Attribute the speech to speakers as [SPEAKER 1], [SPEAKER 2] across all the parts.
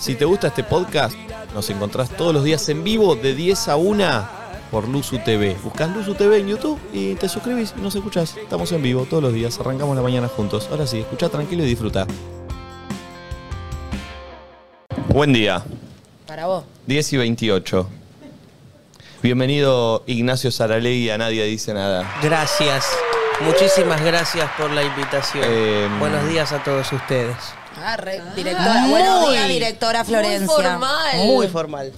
[SPEAKER 1] Si te gusta este podcast, nos encontrás todos los días en vivo de 10 a 1 por Luzu TV. Buscás Luzu TV en YouTube y te suscribís y nos escuchás. Estamos en vivo todos los días, arrancamos la mañana juntos. Ahora sí, escucha tranquilo y disfruta. Buen día,
[SPEAKER 2] Para vos.
[SPEAKER 1] 10 y 28. Bienvenido Ignacio Saralegui a Nadie Dice Nada.
[SPEAKER 3] Gracias. Muchísimas gracias por la invitación.
[SPEAKER 1] Eh,
[SPEAKER 3] Buenos días a todos ustedes.
[SPEAKER 2] Ah, re- directora. Buenos días, directora Florencia.
[SPEAKER 4] Muy formal.
[SPEAKER 3] Muy formal.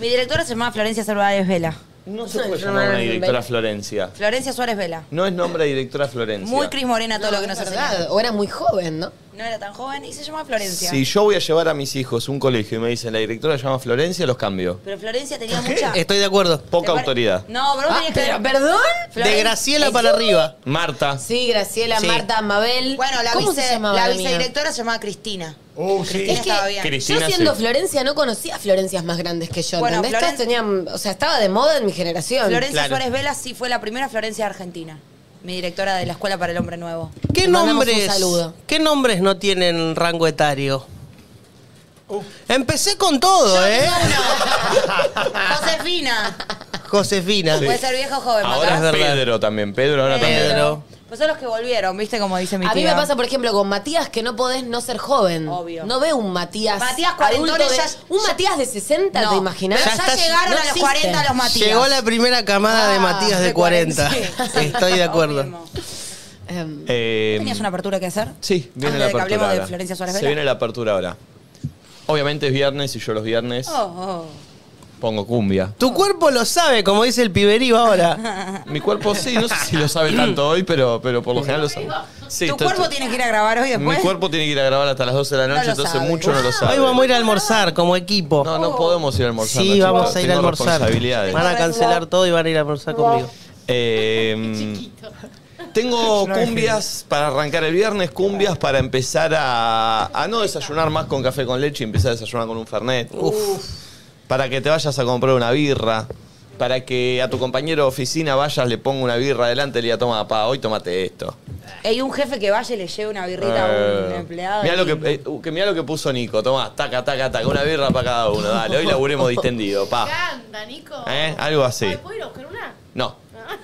[SPEAKER 2] Mi directora se llama Florencia Suárez Vela.
[SPEAKER 1] No se puede llamar a una directora Florencia.
[SPEAKER 2] Florencia Suárez Vela.
[SPEAKER 1] No es nombre de directora Florencia.
[SPEAKER 2] Muy Cris Morena todo lo que
[SPEAKER 4] es
[SPEAKER 2] nos enseñó.
[SPEAKER 4] verdad. O era muy joven, ¿no?
[SPEAKER 2] No era tan joven y se llama Florencia.
[SPEAKER 1] Si yo voy a llevar a mis hijos a un colegio y me dicen la directora se llama Florencia, los cambio.
[SPEAKER 2] Pero Florencia tenía mucha...
[SPEAKER 3] Estoy de acuerdo.
[SPEAKER 1] Poca
[SPEAKER 2] ¿Te pare-
[SPEAKER 1] autoridad.
[SPEAKER 2] No, pero vos
[SPEAKER 4] Ah,
[SPEAKER 2] tenías que...
[SPEAKER 4] pero, ¿Perdón?
[SPEAKER 3] De Graciela para arriba.
[SPEAKER 2] Mm.
[SPEAKER 1] Marta.
[SPEAKER 4] Sí, Graciela,
[SPEAKER 3] Sí.
[SPEAKER 4] Marta, Mabel.
[SPEAKER 2] Bueno, la,
[SPEAKER 4] ¿Cómo
[SPEAKER 2] vice-
[SPEAKER 4] se llamaba
[SPEAKER 2] la
[SPEAKER 4] la mía?
[SPEAKER 2] vicedirectora se llamaba Cristina.
[SPEAKER 5] Oh, sí.
[SPEAKER 2] Cristina
[SPEAKER 4] Es que-
[SPEAKER 2] estaba bien.
[SPEAKER 1] Cris-
[SPEAKER 4] Yo
[SPEAKER 1] Cristina,
[SPEAKER 4] siendo
[SPEAKER 1] sí.
[SPEAKER 4] Florencia no conocía Florencias más grandes que yo,
[SPEAKER 2] Bueno,
[SPEAKER 4] ¿entendés? Estas
[SPEAKER 2] Floren-
[SPEAKER 4] tenían, o sea, estaba de moda en mi generación.
[SPEAKER 2] Florencia
[SPEAKER 3] Claro.
[SPEAKER 2] Suárez Vela sí fue la primera Florencia de Argentina. Mi directora de la Escuela para el Hombre Nuevo.
[SPEAKER 3] ¿Qué
[SPEAKER 4] Te mandamos un
[SPEAKER 3] nombres,
[SPEAKER 4] saludo.
[SPEAKER 3] ¿Qué nombres no tienen rango etario?
[SPEAKER 1] Uh.
[SPEAKER 3] Empecé con todo, ¿eh?
[SPEAKER 2] Josefina.
[SPEAKER 3] Josefina.
[SPEAKER 2] Puede ser viejo o joven.
[SPEAKER 1] Ahora
[SPEAKER 2] ¿verdad?
[SPEAKER 1] es
[SPEAKER 3] es verdad.
[SPEAKER 1] Pedro también. Pedro ahora también.
[SPEAKER 3] Pedro.
[SPEAKER 2] Pues son los que volvieron, ¿viste? Como dice mi
[SPEAKER 4] A mí
[SPEAKER 2] tía.
[SPEAKER 4] me pasa, por ejemplo, con Matías que no podés no ser joven.
[SPEAKER 2] Obvio.
[SPEAKER 4] No veo un Matías.
[SPEAKER 2] Matías
[SPEAKER 4] adulto
[SPEAKER 2] cuarentón
[SPEAKER 4] de-
[SPEAKER 2] ya-
[SPEAKER 4] Un Matías de 60,
[SPEAKER 2] No,
[SPEAKER 4] ¿te imaginás?
[SPEAKER 2] pero
[SPEAKER 3] Ya
[SPEAKER 2] ya,
[SPEAKER 3] está-
[SPEAKER 2] llegaron
[SPEAKER 4] no
[SPEAKER 2] a los
[SPEAKER 4] existe.
[SPEAKER 2] 40 los Matías.
[SPEAKER 3] Llegó la primera camada de
[SPEAKER 2] Ah,
[SPEAKER 3] Matías de 40.
[SPEAKER 2] sí.
[SPEAKER 3] Estoy de acuerdo.
[SPEAKER 2] Confirmo.
[SPEAKER 4] Em,
[SPEAKER 1] Eh,
[SPEAKER 2] ¿Tenías una apertura que hacer?
[SPEAKER 1] Sí, viene
[SPEAKER 2] Antes
[SPEAKER 1] la
[SPEAKER 2] de que
[SPEAKER 1] apertura.
[SPEAKER 2] hablemos de
[SPEAKER 1] ahora.
[SPEAKER 2] Florencia Suárez
[SPEAKER 1] Se
[SPEAKER 2] Vela.
[SPEAKER 1] viene la apertura ahora. Obviamente es viernes y yo los viernes
[SPEAKER 2] Oh, oh.
[SPEAKER 1] pongo cumbia.
[SPEAKER 3] Tu cuerpo lo sabe, como dice el piberío ahora.
[SPEAKER 2] Ah.
[SPEAKER 1] Mi cuerpo sí, no sé si lo sabe tanto hoy, pero, pero por lo general lo sabe. Sí,
[SPEAKER 2] ¿Tu
[SPEAKER 1] está-
[SPEAKER 2] cuerpo tiene que ir a grabar hoy después?
[SPEAKER 1] Mi cuerpo tiene que ir a grabar hasta las 12 de la noche,
[SPEAKER 2] lo
[SPEAKER 1] entonces
[SPEAKER 2] sabe.
[SPEAKER 1] mucho no lo sabe.
[SPEAKER 3] Hoy vamos a ir a almorzar como equipo.
[SPEAKER 1] No,
[SPEAKER 2] Oh.
[SPEAKER 1] no podemos ir a almorzar.
[SPEAKER 3] sí,
[SPEAKER 1] Nachito,
[SPEAKER 3] vamos a ir a
[SPEAKER 1] tengo
[SPEAKER 3] almorzar.
[SPEAKER 1] responsabilidades.
[SPEAKER 3] Van a cancelar todo y van a ir a almorzar conmigo.
[SPEAKER 1] Eh, tengo cumbias para arrancar el viernes, cumbias para empezar a, a no desayunar más con café con leche y empezar a desayunar con un fernet. Para que te vayas a comprar una birra. Para que a tu compañero de oficina vayas, le pongo una birra adelante y le diga, toma, pa, hoy tomate esto.
[SPEAKER 2] Hay un jefe que vaya y le lleve una birrita a un empleado.
[SPEAKER 1] Mira
[SPEAKER 2] y-
[SPEAKER 1] lo que, eh, uh, que mirá lo que puso Nico, tomá, taca, taca, taca, una birra para cada uno, dale, hoy laburemos distendido, pa.
[SPEAKER 6] encanta, Nico.
[SPEAKER 1] Ah. ¿Eh? Algo así.
[SPEAKER 6] Ay, ¿Puedo ir a buscar una?
[SPEAKER 1] No.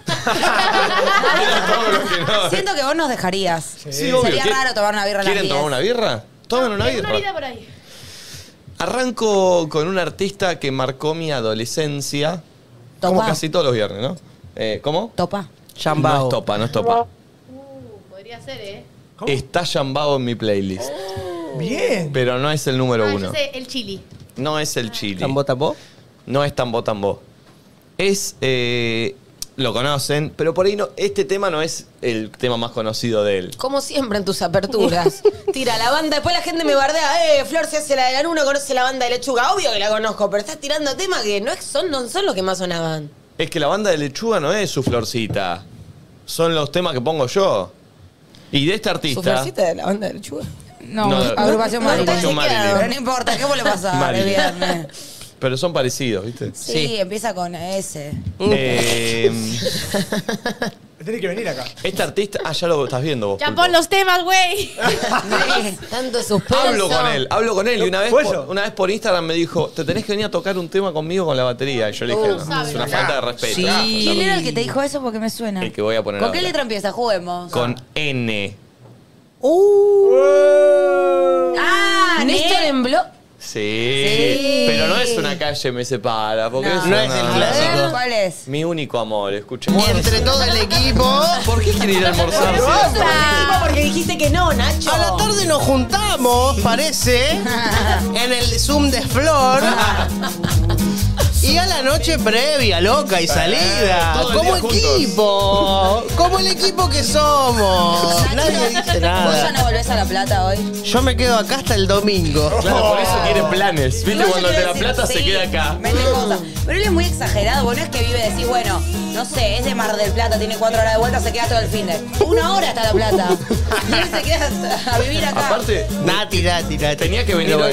[SPEAKER 2] Ah.
[SPEAKER 1] Era todo lo que no.
[SPEAKER 2] Siento que vos nos dejarías.
[SPEAKER 1] Sí, obvio.
[SPEAKER 2] Sería
[SPEAKER 1] ¿Qui-
[SPEAKER 2] raro tomar una birra a las
[SPEAKER 1] ¿Quieren
[SPEAKER 2] 10?
[SPEAKER 1] tomar una birra? Tomen una
[SPEAKER 6] Ah, Tengo Una vida
[SPEAKER 1] birra.
[SPEAKER 6] por ahí.
[SPEAKER 1] Arranco con un artista que marcó mi adolescencia.
[SPEAKER 2] Topa.
[SPEAKER 1] Como casi todos los viernes, ¿no? Eh, ¿Cómo?
[SPEAKER 2] Topa.
[SPEAKER 3] Chambao.
[SPEAKER 1] No es topa, no es topa.
[SPEAKER 6] Uh, podría ser, ¿eh?
[SPEAKER 1] Está Yambao en mi playlist.
[SPEAKER 5] Bien.
[SPEAKER 1] Pero no es el número
[SPEAKER 6] Ah,
[SPEAKER 1] uno.
[SPEAKER 6] yo sé, el chili.
[SPEAKER 1] No es el chili.
[SPEAKER 3] ¿Tambó, tambó?
[SPEAKER 1] No es tambo tambo. Es. eh, lo conocen, pero por ahí no. Este tema no es el tema más conocido de él.
[SPEAKER 4] Como siempre en tus aperturas. Tira la banda, después la gente me bardea, eh, Flor se hace la de la luna, conoce la banda de lechuga. Obvio que la conozco, pero estás tirando temas que no es- son, no son los que más sonaban.
[SPEAKER 1] Es que la banda de lechuga no es su florcita. Son los temas que pongo yo. Y de este artista.
[SPEAKER 4] ¿Su florcita de la banda de lechuga?
[SPEAKER 2] No,
[SPEAKER 1] No,
[SPEAKER 2] agrupación
[SPEAKER 1] no,
[SPEAKER 2] Marilyn.
[SPEAKER 1] agrupación Marilyn.
[SPEAKER 2] Pero no importa, ¿qué vos le pasar el
[SPEAKER 1] Marilyn.
[SPEAKER 2] viernes?
[SPEAKER 1] Pero son parecidos, ¿viste?
[SPEAKER 2] Sí,
[SPEAKER 3] Sí.
[SPEAKER 2] empieza con S.
[SPEAKER 1] Eh,
[SPEAKER 5] Tiene que venir acá.
[SPEAKER 1] este artista. Ah, ya lo estás viendo vos.
[SPEAKER 6] Ya
[SPEAKER 1] Pulpo.
[SPEAKER 6] pon los temas, güey.
[SPEAKER 2] Sí.
[SPEAKER 4] Tanto suspenso.
[SPEAKER 1] Hablo con él, hablo con él. Y una vez,
[SPEAKER 5] ¿Fue
[SPEAKER 1] por,
[SPEAKER 5] eso?
[SPEAKER 1] una vez por Instagram me dijo: Te tenés que venir a tocar un tema conmigo con la batería. Y yo le dije:
[SPEAKER 6] No
[SPEAKER 1] "No, Es
[SPEAKER 6] sabe,
[SPEAKER 1] una
[SPEAKER 6] no.
[SPEAKER 1] falta de respeto.
[SPEAKER 3] Sí.
[SPEAKER 2] ¿Quién era el que te dijo eso? Porque me suena.
[SPEAKER 1] El que voy a poner
[SPEAKER 2] ¿Con qué
[SPEAKER 1] ahora.
[SPEAKER 2] letra empieza? Juguemos.
[SPEAKER 1] Con N.
[SPEAKER 3] Uh.
[SPEAKER 2] ¡Ah!
[SPEAKER 4] Néstor
[SPEAKER 2] ne-
[SPEAKER 4] en blog.
[SPEAKER 1] Sí.
[SPEAKER 2] Sí.
[SPEAKER 1] Pero no es una calle me separa. Porque
[SPEAKER 2] No.
[SPEAKER 1] eso
[SPEAKER 3] No es el
[SPEAKER 2] A ver,
[SPEAKER 3] clásico.
[SPEAKER 2] ¿Cuál es?
[SPEAKER 1] Mi único amor, escuchen.
[SPEAKER 3] Y entre todo el equipo.
[SPEAKER 1] ¿Por qué quiere ir a almorzar?
[SPEAKER 4] Ah, Porque dijiste que no, Nacho.
[SPEAKER 3] A la tarde nos juntamos, parece, en el Zoom de Flor. Y a la noche previa, loca y
[SPEAKER 1] Eh,
[SPEAKER 3] salida.
[SPEAKER 1] todo el
[SPEAKER 3] Como
[SPEAKER 1] día juntos.
[SPEAKER 3] equipo. Como el equipo que somos. Nadie dice
[SPEAKER 2] ¿Vos ya no
[SPEAKER 3] nada.
[SPEAKER 2] volvés a La Plata hoy?
[SPEAKER 3] Yo me quedo acá hasta el domingo.
[SPEAKER 1] Claro, por eso quiere planes. ¿Viste?
[SPEAKER 2] No, yo
[SPEAKER 1] Cuando el de
[SPEAKER 2] quiero
[SPEAKER 1] la
[SPEAKER 2] decir,
[SPEAKER 1] plata se
[SPEAKER 2] sí,
[SPEAKER 1] queda acá.
[SPEAKER 2] mete cosas. Pero él es muy exagerado, vos no es que vive decís, bueno, No sé, es de Mar del Plata, tiene cuatro horas de vuelta, se queda todo el fin de. Una hora hasta La Plata. Y él se queda hasta- a vivir acá.
[SPEAKER 1] Aparte,
[SPEAKER 3] Nati, Nati, Nati.
[SPEAKER 1] tenía que venir hoy.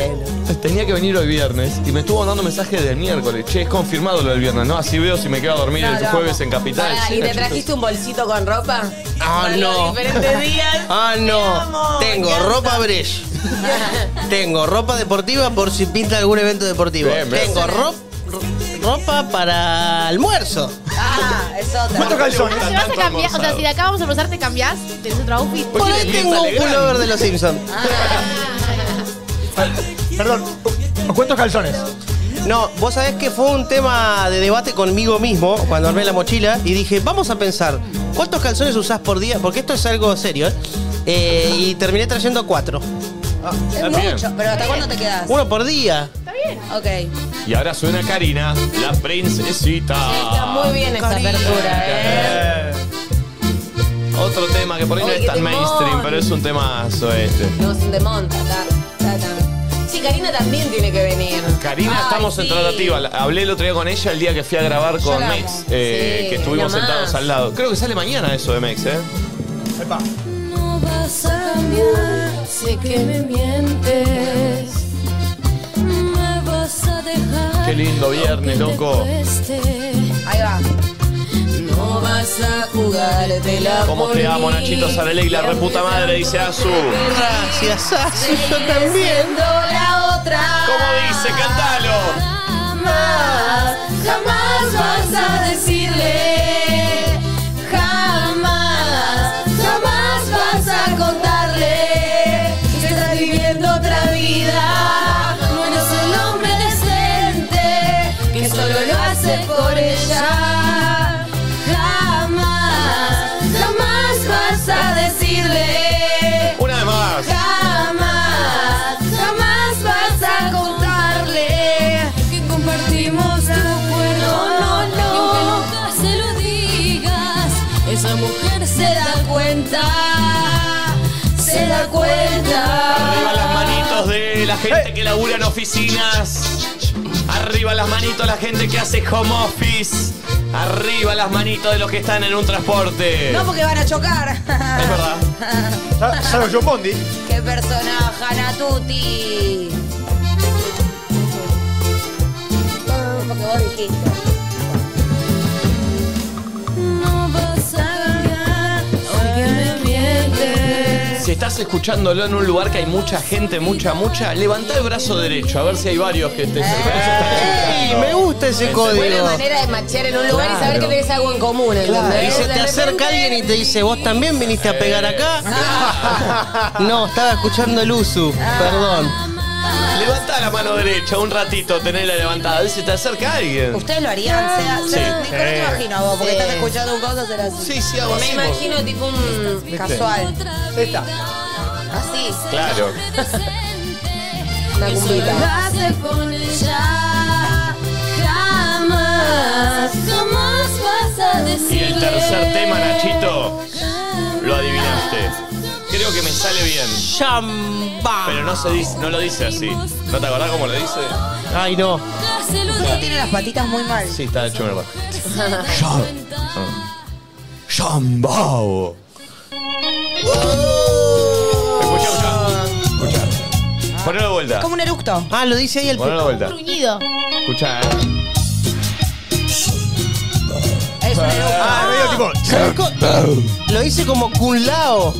[SPEAKER 1] Tenía que venir hoy viernes y me estuvo mandando mensajes del miércoles. Che, es confirmado lo del viernes, ¿no? Así veo si me quedo a dormir
[SPEAKER 2] No,
[SPEAKER 1] el
[SPEAKER 2] lo
[SPEAKER 1] jueves
[SPEAKER 2] amo.
[SPEAKER 1] en Capital.
[SPEAKER 4] Pará, ¿Y te trajiste un bolsito con ropa?
[SPEAKER 3] Ah,
[SPEAKER 4] Para
[SPEAKER 3] no.
[SPEAKER 4] Los diferentes días.
[SPEAKER 3] Ah,
[SPEAKER 4] Te amo,
[SPEAKER 3] no. Tengo
[SPEAKER 4] me encanta.
[SPEAKER 3] ropa Bresh. Tengo ropa deportiva por si pinta algún evento deportivo.
[SPEAKER 1] Bien, bien.
[SPEAKER 3] Tengo ro- ro- ropa para almuerzo.
[SPEAKER 2] Ah, es otra.
[SPEAKER 5] ¿Cuántos calzones?
[SPEAKER 6] Pero si vas a cambiar, o sea, si de acá vamos a pasar, te cambiás, tenés otro outfit.
[SPEAKER 3] Por ahí tengo un pullover de los Simpsons.
[SPEAKER 5] Perdón, ¿cuántos calzones?
[SPEAKER 3] No, vos sabés que fue un tema de debate conmigo mismo cuando armé la mochila y dije, vamos a pensar, ¿cuántos calzones usás por día? Porque esto es algo serio, ¿eh? Eh, y terminé trayendo cuatro.
[SPEAKER 2] Es
[SPEAKER 1] Bien.
[SPEAKER 2] mucho. Pero ¿hasta cuándo te quedas?
[SPEAKER 3] Uno por día.
[SPEAKER 6] Está bien.
[SPEAKER 2] Ok.
[SPEAKER 1] Y ahora suena Karina, la princesita.
[SPEAKER 4] Está muy bien esta
[SPEAKER 3] Cariño.
[SPEAKER 4] apertura, ¿eh?
[SPEAKER 1] Otro tema que por ahí no
[SPEAKER 4] Ay,
[SPEAKER 1] es
[SPEAKER 4] qué
[SPEAKER 1] tan
[SPEAKER 4] temón.
[SPEAKER 1] mainstream, pero es un temazo este.
[SPEAKER 4] No, se te monta, ta, ta, ta. Sí, Karina también tiene que venir.
[SPEAKER 1] Karina,
[SPEAKER 4] Ay,
[SPEAKER 1] estamos en
[SPEAKER 4] sí.
[SPEAKER 1] tratativa. La- Hablé el otro día con ella el día que fui a grabar con
[SPEAKER 2] la amo.
[SPEAKER 1] Mex, eh,
[SPEAKER 4] Sí,
[SPEAKER 1] que estuvimos
[SPEAKER 4] la más.
[SPEAKER 1] sentados al lado. Creo que sale mañana eso de Mex, ¿eh?
[SPEAKER 5] Epa.
[SPEAKER 7] No vas a cambiar, sé que me mientes. Me vas a dejar.
[SPEAKER 1] Qué lindo viernes,
[SPEAKER 7] aunque te
[SPEAKER 1] loco.
[SPEAKER 7] cueste.
[SPEAKER 2] Ahí va.
[SPEAKER 7] No vas a jugártela.
[SPEAKER 1] ¿Cómo te amo, Nachito Sareley? La reputa madre, dice Azu. ¿Cómo
[SPEAKER 3] Gracias, Azu, yo también.
[SPEAKER 7] la otra.
[SPEAKER 1] dice? ¡Cántalo!
[SPEAKER 7] Jamás, jamás vas a decirle. Jamás, jamás vas a contarle que estás viviendo otra vida. No eres el hombre decente que solo lo hace por ella. Jamás, jamás vas a decirle.
[SPEAKER 1] Una vez más.
[SPEAKER 7] Jamás, jamás vas a contarle que compartimos tu cuerpo. No, no, no. Y aunque nunca se lo digas, esa mujer se da cuenta. Se da
[SPEAKER 1] Arriba las
[SPEAKER 7] cuenta.
[SPEAKER 1] manitos de la gente que labura en oficinas. Arriba las manitos de la gente que hace home office. Arriba las manitos de los que están en un transporte.
[SPEAKER 2] No porque van a chocar.
[SPEAKER 1] Es verdad.
[SPEAKER 5] Sa- Salo John Bondi.
[SPEAKER 2] Qué personaje, Anatuti. Ah, Porque vos dijiste.
[SPEAKER 7] No vas a cambiar, aunque me mientes.
[SPEAKER 1] Si estás escuchándolo en un lugar que hay mucha gente, mucha, mucha, levanta el brazo derecho, a ver si hay varios que te
[SPEAKER 3] ¡Ey! Me gusta ese
[SPEAKER 4] Buena
[SPEAKER 3] código.
[SPEAKER 4] manera de machear en un lugar y saber que tenés algo en común, ¿entendés?
[SPEAKER 3] Y se te
[SPEAKER 4] De
[SPEAKER 3] acerca
[SPEAKER 4] repente-
[SPEAKER 3] alguien y te dice, ¿vos también viniste a pegar acá? No, estaba escuchando el Usu, perdón.
[SPEAKER 1] Levanta la mano derecha, un ratito, tenela levantada, a ver si te acerca alguien.
[SPEAKER 2] Ustedes lo harían, se da- se
[SPEAKER 1] Sí.
[SPEAKER 2] da- Nico, no te imagino a vos, porque
[SPEAKER 4] Sí.
[SPEAKER 2] estás escuchando un coso, será así.
[SPEAKER 1] Sí, sí, hago
[SPEAKER 4] Me
[SPEAKER 1] así. vos.
[SPEAKER 4] imagino tipo un...
[SPEAKER 2] Casual.
[SPEAKER 5] Esta.
[SPEAKER 2] Así.
[SPEAKER 1] Claro.
[SPEAKER 4] Una
[SPEAKER 7] Que solo
[SPEAKER 4] cumbita.
[SPEAKER 7] lo hace con ella. Jamás, jamás vas a decirle.
[SPEAKER 1] Y el tercer tema, Nachito, lo adivinaste. Creo que me sale bien.
[SPEAKER 3] Chamba.
[SPEAKER 1] Pero no se dice, no lo dice así. ¿No te acordás cómo lo dice?
[SPEAKER 3] Ay, no.
[SPEAKER 7] Se lo
[SPEAKER 2] Nico Ah, tiene las patitas muy mal.
[SPEAKER 1] Sí, está hecho mierda.
[SPEAKER 7] digo.
[SPEAKER 1] ¡Shambao! Escuchá, escuchá. Escuchá. Ponelo de vuelta.
[SPEAKER 2] Como un eructo.
[SPEAKER 3] Ah, lo dice ahí el...
[SPEAKER 1] Ponelo de vuelta.
[SPEAKER 6] Truñido.
[SPEAKER 1] Escuchá, eh.
[SPEAKER 2] Es un eructo.
[SPEAKER 5] Ah, medio tipo.
[SPEAKER 3] ¿Sabes co- Lo hice como Kun Lao,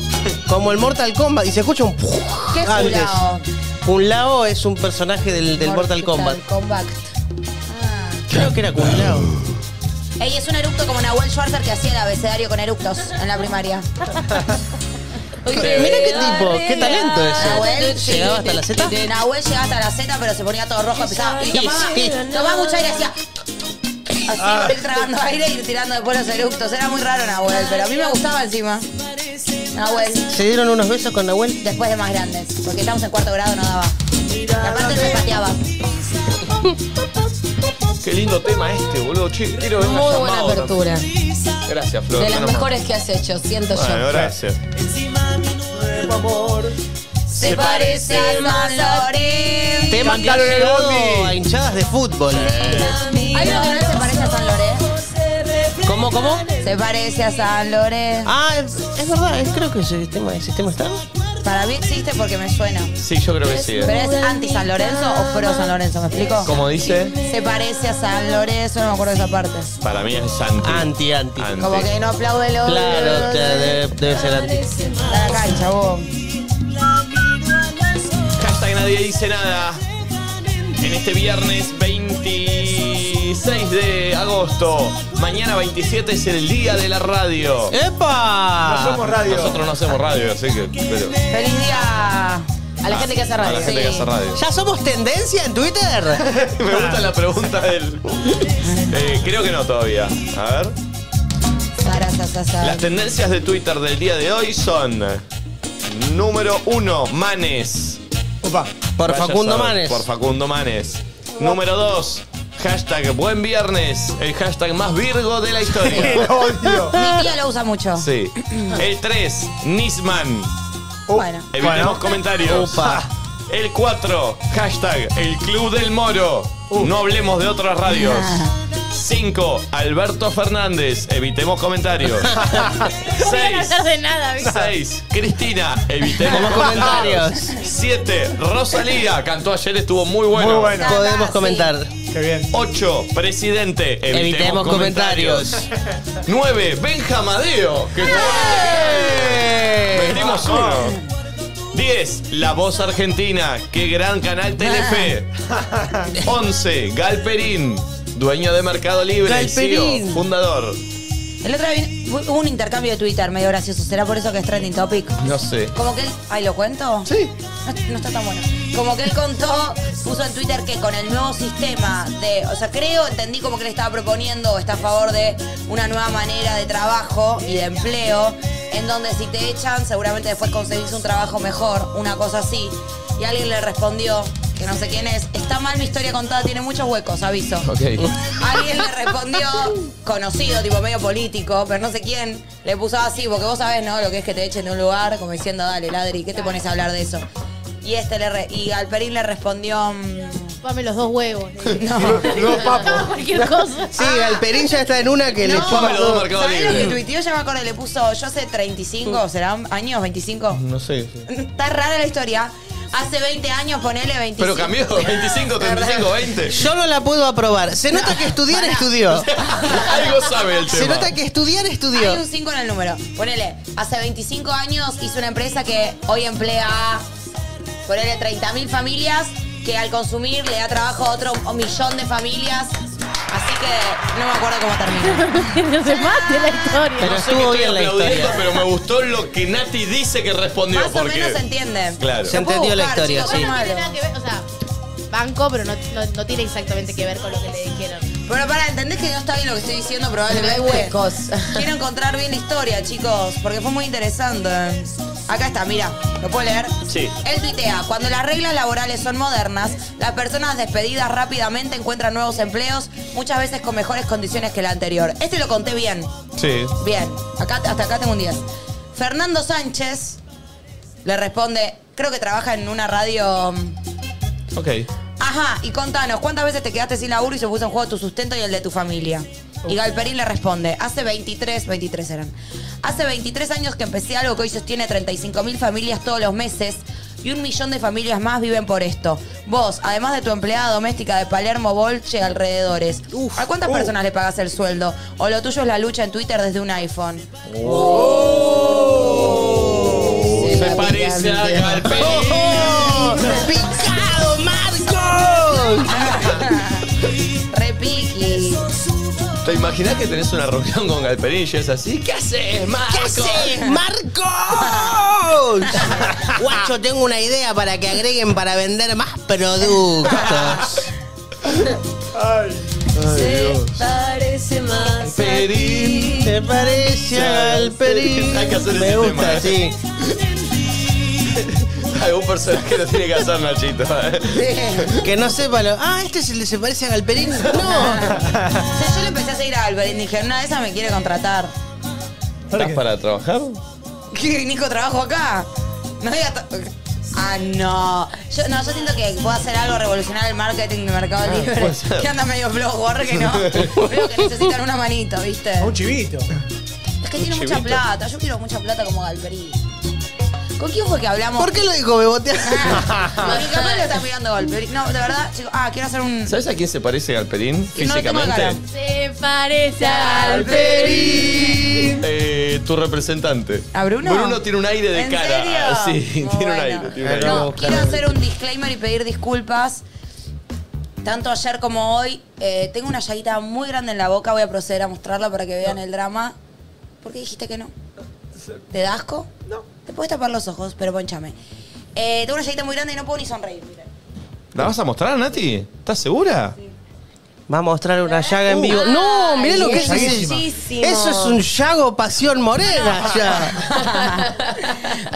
[SPEAKER 3] como el Mortal Kombat, y se escucha un...
[SPEAKER 2] ¿Qué es un
[SPEAKER 3] antes.
[SPEAKER 2] lao?
[SPEAKER 3] Kun Lao es un personaje del, del Mortal Kombat.
[SPEAKER 2] Kombat. Ah.
[SPEAKER 3] Creo que era Kun Lao.
[SPEAKER 2] Ey, es un eructo como Nahuel Schwarzer que hacía el abecedario con eructos en la primaria.
[SPEAKER 3] Mira qué tipo, qué talento
[SPEAKER 2] Nahuel,
[SPEAKER 3] ese.
[SPEAKER 2] sí.
[SPEAKER 3] Llegaba hasta la Z.
[SPEAKER 2] Nahuel llegaba hasta la Z, pero se ponía todo rojo, empezaba. Y
[SPEAKER 3] Sí,
[SPEAKER 2] tomaba,
[SPEAKER 3] sí.
[SPEAKER 2] tomaba mucho aire, hacía. Así, para ir tragando aire y ir tirando después los eructos. Era muy raro Nahuel, pero a mí me gustaba encima. Nahuel,
[SPEAKER 3] Se dieron unos besos con Nahuel.
[SPEAKER 2] después de más grandes, porque estábamos en cuarto grado, no daba. Y aparte me pateaba.
[SPEAKER 1] Qué lindo tema este, boludo. Che, quiero ver una
[SPEAKER 4] Muy buena
[SPEAKER 1] Shambao
[SPEAKER 4] apertura.
[SPEAKER 1] también. Gracias, Flor.
[SPEAKER 4] De las
[SPEAKER 1] menos mal.
[SPEAKER 4] mejores que has hecho, siento
[SPEAKER 1] Bueno,
[SPEAKER 4] yo.
[SPEAKER 1] gracias.
[SPEAKER 2] Se parece al Malorín.
[SPEAKER 3] Tema que ha
[SPEAKER 1] Cantaron el
[SPEAKER 3] llegado
[SPEAKER 1] bondi.
[SPEAKER 3] a hinchadas de fútbol.
[SPEAKER 2] Hay uno que no se parece a San Loré.
[SPEAKER 3] ¿Cómo, cómo?
[SPEAKER 2] Se parece a San Lorenzo.
[SPEAKER 3] Ah, es, es verdad, es- creo que ese tema, ese tema está.
[SPEAKER 2] Para mí existe porque me suena.
[SPEAKER 1] Sí, yo creo que sí. eh.
[SPEAKER 2] ¿Pero es anti San Lorenzo o pro San Lorenzo? ¿Me explico?
[SPEAKER 1] Como dice,
[SPEAKER 2] Se parece a San Lorenzo, no me acuerdo de esa parte.
[SPEAKER 1] para mí es anti.
[SPEAKER 3] Anti, anti.
[SPEAKER 1] Anti.
[SPEAKER 2] Como que no aplaude lo
[SPEAKER 3] Claro, claro, debe, debe ser anti.
[SPEAKER 2] Está la cancha, vos.
[SPEAKER 1] Hashtag nadie dice nada. En este viernes 26 de agosto. Mañana 27 es el día de la radio.
[SPEAKER 3] Eh,
[SPEAKER 1] Ah,
[SPEAKER 3] ¡Epa!
[SPEAKER 5] No somos radio.
[SPEAKER 1] Nosotros no hacemos radio, así que. Pero,
[SPEAKER 2] Feliz día.
[SPEAKER 4] A la gente que hace
[SPEAKER 1] a
[SPEAKER 4] radio.
[SPEAKER 1] la gente que hace radio.
[SPEAKER 3] ¿Ya somos tendencia en Twitter?
[SPEAKER 1] Me gusta la pregunta del. Eh, creo que no todavía. A ver.
[SPEAKER 2] Sara, sa, sa, sa.
[SPEAKER 1] Las tendencias de Twitter del día de hoy son. Número uno, Manes.
[SPEAKER 5] Opa.
[SPEAKER 3] Por
[SPEAKER 1] Vaya a
[SPEAKER 3] Facundo
[SPEAKER 1] saber,
[SPEAKER 3] Manes.
[SPEAKER 1] Por Facundo Manes. Número dos, hashtag Buen Viernes. El hashtag más virgo de la historia.
[SPEAKER 5] Lo odio.
[SPEAKER 2] Mi tía lo usa mucho.
[SPEAKER 1] Sí. El 3, Nisman.
[SPEAKER 2] Bueno.
[SPEAKER 1] Evitemos
[SPEAKER 5] Bueno.
[SPEAKER 1] comentarios.
[SPEAKER 3] Upa.
[SPEAKER 1] El 4, hashtag El Club del Moro. No hablemos de otras radios. 5. Alberto Fernández. Evitemos comentarios.
[SPEAKER 6] No voy a
[SPEAKER 1] 6.
[SPEAKER 6] hablar de nada, ¿viste?
[SPEAKER 1] 6. Cristina. Evitemos
[SPEAKER 3] Como
[SPEAKER 1] comentarios.
[SPEAKER 3] comentarios.
[SPEAKER 1] 7. Rosalía. Cantó ayer, estuvo muy bueno.
[SPEAKER 5] Muy bueno.
[SPEAKER 3] Podemos comentar.
[SPEAKER 5] Qué bien.
[SPEAKER 1] 8. Presidente. Evitemos,
[SPEAKER 3] Evitemos
[SPEAKER 1] comentarios.
[SPEAKER 3] comentarios.
[SPEAKER 1] 9. Benjamadeo. Que
[SPEAKER 3] ¡Eh!
[SPEAKER 1] Perdimos uno. 10. La Voz Argentina. Qué gran canal Telefe. 11. Galperín. Dueño de Mercado Libre.
[SPEAKER 3] Galperín.
[SPEAKER 1] CEO, fundador.
[SPEAKER 2] El otro día vi- hubo un intercambio de Twitter medio gracioso. ¿Será por eso que es trending topic?
[SPEAKER 1] No sé.
[SPEAKER 2] Como que él. Ay, ¿lo cuento? Sí. No, no está tan bueno. Como que él contó, puso en Twitter que con el nuevo sistema de. O sea, creo, entendí como que le estaba proponiendo o está a favor de una nueva manera de trabajo y de empleo, en donde si te echan, seguramente después conseguís un trabajo mejor, una cosa así. Y alguien le respondió, que no sé quién es, está mal mi historia contada, tiene muchos huecos, aviso. Alguien le respondió, conocido, tipo medio político, pero no sé quién, le puso así, porque vos sabés, ¿no? Lo que es que te echen de un lugar, como diciendo, dale, ladri, ¿qué te pones a hablar de eso? Y este le re- y Galperín le respondió. mm,
[SPEAKER 6] Pame los dos huevos.
[SPEAKER 2] No.
[SPEAKER 5] Los papos.
[SPEAKER 6] Cualquier cosa.
[SPEAKER 3] Sí, Galperín ya está en una que le
[SPEAKER 2] No.
[SPEAKER 3] chupa
[SPEAKER 1] Pámelo,
[SPEAKER 3] todo.
[SPEAKER 1] Marco. Mercado
[SPEAKER 2] ¿Sabés lo
[SPEAKER 1] Libre.
[SPEAKER 2] que tuiteó? Ya me acuerdo, le puso, yo hace 35, ¿serán años? ¿25?
[SPEAKER 1] No sé.
[SPEAKER 2] Está rara la historia. Hace 20 años, ponele 25.
[SPEAKER 1] Pero cambió. 25, 35, 20.
[SPEAKER 3] Yo no la puedo aprobar. Se nota que estudiar estudió.
[SPEAKER 1] Algo sabe el tema.
[SPEAKER 3] Se nota que estudiar estudió.
[SPEAKER 2] Hay un 5 en el número. Ponele, hace 25 años hizo una empresa que hoy emplea a, ponele, 30.000 familias que al consumir le da trabajo a otro millón de familias. Así que no me acuerdo cómo termina.
[SPEAKER 6] No se mate la
[SPEAKER 1] No
[SPEAKER 6] historia.
[SPEAKER 1] sé qué
[SPEAKER 3] Estuvo
[SPEAKER 1] estoy
[SPEAKER 3] bien la
[SPEAKER 1] aplaudiendo,
[SPEAKER 3] historia.
[SPEAKER 1] pero me gustó lo que Nati dice que respondió.
[SPEAKER 2] Más o
[SPEAKER 1] porque...
[SPEAKER 2] menos se entiende.
[SPEAKER 1] Claro.
[SPEAKER 3] Se entendió la historia, sí.
[SPEAKER 6] No tiene nada que ver, o sea, banco, pero no, no, no tiene exactamente que ver con lo que le dijeron.
[SPEAKER 2] Pero para, entendés que no está bien lo que estoy diciendo, probablemente.
[SPEAKER 4] No hay huecos.
[SPEAKER 2] Quiero encontrar bien la historia, chicos, porque fue muy interesante. Acá está, mira, ¿lo puedo leer?
[SPEAKER 1] Sí.
[SPEAKER 2] Él tuitea, cuando las reglas laborales son modernas, las personas despedidas rápidamente encuentran nuevos empleos, muchas veces con mejores condiciones que la anterior. Este lo conté bien.
[SPEAKER 1] Sí.
[SPEAKER 2] Bien, acá, hasta acá tengo un 10. Fernando Sánchez le responde, creo que trabaja en una radio...
[SPEAKER 1] Ok.
[SPEAKER 2] Ajá, y contanos, ¿cuántas veces te quedaste sin laburo y se puso en juego tu sustento y el de tu familia? Y Galperín le responde, hace 23, 23 eran, hace 23 años que empecé algo que hoy sostiene 35 mil familias todos los meses y un millón de familias más viven por esto. Vos, además de tu empleada doméstica de Palermo, Bolche, alrededores, ¿a cuántas personas le pagas el sueldo? ¿O lo tuyo es la lucha en Twitter desde un iPhone?
[SPEAKER 1] Se parece a
[SPEAKER 3] ¡Oh! ¡Picado, Marcos!
[SPEAKER 2] Repiqui.
[SPEAKER 1] ¿Te imaginas que tenés una reunión con Galperín y es así? ¿Qué haces, Marco?
[SPEAKER 3] ¿Qué haces, Marcos? Guacho, tengo una idea para que agreguen para vender más productos.
[SPEAKER 7] Parece más
[SPEAKER 1] Galperín?
[SPEAKER 3] ¿Te parece Galperín?
[SPEAKER 1] Hay que hacer ese
[SPEAKER 3] Me
[SPEAKER 1] tema,
[SPEAKER 3] gusta,
[SPEAKER 1] ¿eh?
[SPEAKER 3] sí.
[SPEAKER 1] Algún personaje lo tiene que hacer, Nachito. ¿eh?
[SPEAKER 3] Que no sepa lo... Ah, este se, se parece a Galperín. No.
[SPEAKER 2] O sea, yo le empecé a seguir a Galperín, dije, una de esas me quiere contratar.
[SPEAKER 1] ¿Estás para trabajar?
[SPEAKER 2] ¿Qué, Nico, trabajo acá? No digas... Ah, no. Yo, no, yo siento que puedo hacer algo revolucionar el marketing de Mercado Libre.
[SPEAKER 1] Ah, puede ser.
[SPEAKER 2] que anda medio flojo, ahora que no. Veo que necesitan una manito, ¿viste?
[SPEAKER 5] Un chivito.
[SPEAKER 2] Es que tiene mucha
[SPEAKER 1] chivito.
[SPEAKER 2] plata. Yo quiero mucha plata como Galperín. ¿Con quién fue que hablamos?
[SPEAKER 3] ¿Por qué lo dijo Bebotea?
[SPEAKER 2] Porque capaz lo está mirando Galperín. No, de verdad, chicos. Ah, quiero hacer un.
[SPEAKER 1] ¿Sabes a quién se parece Galperín
[SPEAKER 2] Que no le tengo
[SPEAKER 1] físicamente?
[SPEAKER 2] cara.
[SPEAKER 7] Se parece al
[SPEAKER 1] Eh, tu representante.
[SPEAKER 2] ¿A Bruno?
[SPEAKER 1] Bruno tiene un aire de
[SPEAKER 2] ¿En
[SPEAKER 1] cara.
[SPEAKER 2] serio?
[SPEAKER 1] Sí,
[SPEAKER 2] Muy
[SPEAKER 1] tiene un
[SPEAKER 2] bueno.
[SPEAKER 1] aire. Tiene un aire.
[SPEAKER 2] No, quiero hacer un disclaimer y pedir disculpas. Tanto ayer como hoy, eh, tengo una llaguita muy grande en la boca. Voy a proceder a mostrarla para que vean el drama. ¿Por qué dijiste que no? ¿Te da asco? No. Te puedes tapar los ojos, pero ponchame. Eh, tengo una llaguita muy grande y no puedo ni sonreír. miren.
[SPEAKER 1] ¿La vas a mostrar, Nati? ¿Estás segura?
[SPEAKER 3] Va a mostrar una llaga en vivo. No, mirá lo que es ese.
[SPEAKER 4] Bellísimo.
[SPEAKER 3] Eso es un llago pasión morena ya.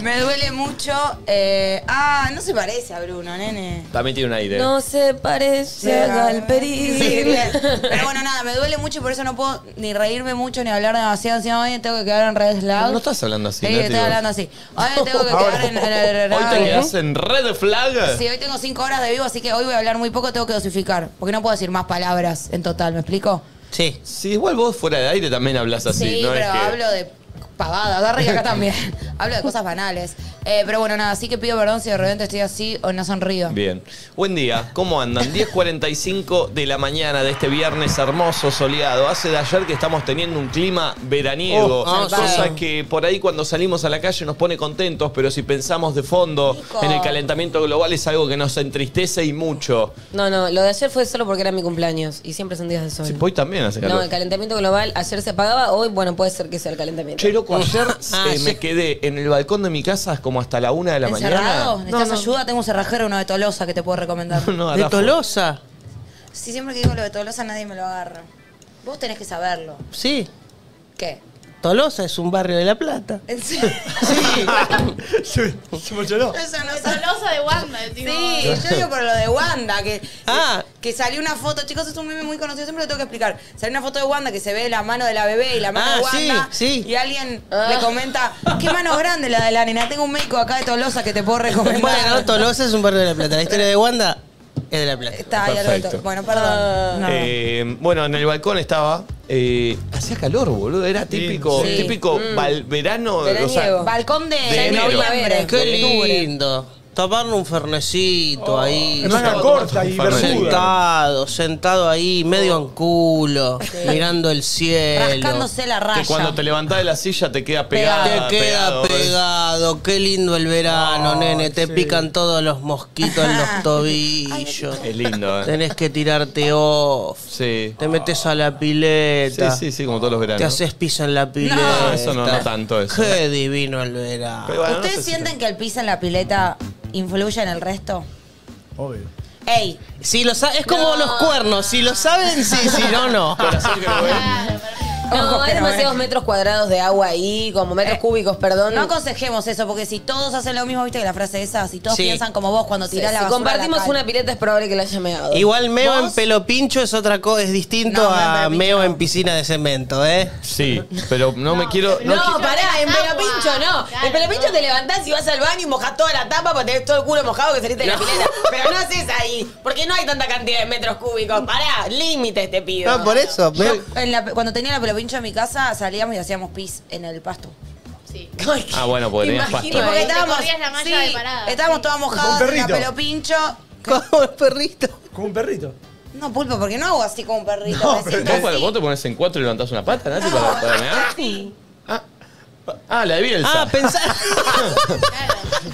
[SPEAKER 2] Me duele mucho. eh, ah, no se parece a Bruno, nene.
[SPEAKER 1] También tiene un aire.
[SPEAKER 7] No se parece al Galperín.
[SPEAKER 2] Sí, bien. Pero bueno, nada, me duele mucho y por eso no puedo ni reírme mucho ni hablar demasiado. Encima hoy tengo que quedar en redes loud.
[SPEAKER 1] No estás hablando así,
[SPEAKER 2] Sí,
[SPEAKER 1] Nati,
[SPEAKER 2] estoy
[SPEAKER 1] vos.
[SPEAKER 2] hablando así. Hoy tengo que quedar en, en- en- en-
[SPEAKER 1] Hoy te
[SPEAKER 2] en-
[SPEAKER 1] quedás en red flag.
[SPEAKER 2] Sí, hoy tengo cinco horas de vivo, así que hoy voy a hablar muy poco, tengo que dosificar. Porque no puedo decir más palabras en total, ¿me explico?
[SPEAKER 3] Sí.
[SPEAKER 1] Sí, igual vos fuera de aire también hablas así,
[SPEAKER 2] sí,
[SPEAKER 1] ¿no?
[SPEAKER 2] pero
[SPEAKER 1] es que...
[SPEAKER 2] hablo de pavadas, da rica acá también. hablo de cosas banales. Eh, pero bueno, nada, así que pido perdón si de repente estoy así o no sonrío.
[SPEAKER 1] Bien. Buen día, ¿cómo andan? 10.45 de la mañana de este viernes hermoso, soleado. Hace de ayer que estamos teniendo un clima veraniego.
[SPEAKER 3] Oh, ah,
[SPEAKER 1] cosa
[SPEAKER 3] sí.
[SPEAKER 1] que por ahí cuando salimos a la calle nos pone contentos, pero si pensamos de fondo
[SPEAKER 2] Rico.
[SPEAKER 1] en el calentamiento global es algo que nos entristece y mucho.
[SPEAKER 4] No, no, lo de ayer fue solo porque era mi cumpleaños y siempre son días de sol.
[SPEAKER 1] Sí, hoy también hace calor.
[SPEAKER 4] no, el calentamiento global ayer se apagaba, hoy, bueno, puede ser que sea el calentamiento.
[SPEAKER 1] Che, loco, ayer
[SPEAKER 3] Ah,
[SPEAKER 1] eh, me
[SPEAKER 3] sí.
[SPEAKER 1] quedé en el balcón de mi casa como hasta la una de la
[SPEAKER 2] ¿Encerrado?
[SPEAKER 1] mañana.
[SPEAKER 2] ¿Necesitas ayuda? Tengo un cerrajero, uno de Tolosa que te puedo recomendar.
[SPEAKER 1] No,
[SPEAKER 3] De
[SPEAKER 1] Adafo.
[SPEAKER 3] Tolosa.
[SPEAKER 2] Si siempre que digo lo de Tolosa nadie me lo agarra. Vos tenés que saberlo.
[SPEAKER 3] Sí.
[SPEAKER 2] ¿Qué?
[SPEAKER 3] Tolosa es un barrio de La Plata.
[SPEAKER 2] ¿En serio?
[SPEAKER 5] Se, se emocionó.
[SPEAKER 2] Eso no
[SPEAKER 6] La
[SPEAKER 2] sal-
[SPEAKER 6] losa de Wanda, tipo.
[SPEAKER 2] Sí, yo digo por lo de Wanda, que,
[SPEAKER 3] Ah.
[SPEAKER 2] que salió una foto, chicos, es un meme muy conocido, siempre lo tengo que explicar. Salió una foto de Wanda que se ve la mano de la bebé y la mano
[SPEAKER 3] Ah,
[SPEAKER 2] de Wanda.
[SPEAKER 3] sí, Ah. sí.
[SPEAKER 2] Y alguien le comenta, qué mano grande la de la nena, tengo un médico acá de Tolosa que te puedo recomendar.
[SPEAKER 3] Bueno, no, Tolosa es un barrio de La Plata. La historia de Wanda es de La Plata.
[SPEAKER 2] Está ahí
[SPEAKER 1] Perfecto.
[SPEAKER 2] Alberto. Bueno,
[SPEAKER 3] Ah.
[SPEAKER 2] perdón. No.
[SPEAKER 1] Eh, bueno, en el balcón estaba. eh, hacía calor, boludo. Era típico,
[SPEAKER 2] Sí.
[SPEAKER 1] típico val- verano. o sea,
[SPEAKER 4] Veraniego.
[SPEAKER 2] Balcón de,
[SPEAKER 1] De enero.
[SPEAKER 2] noviembre.
[SPEAKER 3] Qué
[SPEAKER 2] Octubre.
[SPEAKER 3] lindo. Taparle un fernecito ahí.
[SPEAKER 5] En manga corta y
[SPEAKER 1] Fernet.
[SPEAKER 5] verduda.
[SPEAKER 3] Sentado, sentado ahí, medio en culo, mirando el cielo.
[SPEAKER 2] Rascándose la
[SPEAKER 1] que
[SPEAKER 2] raya.
[SPEAKER 1] cuando te levantás de la silla te queda
[SPEAKER 3] Te
[SPEAKER 1] pegada.
[SPEAKER 3] queda
[SPEAKER 1] pegado,
[SPEAKER 3] pegado, qué lindo el verano,
[SPEAKER 5] Ay,
[SPEAKER 3] nene. Te
[SPEAKER 5] sí.
[SPEAKER 3] pican todos los mosquitos en los tobillos.
[SPEAKER 1] Es lindo, ¿eh?
[SPEAKER 3] Tenés que tirarte off.
[SPEAKER 1] Sí.
[SPEAKER 3] Te metes a la
[SPEAKER 1] Sí,
[SPEAKER 3] pileta.
[SPEAKER 1] sí, sí, como todos los
[SPEAKER 3] Te
[SPEAKER 1] veranos.
[SPEAKER 3] haces piso en la pileta.
[SPEAKER 1] No, eso no, no tanto eso.
[SPEAKER 3] Qué divino el verano.
[SPEAKER 1] Pero bueno, Ah, no
[SPEAKER 2] ¿Ustedes
[SPEAKER 1] sé si-
[SPEAKER 2] sienten que el piso en la pileta influye en el resto?
[SPEAKER 5] Obvio.
[SPEAKER 2] Ey,
[SPEAKER 3] Si lo sa- es como los cuernos. Si lo saben, sí, si no, no.
[SPEAKER 1] Así que lo ven.
[SPEAKER 4] No,
[SPEAKER 2] Ojo que
[SPEAKER 4] hay
[SPEAKER 2] no,
[SPEAKER 4] demasiados
[SPEAKER 2] eh.
[SPEAKER 4] metros cuadrados de agua ahí, como metros cúbicos, perdón.
[SPEAKER 2] no aconsejemos eso, porque si todos hacen lo mismo, viste que la frase esa, si todos
[SPEAKER 3] Sí.
[SPEAKER 2] piensan como vos cuando
[SPEAKER 4] Sí,
[SPEAKER 2] tirás la
[SPEAKER 4] si
[SPEAKER 2] basura.
[SPEAKER 4] compartimos
[SPEAKER 2] a la
[SPEAKER 4] una
[SPEAKER 2] calle.
[SPEAKER 4] pileta es probable que la haya meado.
[SPEAKER 3] Igual meo en
[SPEAKER 2] ¿Vos?
[SPEAKER 3] pelo pincho es otra cosa, es distinto
[SPEAKER 2] No, meo en
[SPEAKER 3] a
[SPEAKER 2] pelo pincho
[SPEAKER 3] meo
[SPEAKER 2] no.
[SPEAKER 3] en piscina de cemento, ¿eh?
[SPEAKER 1] Sí, pero no me quiero.
[SPEAKER 4] No,
[SPEAKER 1] No, qui-
[SPEAKER 4] pará, en
[SPEAKER 6] Agua.
[SPEAKER 4] pelopincho no.
[SPEAKER 6] Claro,
[SPEAKER 4] en pelopincho
[SPEAKER 6] no.
[SPEAKER 4] te levantás y vas al baño y mojás toda la tapa para tener todo el culo mojado que saliste de la pileta. Pero no haces ahí, porque no hay tanta cantidad de metros cúbicos. Pará, límites te pido.
[SPEAKER 3] No, por eso. meo-
[SPEAKER 2] En la- cuando tenía la pelopincho en mi casa, salíamos y hacíamos pis en el pasto.
[SPEAKER 6] Sí.
[SPEAKER 4] Ay,
[SPEAKER 1] Ah, bueno, porque tenías
[SPEAKER 4] imagino,
[SPEAKER 1] pasto.
[SPEAKER 6] Ahí
[SPEAKER 2] Porque
[SPEAKER 6] te
[SPEAKER 4] eh.
[SPEAKER 2] estábamos,
[SPEAKER 6] corrías la malla de parada.
[SPEAKER 2] estábamos todas mojadas en la
[SPEAKER 5] perrito.
[SPEAKER 2] pelopincho.
[SPEAKER 3] Como el perrito.
[SPEAKER 5] Como un perrito.
[SPEAKER 2] No, pulpo, porque no hago así como un perrito. me siento
[SPEAKER 1] ¿Vos, cuando-
[SPEAKER 2] así.
[SPEAKER 1] vos te pones en cuatro y levantás una pata, Nati, para, para mear? Ah, ah, la de Bielsa.
[SPEAKER 3] Ah, pensá.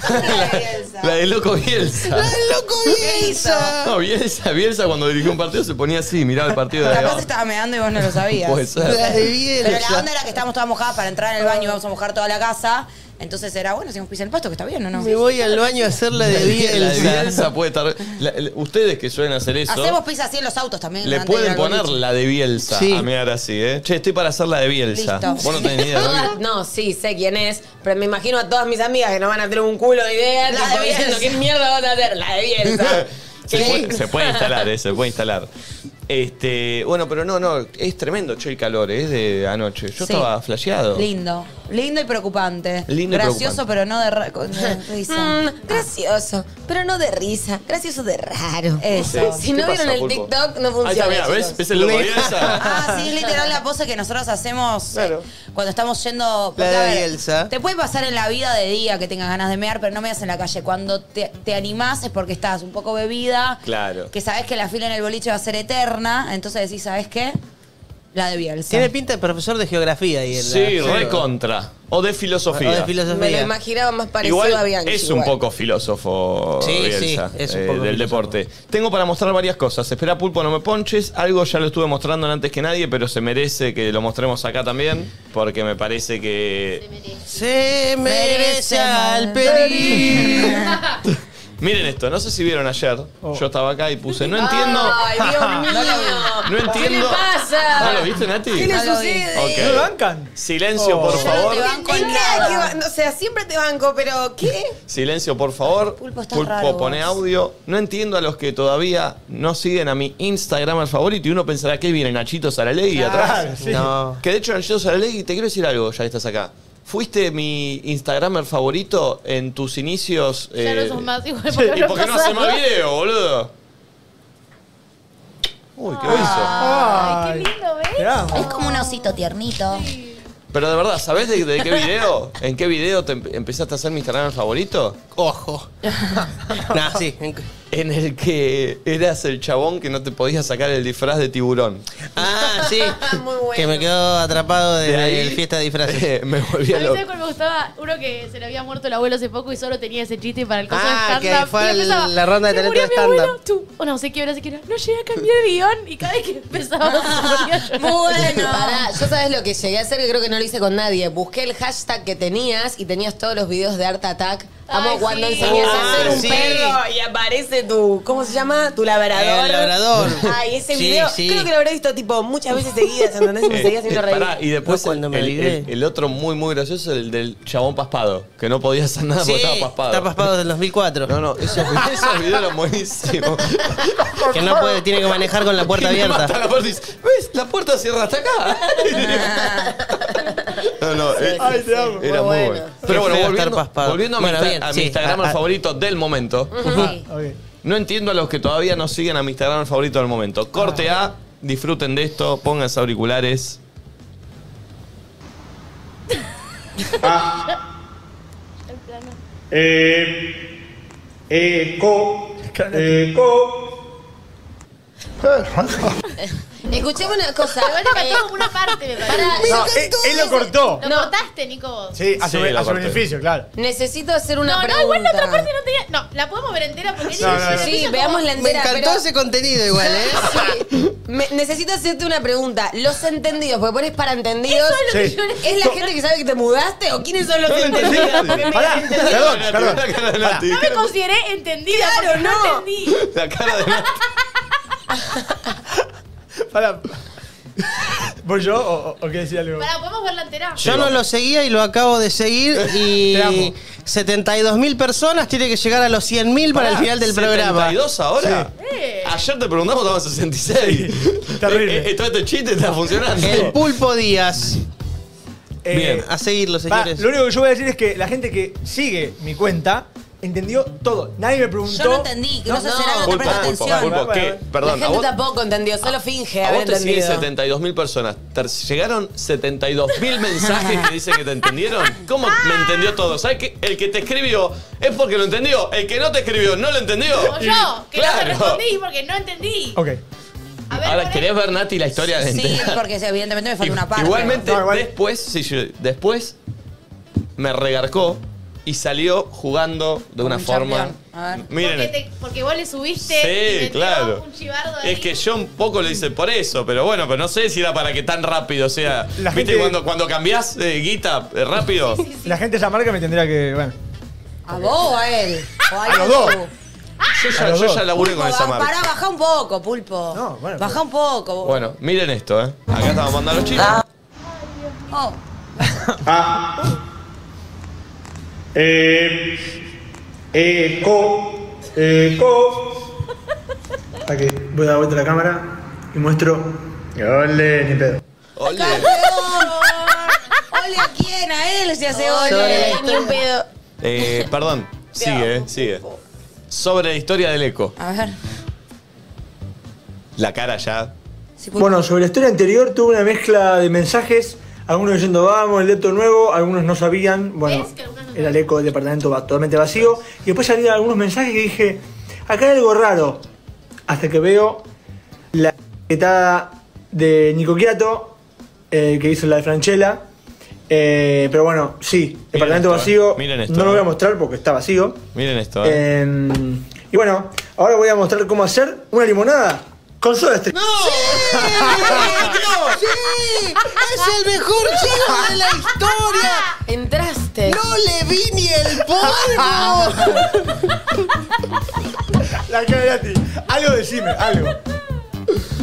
[SPEAKER 1] la, la de loco Bielsa.
[SPEAKER 3] ¡Loco Bielsa!
[SPEAKER 1] No, Bielsa, Bielsa cuando dirigió un partido se ponía así, miraba el partido de
[SPEAKER 2] Capaz estaba meando y vos no lo sabías.
[SPEAKER 1] Puede ser.
[SPEAKER 3] La de
[SPEAKER 2] Pero la
[SPEAKER 3] Bielsa.
[SPEAKER 2] onda era que estábamos todas mojadas para entrar en el baño y vamos a mojar toda la casa. Entonces era, bueno, hacemos pis en el pasto, que está bien, ¿o no?
[SPEAKER 3] Me voy al baño a hacer la de
[SPEAKER 1] La de
[SPEAKER 3] Bielsa.
[SPEAKER 1] Bielsa puede estar. la- la- ustedes que suelen hacer eso.
[SPEAKER 2] Hacemos pis así en los autos también.
[SPEAKER 1] Le
[SPEAKER 2] antes de ir
[SPEAKER 1] pueden
[SPEAKER 2] al
[SPEAKER 1] poner
[SPEAKER 2] boliche.
[SPEAKER 1] la de Bielsa
[SPEAKER 3] Sí.
[SPEAKER 1] a mear así, ¿eh? Che, estoy para hacer la de Bielsa.
[SPEAKER 2] Listo.
[SPEAKER 1] Vos no tenés ni idea,
[SPEAKER 4] Todas-
[SPEAKER 1] ¿no?
[SPEAKER 4] No, sí, sé quién es, pero me imagino a todas mis amigas que no van a tener un culo de ideas.
[SPEAKER 2] La
[SPEAKER 4] La
[SPEAKER 2] de
[SPEAKER 4] diciendo, ¿qué
[SPEAKER 2] Bielsa.
[SPEAKER 4] mierda vas a hacer? La de Bielsa.
[SPEAKER 1] Se
[SPEAKER 4] ¿Qué?
[SPEAKER 1] puede, se puede instalar, ¿eh? Se puede instalar. Este, bueno, pero no, no, es tremendo, che, el calor, es de anoche. Yo
[SPEAKER 2] Sí.
[SPEAKER 1] estaba flasheado.
[SPEAKER 2] Lindo. Lindo y preocupante.
[SPEAKER 1] Lindo y
[SPEAKER 2] Gracioso,
[SPEAKER 1] preocupante.
[SPEAKER 2] pero no de ra- con- de risa.
[SPEAKER 4] Mm, gracioso, pero no de risa. Gracioso de raro.
[SPEAKER 2] Eso.
[SPEAKER 1] Sí.
[SPEAKER 4] Si no
[SPEAKER 1] ¿Qué
[SPEAKER 4] vieron
[SPEAKER 1] pasa,
[SPEAKER 4] el
[SPEAKER 1] Pulpo?
[SPEAKER 4] TikTok,
[SPEAKER 1] Ahí
[SPEAKER 4] no
[SPEAKER 1] está,
[SPEAKER 4] funciona.
[SPEAKER 1] mirá, ¿ves?
[SPEAKER 4] chicos.
[SPEAKER 1] ¿Ves el logotipo esa?
[SPEAKER 2] Ah, sí, es literal la pose que nosotros hacemos eh, cuando estamos yendo. porque,
[SPEAKER 3] de
[SPEAKER 2] a ver,
[SPEAKER 3] Bielsa.
[SPEAKER 2] Te puede pasar en la vida de día que tengas ganas de mear, pero no meas en la calle. Cuando te, te animás es porque estás un poco bebida.
[SPEAKER 1] Claro.
[SPEAKER 2] Que sabes que la fila en el boliche va a ser eterna. Entonces decís, ¿sabes qué? La de Bielsa.
[SPEAKER 3] Tiene pinta de profesor de geografía ahí en la-
[SPEAKER 1] Sí, recontra. O de filosofía.
[SPEAKER 3] O de
[SPEAKER 4] Me lo
[SPEAKER 3] filosofía.
[SPEAKER 4] imaginaba más parecido
[SPEAKER 1] Igual
[SPEAKER 4] a Bianchi.
[SPEAKER 1] es un
[SPEAKER 4] igual.
[SPEAKER 1] poco filósofo
[SPEAKER 3] Sí, sí,
[SPEAKER 1] Bielsa,
[SPEAKER 3] es un
[SPEAKER 1] eh,
[SPEAKER 3] poco
[SPEAKER 1] del
[SPEAKER 3] filósofo.
[SPEAKER 1] deporte. Tengo para mostrar varias cosas. Espera, Pulpo, no me ponches. Algo ya lo estuve mostrando en antes que nadie, pero se merece que lo mostremos acá también, porque me parece que...
[SPEAKER 3] Se merece al
[SPEAKER 2] Perín.
[SPEAKER 3] pedir.
[SPEAKER 1] Miren esto, no sé si vieron ayer. Yo estaba acá y puse, no entiendo...
[SPEAKER 4] Ay, Dios mío.
[SPEAKER 1] No entiendo...
[SPEAKER 7] ¿Qué le pasa?
[SPEAKER 1] ¿No lo viste, Nati?
[SPEAKER 4] ¿Qué le
[SPEAKER 2] No lo vi.
[SPEAKER 4] sucede?
[SPEAKER 1] Ok.
[SPEAKER 5] ¿No lo bancan?
[SPEAKER 1] Silencio,
[SPEAKER 5] Oh.
[SPEAKER 1] por
[SPEAKER 5] Yo
[SPEAKER 2] no te
[SPEAKER 1] favor.
[SPEAKER 2] banco en
[SPEAKER 4] Nada
[SPEAKER 2] nada.
[SPEAKER 4] que ba- O sea, siempre te banco, pero ¿qué?
[SPEAKER 1] Silencio, por favor.
[SPEAKER 2] Pulpo, estás raro vos.
[SPEAKER 1] pone audio. No entiendo a los que todavía no siguen a mi Instagram favorito y uno pensará que viene Nachito Saralegui atrás.
[SPEAKER 5] sí.
[SPEAKER 3] No.
[SPEAKER 1] Que de hecho, Nachito Saralegui, te quiero decir algo, ya que estás acá. Fuiste mi Instagramer favorito en tus inicios.
[SPEAKER 6] Ya no
[SPEAKER 1] eh,
[SPEAKER 6] sos más igual.
[SPEAKER 1] ¿Y por qué no haces más video, boludo? Uy, qué
[SPEAKER 4] Ah.
[SPEAKER 1] hizo.
[SPEAKER 6] Ay,
[SPEAKER 5] Ay,
[SPEAKER 6] qué lindo, ¿ves?
[SPEAKER 5] te amo.
[SPEAKER 2] Es como un osito tiernito.
[SPEAKER 1] Pero de verdad, ¿sabés de, de qué video? ¿En qué video te empe- empezaste a hacer mi Instagramer favorito?
[SPEAKER 3] Ojo. nah, sí.
[SPEAKER 1] En el que eras el chabón que no te podías sacar el disfaz de tiburón.
[SPEAKER 3] Ah, sí.
[SPEAKER 4] Muy bueno.
[SPEAKER 3] Que me quedo atrapado desde
[SPEAKER 1] De ahí-
[SPEAKER 3] el fiesta de disfraces.
[SPEAKER 1] Eh, me volví
[SPEAKER 6] A
[SPEAKER 1] a
[SPEAKER 6] mí
[SPEAKER 1] lo...
[SPEAKER 6] ¿sabes cuál me gustaba uno que se le había muerto el abuelo hace poco y solo tenía ese chiste para el coso
[SPEAKER 3] Ah,
[SPEAKER 6] de
[SPEAKER 3] que
[SPEAKER 6] stand-up.
[SPEAKER 3] fue
[SPEAKER 6] Y
[SPEAKER 3] el-
[SPEAKER 6] empezaba,
[SPEAKER 3] la ronda de
[SPEAKER 6] "Se
[SPEAKER 3] talento
[SPEAKER 6] murió
[SPEAKER 3] de
[SPEAKER 6] mi
[SPEAKER 3] stand-up".
[SPEAKER 6] abuelo, tú. O no sé qué hora, no sé qué hora. No llegué a cambiar el guión y cada vez que empezaba se ponía a llorar.
[SPEAKER 2] Bueno.
[SPEAKER 4] Pará, yo sabes lo que llegué a hacer, que creo que no lo hice con nadie. Busqué el hashtag que tenías y tenías todos los videos de Art Attack. Amo
[SPEAKER 6] Ay,
[SPEAKER 4] cuando
[SPEAKER 6] sí.
[SPEAKER 4] enseñas a
[SPEAKER 3] Ay,
[SPEAKER 4] hacer un
[SPEAKER 3] sí.
[SPEAKER 4] perro y aparece tu, ¿cómo se llama? Tu labrador.
[SPEAKER 3] El labrador.
[SPEAKER 4] Ay, ese
[SPEAKER 3] Sí,
[SPEAKER 4] video,
[SPEAKER 3] sí.
[SPEAKER 4] creo que lo habré visto tipo muchas veces seguidas, ¿entendés? Y me seguía haciendo
[SPEAKER 1] Eh,
[SPEAKER 4] reír.
[SPEAKER 1] pará, y después
[SPEAKER 3] No, cuando
[SPEAKER 1] el,
[SPEAKER 3] me
[SPEAKER 1] el-
[SPEAKER 3] olvidé.
[SPEAKER 1] el- el otro muy, muy gracioso, el del chabón paspado, que no podía hacer nada
[SPEAKER 3] Sí,
[SPEAKER 1] porque estaba paspado.
[SPEAKER 3] Está paspado desde el 2004.
[SPEAKER 1] No, no, esos, esos videos eran buenísimos.
[SPEAKER 3] Que no puede, tiene que manejar con la puerta
[SPEAKER 1] Y le
[SPEAKER 3] abierta.
[SPEAKER 1] mata la puerta y dice, ¿Ves? La puerta cierra hasta acá. no, no, eh,
[SPEAKER 5] Ay, te amo.
[SPEAKER 1] era muy bueno. Pero bueno,
[SPEAKER 3] Qué feo
[SPEAKER 1] volviendo,
[SPEAKER 3] estar paspado.
[SPEAKER 1] volviendo a mi,
[SPEAKER 3] Bueno,
[SPEAKER 1] Insta-
[SPEAKER 3] bien,
[SPEAKER 1] a mi
[SPEAKER 3] sí,
[SPEAKER 1] Instagram
[SPEAKER 3] a- a-
[SPEAKER 1] favorito del momento.
[SPEAKER 2] Sí.
[SPEAKER 5] Ok.
[SPEAKER 1] No entiendo a los que todavía no siguen a mi Instagram favorito del momento. Corte A, disfruten de esto, pónganse auriculares.
[SPEAKER 8] Eh,
[SPEAKER 5] eh,
[SPEAKER 8] eco, eco.
[SPEAKER 4] Escuchame una cosa.
[SPEAKER 6] Igual te
[SPEAKER 4] eh,
[SPEAKER 6] faltó como una parte, me parece.
[SPEAKER 4] pará,
[SPEAKER 5] No,
[SPEAKER 4] yo
[SPEAKER 9] eh,
[SPEAKER 5] él,
[SPEAKER 4] canto
[SPEAKER 5] él lo
[SPEAKER 4] eso.
[SPEAKER 5] cortó.
[SPEAKER 6] Lo
[SPEAKER 4] No.
[SPEAKER 6] cortaste, Nico.
[SPEAKER 5] Sí, a su,
[SPEAKER 1] Sí, lo
[SPEAKER 5] a su
[SPEAKER 1] corté.
[SPEAKER 5] beneficio, claro.
[SPEAKER 4] Necesito hacer una
[SPEAKER 6] no,
[SPEAKER 4] pregunta.
[SPEAKER 6] no, igual la otra parte no tenía. No, la podemos ver entera porque
[SPEAKER 5] No, no, no.
[SPEAKER 4] Sí, veamos la
[SPEAKER 3] Me
[SPEAKER 4] entera.
[SPEAKER 3] encantó
[SPEAKER 4] pero-
[SPEAKER 3] ese contenido igual, ¿eh?
[SPEAKER 4] Sí. Me- necesito hacerte una pregunta. Los entendidos, porque pones para entendidos.
[SPEAKER 5] es lo que Sí. yo
[SPEAKER 4] es, la gente que sabe que te mudaste o quiénes son los entendidos?
[SPEAKER 5] Pará, perdón, perdón.
[SPEAKER 1] La cara de Nati.
[SPEAKER 6] No me consideré entendida.
[SPEAKER 4] Claro,
[SPEAKER 6] porque
[SPEAKER 4] no.
[SPEAKER 6] entendí.
[SPEAKER 1] La cara de Nati.
[SPEAKER 5] Pará. ¿Voy yo o, o- o querés decir algo?
[SPEAKER 6] Pará, ¿podemos verla entera?
[SPEAKER 3] Yo no lo seguía y lo acabo de seguir
[SPEAKER 5] Te
[SPEAKER 3] y
[SPEAKER 5] amo.
[SPEAKER 3] 72 mil personas tiene que llegar a los 100.000 mil para el final del programa.
[SPEAKER 1] 72 ahora? Ayer te preguntamos, estaban 66.
[SPEAKER 5] terrible.
[SPEAKER 1] Eh, eh, todo este chiste está funcionando.
[SPEAKER 3] El pulpo Díaz.
[SPEAKER 5] Eh,
[SPEAKER 1] Bien.
[SPEAKER 3] A seguirlo,
[SPEAKER 5] pará,
[SPEAKER 3] señores.
[SPEAKER 5] lo único que yo voy a decir es que la gente que sigue mi cuenta entendió todo. Nadie me preguntó.
[SPEAKER 2] Yo no entendí, que no, sé si era que no te
[SPEAKER 1] Pulpo,
[SPEAKER 2] presta
[SPEAKER 1] pulpo,
[SPEAKER 2] atención.
[SPEAKER 1] pulpo,
[SPEAKER 5] Bueno,
[SPEAKER 1] ¿qué?
[SPEAKER 5] bueno.
[SPEAKER 1] Perdón,
[SPEAKER 4] la
[SPEAKER 1] a
[SPEAKER 4] gente
[SPEAKER 1] vos, Ah,
[SPEAKER 4] tampoco entendió, solo finge
[SPEAKER 1] a vos
[SPEAKER 4] haber
[SPEAKER 1] te siguen
[SPEAKER 4] entendido.
[SPEAKER 1] 72.000 personas. Ter- llegaron 72.000 mensajes que dicen que te entendieron. ¿Cómo me entendió todo? ¿Sabes que El que te escribió es porque lo entendió. El que no te escribió no lo entendió.
[SPEAKER 6] O yo, que no te
[SPEAKER 1] Claro.
[SPEAKER 6] respondí porque no entendí. A
[SPEAKER 5] Ok.
[SPEAKER 6] ver,
[SPEAKER 1] Ahora,
[SPEAKER 6] ponela.
[SPEAKER 1] ¿querés ver, Nati, la historia de
[SPEAKER 2] Sí,
[SPEAKER 1] entera?
[SPEAKER 2] porque sí, evidentemente me falta una parte.
[SPEAKER 1] Igualmente,
[SPEAKER 5] No, igual-
[SPEAKER 1] después, sí, yo- después me regarcó y salió jugando de una
[SPEAKER 2] un
[SPEAKER 1] forma.
[SPEAKER 2] champion. A ver.
[SPEAKER 6] Porque,
[SPEAKER 1] Miren.
[SPEAKER 6] te- porque vos le subiste y
[SPEAKER 1] Sí,
[SPEAKER 6] metió
[SPEAKER 1] claro.
[SPEAKER 6] un chivardo ahí.
[SPEAKER 1] Es que yo un poco lo hice por eso, pero bueno, pero no sé si era para que tan rápido, o sea,
[SPEAKER 5] La
[SPEAKER 1] ¿viste
[SPEAKER 5] gente-
[SPEAKER 1] cuando, cuando cambiás eh, guita eh, rápido?
[SPEAKER 5] La gente de esa marca me tendría que. Bueno.
[SPEAKER 2] ¿A vos o a él? O a,
[SPEAKER 5] los
[SPEAKER 2] alguien
[SPEAKER 5] dos.
[SPEAKER 2] tú.
[SPEAKER 1] Yo
[SPEAKER 5] A
[SPEAKER 1] ya,
[SPEAKER 5] los
[SPEAKER 1] yo
[SPEAKER 5] dos.
[SPEAKER 1] ya laburé con
[SPEAKER 2] Pulpo,
[SPEAKER 1] esa
[SPEAKER 2] ba- Pará,
[SPEAKER 1] marca.
[SPEAKER 2] baja un poco, pulpo.
[SPEAKER 5] No, bueno,
[SPEAKER 2] Baja
[SPEAKER 5] pero-
[SPEAKER 2] un poco. vos.
[SPEAKER 1] Bueno, miren esto, ¿eh? Acá estamos mandando los chicos.
[SPEAKER 2] Oh,
[SPEAKER 5] Ah.
[SPEAKER 8] Eh,
[SPEAKER 5] eh,
[SPEAKER 8] eco, eco.
[SPEAKER 5] Hasta que voy a dar vuelta a la cámara y muestro.
[SPEAKER 8] Ole, ni pedo.
[SPEAKER 1] Olé.
[SPEAKER 2] campeón. Ole a quién, a él se hace
[SPEAKER 4] Ole,
[SPEAKER 2] ole.
[SPEAKER 4] ni un pedo.
[SPEAKER 1] Eh, perdón, sigue, eh, sigue. Sobre la historia del eco.
[SPEAKER 2] A ver.
[SPEAKER 1] La cara ya.
[SPEAKER 5] Bueno, sobre la historia anterior tuve una mezcla de mensajes, algunos diciendo vamos, el lepto nuevo, algunos no sabían, bueno, era el eco del departamento va- totalmente vacío, y después salían algunos mensajes que dije, acá hay algo raro, hasta que veo la etiquetada de Nico Quiato, eh, que hizo la de Franchella, eh, pero bueno, sí,
[SPEAKER 1] esto,
[SPEAKER 5] departamento
[SPEAKER 1] eh.
[SPEAKER 5] vacío,
[SPEAKER 1] Miren esto,
[SPEAKER 5] no lo voy
[SPEAKER 1] eh.
[SPEAKER 5] a mostrar porque está vacío.
[SPEAKER 1] Miren esto, eh.
[SPEAKER 5] Eh, y bueno, ahora voy a mostrar cómo hacer una limonada con soda este.
[SPEAKER 3] ¡Sí! ¡Es el mejor chico de la historia!
[SPEAKER 4] Ah, Entraste.
[SPEAKER 3] ¡No le vi ni el polvo!
[SPEAKER 5] La cara de Nati. Algo decime, algo.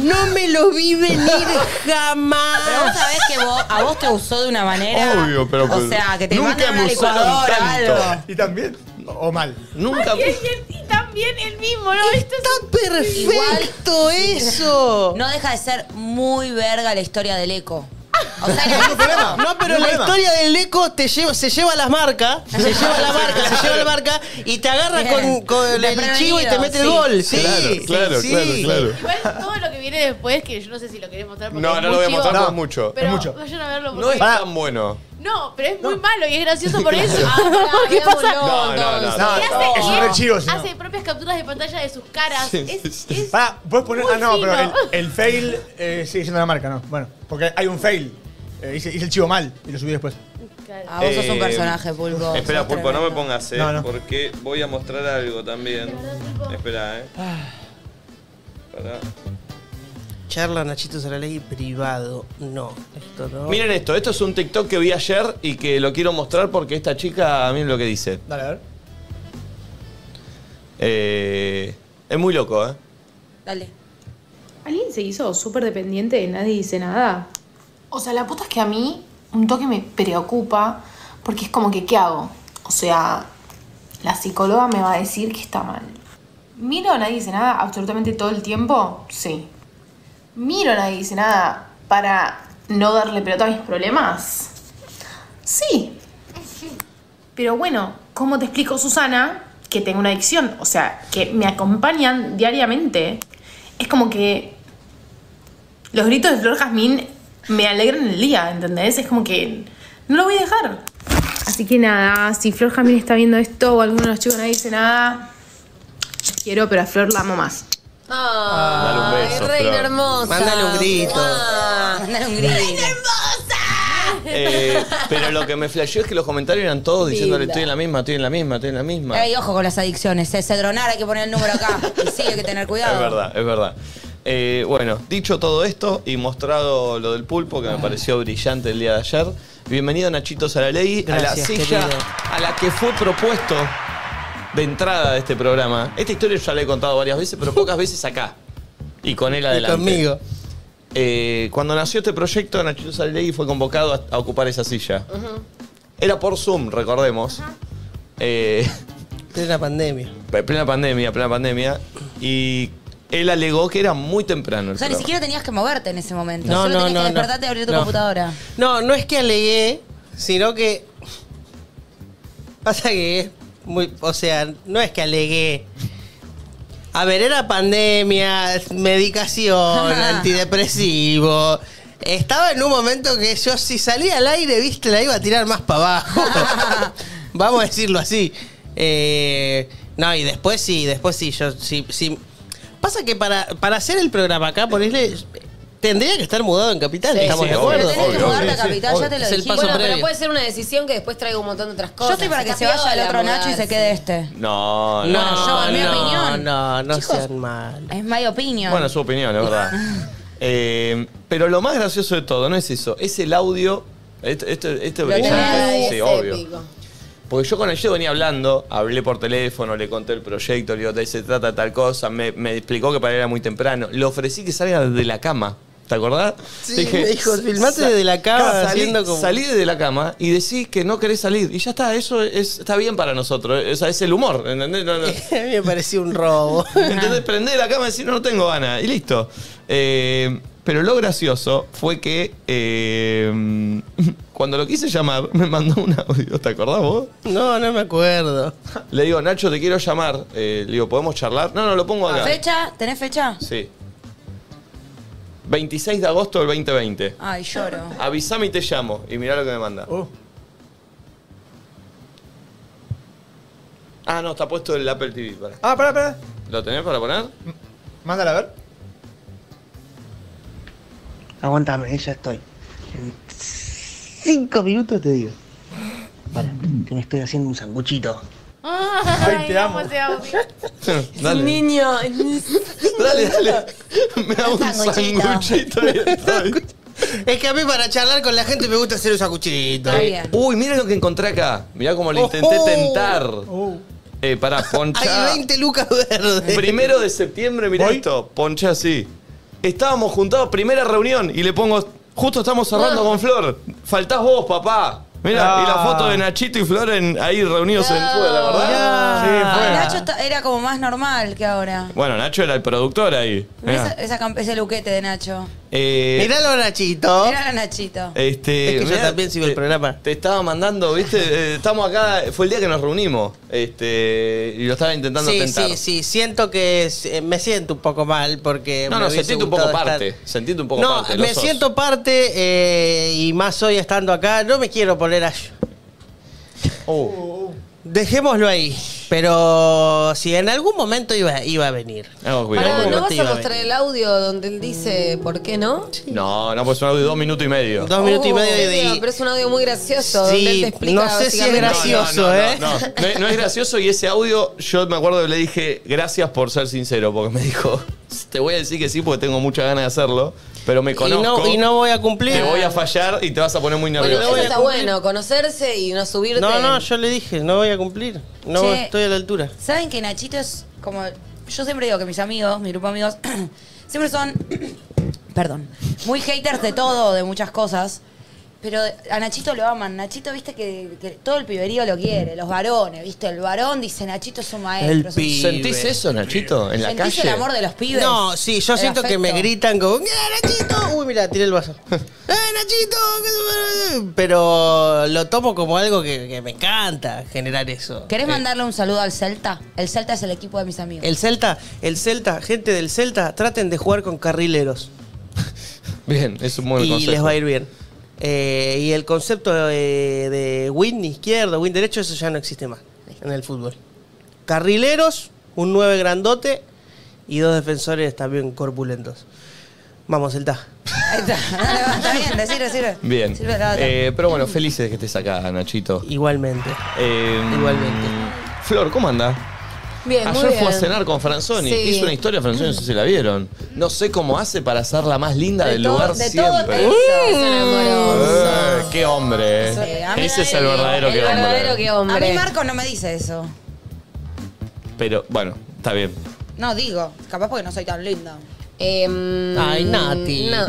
[SPEAKER 3] ¡No me lo vi venir
[SPEAKER 2] Pero vos
[SPEAKER 3] jamás!
[SPEAKER 2] sabés que vos, a vos te usó de una manera.
[SPEAKER 1] Obvio, pero
[SPEAKER 2] O sea, Ah, que te
[SPEAKER 1] nunca
[SPEAKER 2] mandan una
[SPEAKER 1] me usaron
[SPEAKER 2] licuadora o
[SPEAKER 1] tanto.
[SPEAKER 2] algo.
[SPEAKER 5] Y también, o mal.
[SPEAKER 1] Nunca.
[SPEAKER 7] Y, él- y también el mismo, ¿no? Esto es-
[SPEAKER 3] ¡Está perfecto eso!
[SPEAKER 2] No deja de ser muy verga la historia del eco. O sea,
[SPEAKER 5] Ningún problema.
[SPEAKER 3] No, pero
[SPEAKER 5] Ningún
[SPEAKER 3] la
[SPEAKER 5] problema.
[SPEAKER 3] historia del eco te lleva, se lleva a las marcas, se lleva a la marca, se lleva a la marca y te agarra con, con el
[SPEAKER 2] Desprevenido,
[SPEAKER 3] chivo y te mete el
[SPEAKER 2] sí.
[SPEAKER 3] gol. Sí,
[SPEAKER 1] Claro,
[SPEAKER 3] sí,
[SPEAKER 1] claro,
[SPEAKER 3] sí.
[SPEAKER 1] claro, claro.
[SPEAKER 7] Igual todo lo que viene después, que yo no sé si lo querés mostrar. Porque
[SPEAKER 1] No,
[SPEAKER 7] es
[SPEAKER 1] no
[SPEAKER 7] muy
[SPEAKER 1] lo voy a
[SPEAKER 7] chivo,
[SPEAKER 1] mostrar
[SPEAKER 5] No.
[SPEAKER 1] porque es mucho.
[SPEAKER 7] Pero
[SPEAKER 5] Es mucho.
[SPEAKER 7] vayan a verlo
[SPEAKER 1] No
[SPEAKER 7] porque.
[SPEAKER 1] es
[SPEAKER 7] No,
[SPEAKER 1] tan bueno.
[SPEAKER 7] pero es muy malo y es gracioso por eso.
[SPEAKER 2] ¿Qué pasa?
[SPEAKER 1] No, no, no.
[SPEAKER 5] No,
[SPEAKER 7] Y hace,
[SPEAKER 5] es
[SPEAKER 7] y
[SPEAKER 5] un
[SPEAKER 7] él
[SPEAKER 5] rechivo, si no.
[SPEAKER 7] hace propias capturas de pantalla de sus caras.
[SPEAKER 1] Sí, sí,
[SPEAKER 7] es,
[SPEAKER 1] sí.
[SPEAKER 7] es-
[SPEAKER 5] Pará, puedes poner.
[SPEAKER 7] Muy
[SPEAKER 5] Ah, no, pero el,
[SPEAKER 7] fino.
[SPEAKER 5] el fail eh, sigue siendo la marca, ¿no? Bueno, porque hay un fail. Eh, hice, hice el chivo mal y lo subí después.
[SPEAKER 7] Claro.
[SPEAKER 2] A vos sos un
[SPEAKER 1] Eh,
[SPEAKER 2] personaje, Pulpo.
[SPEAKER 1] Espera,
[SPEAKER 2] Sos
[SPEAKER 1] Pulpo, no me
[SPEAKER 2] tremendo.
[SPEAKER 1] pongas, eh,
[SPEAKER 5] No, no.
[SPEAKER 1] porque voy a mostrar algo también. Espera, eh. Pará.
[SPEAKER 5] Ah.
[SPEAKER 3] Charla Nachito Saraley privado. No, esto no.
[SPEAKER 1] Miren esto, esto es un TikTok que vi ayer y que lo quiero mostrar porque esta chica, miren lo que dice.
[SPEAKER 5] Dale, a ver.
[SPEAKER 1] Eh, es muy loco, ¿eh?
[SPEAKER 2] Dale.
[SPEAKER 10] ¿Alguien se hizo súper dependiente de nadie dice nada?
[SPEAKER 11] O sea, la puta es que a mí un toque me preocupa porque es como que, ¿qué hago? O sea, la psicóloga me va a decir que está mal. ¿Miro a nadie dice nada absolutamente todo el tiempo? Sí. ¿Miro a nadie dice nada para no darle pelota a mis problemas? Sí. Pero bueno, ¿cómo te explico, Susana, que tengo una adicción? O sea, que me acompañan diariamente. Es como que los gritos de Flor Jazmín me alegran el día, ¿entendés? Es como que no lo voy a dejar.
[SPEAKER 10] Así que nada, si Flor Jamín está viendo esto o alguno de los chicos nadie dice nada, los quiero, pero a Flor la amo más.
[SPEAKER 1] Dale un
[SPEAKER 4] Ay,
[SPEAKER 1] beso,
[SPEAKER 4] reina
[SPEAKER 1] Flor.
[SPEAKER 4] hermosa.
[SPEAKER 3] Mándale un grito.
[SPEAKER 4] Ah.
[SPEAKER 2] Mandale un grito.
[SPEAKER 1] Eh, pero lo que me flasheó es que los comentarios eran todos diciéndole
[SPEAKER 4] Linda.
[SPEAKER 1] estoy en la misma, estoy en la misma, estoy en la misma.
[SPEAKER 2] Ey, ojo con las adicciones. Ese dronar hay que poner el número acá. Y sí, hay que tener cuidado.
[SPEAKER 1] Es verdad, es verdad. Eh, bueno, dicho todo esto y mostrado lo del pulpo que me pareció brillante el día de ayer, bienvenido Nachito Saraley a la
[SPEAKER 3] Gracias,
[SPEAKER 1] silla
[SPEAKER 3] querido.
[SPEAKER 1] a la que fue propuesto de entrada de este programa. Esta historia ya la he contado varias veces, pero pocas veces acá. Y con él
[SPEAKER 3] Y
[SPEAKER 1] adelante.
[SPEAKER 3] conmigo.
[SPEAKER 1] Eh, cuando nació este proyecto, Nachito Saraley fue convocado a, a ocupar esa silla. Era por Zoom, recordemos. Eh,
[SPEAKER 3] Plena pandemia.
[SPEAKER 1] en plena pandemia, plena pandemia. Y él alegó que era muy temprano. el
[SPEAKER 2] O sea, ni
[SPEAKER 1] programa.
[SPEAKER 2] siquiera tenías que moverte en ese momento.
[SPEAKER 3] No,
[SPEAKER 2] Solo
[SPEAKER 3] no,
[SPEAKER 2] tenías
[SPEAKER 3] no,
[SPEAKER 2] que
[SPEAKER 3] no.
[SPEAKER 2] despertarte y abrir tu
[SPEAKER 3] No.
[SPEAKER 2] computadora.
[SPEAKER 3] No, no es que alegué, sino que. Pasa que es muy. O sea, no es que alegué. A ver, era pandemia, medicación, antidepresivo. Estaba en un momento que yo, si salía al aire, viste, la iba a tirar más para abajo. Vamos a decirlo así. Eh, no, y después sí, después sí, yo sí. sí. Pasa que para, para hacer el programa acá, ponerle. Tendría que estar mudado en Capital, estamos
[SPEAKER 1] sí,
[SPEAKER 3] de
[SPEAKER 1] obvio,
[SPEAKER 3] acuerdo.
[SPEAKER 2] Pero tenés que
[SPEAKER 1] obvio,
[SPEAKER 2] mudarte a
[SPEAKER 1] sí,
[SPEAKER 2] capital,
[SPEAKER 3] obvio.
[SPEAKER 2] ya te lo
[SPEAKER 3] Es el
[SPEAKER 2] dijimos.
[SPEAKER 3] paso
[SPEAKER 4] Bueno, pero
[SPEAKER 3] previo.
[SPEAKER 4] puede ser una decisión que después traiga un montón de otras
[SPEAKER 2] Yo
[SPEAKER 4] cosas.
[SPEAKER 2] estoy para que
[SPEAKER 4] Está
[SPEAKER 2] se vaya el
[SPEAKER 4] piola
[SPEAKER 2] otro Nacho y se
[SPEAKER 4] mudarse.
[SPEAKER 2] quede este.
[SPEAKER 1] No, no.
[SPEAKER 3] No,
[SPEAKER 2] yo, en mi
[SPEAKER 3] no,
[SPEAKER 2] opinión.
[SPEAKER 3] No, no
[SPEAKER 2] Chicos.
[SPEAKER 3] sean mal.
[SPEAKER 2] Es mi opinión.
[SPEAKER 1] Bueno, su opinión, es verdad. Eh, pero lo más gracioso de todo no es eso, es el audio. Este, este, este
[SPEAKER 4] Lo tenés ahí,
[SPEAKER 1] brillante. Sí,
[SPEAKER 4] es
[SPEAKER 1] obvio.
[SPEAKER 4] épico.
[SPEAKER 1] Porque yo con el yo venía hablando, hablé por teléfono, le conté el proyecto, le digo, de ahí se trata tal cosa, me, me explicó que para él era muy temprano. Le ofrecí que salga desde la cama. ¿Te acordás?
[SPEAKER 3] Sí,
[SPEAKER 1] Le
[SPEAKER 3] me dijo,
[SPEAKER 1] "Sa-
[SPEAKER 3] filmate desde la cama,
[SPEAKER 1] salí,
[SPEAKER 3] haciendo como-
[SPEAKER 1] salí desde la cama y decí que no querés salir. Y ya está, eso es- está bien para nosotros. O sea, es el humor, ¿entendés? No, no.
[SPEAKER 3] A mí me pareció un robo.
[SPEAKER 1] Entonces prendé la cama y decís, no, no tengo ganas. Y listo. Eh, Pero lo gracioso fue que eh, cuando lo quise llamar, me mandó un audio. ¿Te acordás vos?
[SPEAKER 3] No, no me acuerdo.
[SPEAKER 1] Le digo, Nacho, te quiero llamar. Eh, le digo, ¿podemos charlar? No, no, lo pongo acá.
[SPEAKER 2] ¿Fecha? ¿Tenés fecha?
[SPEAKER 1] Sí. 26 de agosto del 2020.
[SPEAKER 2] Ay, lloro.
[SPEAKER 1] Avisame y te llamo. Y mirá lo que me manda. Ah, no, está puesto el Apple TV. pará.
[SPEAKER 12] Ah, pará, pará.
[SPEAKER 1] ¿Lo tenés para poner?
[SPEAKER 12] Mándala a ver.
[SPEAKER 13] Aguántame, ya estoy. En cinco minutos te digo. Para, que me estoy haciendo un sanguchito.
[SPEAKER 6] Ay,
[SPEAKER 13] te amo.
[SPEAKER 6] amo ese audio.
[SPEAKER 1] Dale.
[SPEAKER 4] Niño.
[SPEAKER 1] Dale, dale. Me da un sanguchito.
[SPEAKER 3] Es que a mí para charlar con la gente me gusta hacer un sacuchito.
[SPEAKER 1] Eh, Uy, mira lo que encontré acá. Mirá cómo lo intenté tentar. Eh, pará, ponchá.
[SPEAKER 3] Hay 20 lucas verdes.
[SPEAKER 1] Primero de septiembre, mirá esto. Ponchá así. Estábamos juntados, primera reunión, y le pongo. Justo estamos
[SPEAKER 3] Ah.
[SPEAKER 1] cerrando con Flor. Faltás vos, papá. Mirá,
[SPEAKER 12] Ah.
[SPEAKER 1] y la foto de Nachito y Flor en- ahí reunidos en Cuba, la
[SPEAKER 3] Ah.
[SPEAKER 1] verdad.
[SPEAKER 2] Ay,
[SPEAKER 1] Sí,
[SPEAKER 2] Ah, Nacho está- era como más normal que ahora.
[SPEAKER 1] fue. Bueno, Nacho era el productor ahí. Mirá.
[SPEAKER 2] Esa- esa cam- ese luquete de Nacho.
[SPEAKER 1] Eh,
[SPEAKER 3] Miralo, Nachito.
[SPEAKER 2] Era Nachito.
[SPEAKER 1] Este,
[SPEAKER 3] Es que yo
[SPEAKER 1] también sigo el
[SPEAKER 3] programa.
[SPEAKER 1] Te estaba mandando, viste, eh, estamos acá, fue el día que nos reunimos. Este, y lo estaba intentando
[SPEAKER 3] Sí,
[SPEAKER 1] tentar.
[SPEAKER 3] sí, sí. Siento que es- eh, me siento un poco mal porque.
[SPEAKER 1] No,
[SPEAKER 3] me
[SPEAKER 1] no,
[SPEAKER 3] hubiese
[SPEAKER 1] sentite un
[SPEAKER 3] gustado
[SPEAKER 1] poco
[SPEAKER 3] estar-
[SPEAKER 1] parte. Sentite un poco
[SPEAKER 3] no,
[SPEAKER 1] parte. lo
[SPEAKER 3] me
[SPEAKER 1] sos.
[SPEAKER 3] siento parte eh, y más hoy estando acá. No me quiero poner a.
[SPEAKER 1] Uh.
[SPEAKER 3] Dejémoslo ahí. Pero si en algún momento iba, iba a venir.
[SPEAKER 4] Pará, ¿no vas
[SPEAKER 3] Iba
[SPEAKER 4] a
[SPEAKER 3] a
[SPEAKER 4] mostrar el audio donde él dice por qué no?
[SPEAKER 1] No, no, pues un audio de dos minutos y medio.
[SPEAKER 3] Dos minutos
[SPEAKER 2] Oh,
[SPEAKER 3] y medio de-
[SPEAKER 4] Sí, Uh, Pero es un audio muy gracioso
[SPEAKER 3] Sí,
[SPEAKER 4] donde él te explica
[SPEAKER 3] no sé si es
[SPEAKER 4] básicamente-
[SPEAKER 3] gracioso,
[SPEAKER 1] No, no,
[SPEAKER 3] ¿eh?
[SPEAKER 1] No, no, no es gracioso y ese audio, yo me acuerdo que le dije, gracias por ser sincero, porque me dijo, te voy a decir que sí porque tengo muchas ganas de hacerlo, pero me
[SPEAKER 3] Y
[SPEAKER 1] conozco.
[SPEAKER 3] no, y no voy a cumplir.
[SPEAKER 1] Te voy a fallar y te vas a poner muy
[SPEAKER 4] Bueno,
[SPEAKER 1] nervioso.
[SPEAKER 4] eso está bueno, conocerse y no subirte.
[SPEAKER 3] No, no, yo le dije, no voy a cumplir. No
[SPEAKER 2] Che.
[SPEAKER 3] estoy a la altura.
[SPEAKER 2] ¿Saben que Nachito es como. Yo siempre digo que mis amigos, mi grupo de amigos, siempre son. perdón. Muy haters de todo, de muchas cosas. Pero a Nachito lo aman. Nachito, viste que, que todo el piberío lo quiere, los varones, viste. El varón dice Nachito es un maestro. es un-
[SPEAKER 1] ¿Sentís eso, Nachito? En la
[SPEAKER 2] ¿Sentís
[SPEAKER 1] calle.
[SPEAKER 2] el amor de los pibes?
[SPEAKER 3] No, sí, yo
[SPEAKER 2] El
[SPEAKER 3] siento que me
[SPEAKER 2] afecto.
[SPEAKER 3] gritan como, ¡Eh, Nachito! Uy, mira, tiré el vaso. ¡Eh, Nachito! Pero lo tomo como algo que, que me encanta generar eso.
[SPEAKER 2] ¿Querés
[SPEAKER 3] Eh,
[SPEAKER 2] mandarle un saludo al Celta? El Celta es el equipo de mis amigos.
[SPEAKER 3] El Celta, el Celta, gente del Celta, traten de jugar con carrileros.
[SPEAKER 1] Bien, es un muy buen
[SPEAKER 3] y
[SPEAKER 1] consejo.
[SPEAKER 3] les va a ir bien. Eh, y el concepto eh, de win izquierdo, win derecho, eso ya no existe más en el fútbol. Carrileros, un 9 grandote y dos defensores también corpulentos. Vamos, Celta.
[SPEAKER 2] Ahí está. No, no, está bien, decirlo, sirve.
[SPEAKER 1] Bien.
[SPEAKER 2] Sirve la otra.
[SPEAKER 1] Eh, pero bueno, felices de que estés acá, Nachito.
[SPEAKER 3] Igualmente.
[SPEAKER 1] Igualmente. Flor, ¿cómo anda?
[SPEAKER 4] Bien, Eh, muy
[SPEAKER 1] Ayer fue a
[SPEAKER 4] bien.
[SPEAKER 1] cenar con Franzoni.
[SPEAKER 4] Sí.
[SPEAKER 1] Hizo una historia, Franzoni, no sé si la vieron. No sé cómo hace para ser la más linda
[SPEAKER 4] De
[SPEAKER 1] del
[SPEAKER 4] todo-
[SPEAKER 1] lugar
[SPEAKER 4] de todo
[SPEAKER 1] siempre.
[SPEAKER 4] te hizo, es un amoroso.
[SPEAKER 1] Eh, ¡Qué hombre! eh.
[SPEAKER 2] a mí
[SPEAKER 1] Ese es el
[SPEAKER 2] nadie-
[SPEAKER 1] verdadero
[SPEAKER 2] el
[SPEAKER 1] que
[SPEAKER 2] verdadero
[SPEAKER 1] hombre.
[SPEAKER 2] que hombre. A mí Marco no me dice eso.
[SPEAKER 1] Pero bueno, está bien.
[SPEAKER 2] No, digo, capaz porque no soy tan linda.
[SPEAKER 3] Ay,
[SPEAKER 4] Em,
[SPEAKER 3] Nati.
[SPEAKER 4] no.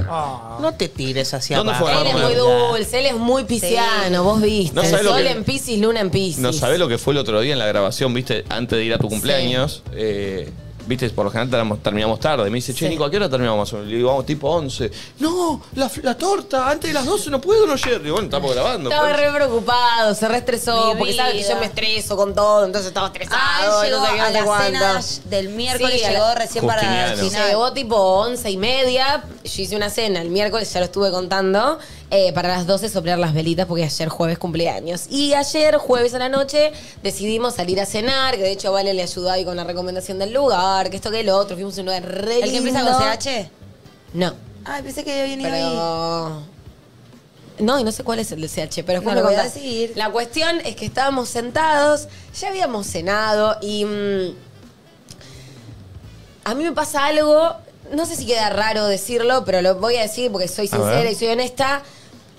[SPEAKER 3] Mm, No te tires hacia
[SPEAKER 1] ¿Dónde
[SPEAKER 3] abajo.
[SPEAKER 1] fue a
[SPEAKER 4] Él es muy dulce, él es muy pisciano, vos viste.
[SPEAKER 1] No
[SPEAKER 4] el
[SPEAKER 1] sabés lo
[SPEAKER 4] sol
[SPEAKER 1] que-
[SPEAKER 4] en Piscis, luna en Piscis.
[SPEAKER 1] No sabés lo que fue el otro día en la grabación, viste, antes de ir a tu cumpleaños. eh, viste, por lo general terminamos- terminamos tarde. Me dice, che, Nico, ¿a qué hora terminamos? Le digo, vamos tipo 11. No, la, la torta, antes de las 12 no puedo no llegar. Digo, bueno, estamos grabando.
[SPEAKER 4] Estaba
[SPEAKER 1] pues.
[SPEAKER 4] re preocupado, se re estresó,
[SPEAKER 2] Mi
[SPEAKER 4] porque sabe que
[SPEAKER 2] vida.
[SPEAKER 4] yo me estreso con todo, entonces estaba
[SPEAKER 2] Ah,
[SPEAKER 4] estresado.
[SPEAKER 2] él
[SPEAKER 4] y no
[SPEAKER 2] llegó
[SPEAKER 4] sé qué, no
[SPEAKER 2] a
[SPEAKER 4] sé
[SPEAKER 2] la
[SPEAKER 4] cuánto.
[SPEAKER 2] cena del miércoles,
[SPEAKER 4] Sí, a la-
[SPEAKER 2] llegó recién para
[SPEAKER 1] Justiniano.
[SPEAKER 2] el final.
[SPEAKER 4] Llegó tipo once y media, yo hice una cena el miércoles, ya lo estuve contando, eh, para las 12 soplar las velitas porque ayer jueves cumpleaños. Y ayer jueves a la noche decidimos salir a cenar, que de hecho Vale le ayudó ahí con la recomendación del lugar, que esto que lo otro, fuimos a un lugar re
[SPEAKER 2] ¿El que empieza con
[SPEAKER 4] lindo.
[SPEAKER 2] CH?
[SPEAKER 4] No.
[SPEAKER 2] Ay, pensé que había venido ahí.
[SPEAKER 4] Pero... No, y no sé cuál es el del CH, pero después
[SPEAKER 2] No
[SPEAKER 4] me
[SPEAKER 2] lo voy a
[SPEAKER 4] contás. La cuestión es que estábamos sentados, ya habíamos cenado y... mm, a mí me pasa algo, no sé si queda raro decirlo, pero lo voy a decir porque soy
[SPEAKER 14] A
[SPEAKER 4] sincera
[SPEAKER 14] ver.
[SPEAKER 4] y soy honesta.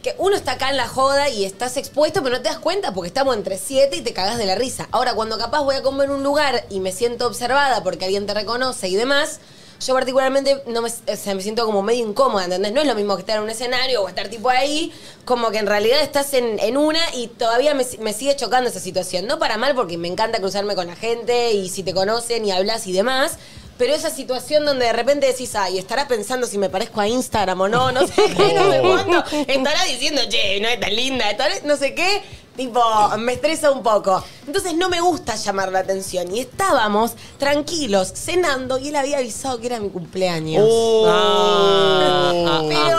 [SPEAKER 4] Que uno está acá en la joda y estás expuesto, pero no te das cuenta porque estamos entre siete y te cagás de la risa. Ahora, cuando capaz voy a comer en un lugar y me siento observada porque alguien te reconoce y demás, yo particularmente no me, o sea, me siento como medio incómoda, ¿entendés? No es lo mismo que estar en un escenario o estar tipo ahí, como que en realidad estás en, en una y todavía me, me sigue chocando esa situación. No para mal, porque me encanta cruzarme con la gente y si te conocen y hablas y demás. Pero esa situación donde de repente decís, ay, estará pensando si me parezco a Instagram o no, no sé qué, no sé cuánto. Estará diciendo, che, no es tan linda, estará- no sé qué. Tipo, me estresa un poco. Entonces no me gusta llamar la atención. Y estábamos tranquilos, cenando, y él había avisado que era mi cumpleaños.
[SPEAKER 3] Oh.
[SPEAKER 1] Oh.
[SPEAKER 4] Pero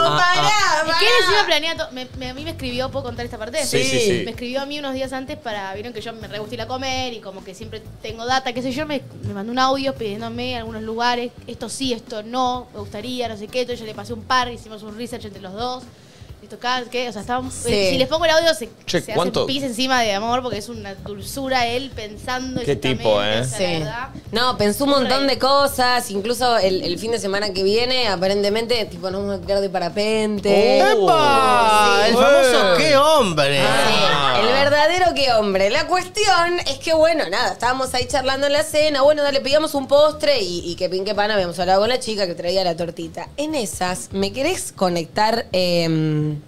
[SPEAKER 3] Ah,
[SPEAKER 4] pará,
[SPEAKER 6] Es que él
[SPEAKER 4] pará.
[SPEAKER 6] encima planea todo. Me- me- a mí me escribió, ¿puedo contar esta parte?
[SPEAKER 4] Sí, sí, sí.
[SPEAKER 6] Me escribió a mí unos días antes para. Vieron que yo me re gusta ir a comer y como que siempre tengo data, qué sé yo. Me, me mandó un audio pidiéndome algunos lugares. Esto sí, esto no, me gustaría, no sé qué. Entonces yo le pasé un par, hicimos un research entre los dos. Esto acá, ¿qué? O sea, estábamos.
[SPEAKER 4] Sí.
[SPEAKER 6] eh, Si les pongo el audio, se,
[SPEAKER 1] Che,
[SPEAKER 6] se
[SPEAKER 1] ¿cuánto?
[SPEAKER 6] hace pis encima de amor porque es una dulzura él pensando.
[SPEAKER 1] Qué tipo, ¿eh?
[SPEAKER 4] Sí. No, pensó un montón de cosas. Incluso el, el fin de semana que viene, aparentemente, tipo, nos vamos a quedar de parapente.
[SPEAKER 3] ¡Epa! Oh. El famoso qué hombre.
[SPEAKER 1] Ah,
[SPEAKER 4] Ah,
[SPEAKER 3] Ah.
[SPEAKER 4] El verdadero que hombre. La cuestión es que, bueno, nada, estábamos ahí charlando en la cena. Bueno, dale, pedíamos un postre y, y que pin que pan habíamos hablado con la chica que traía la tortita. En esas, ¿me querés conectar em,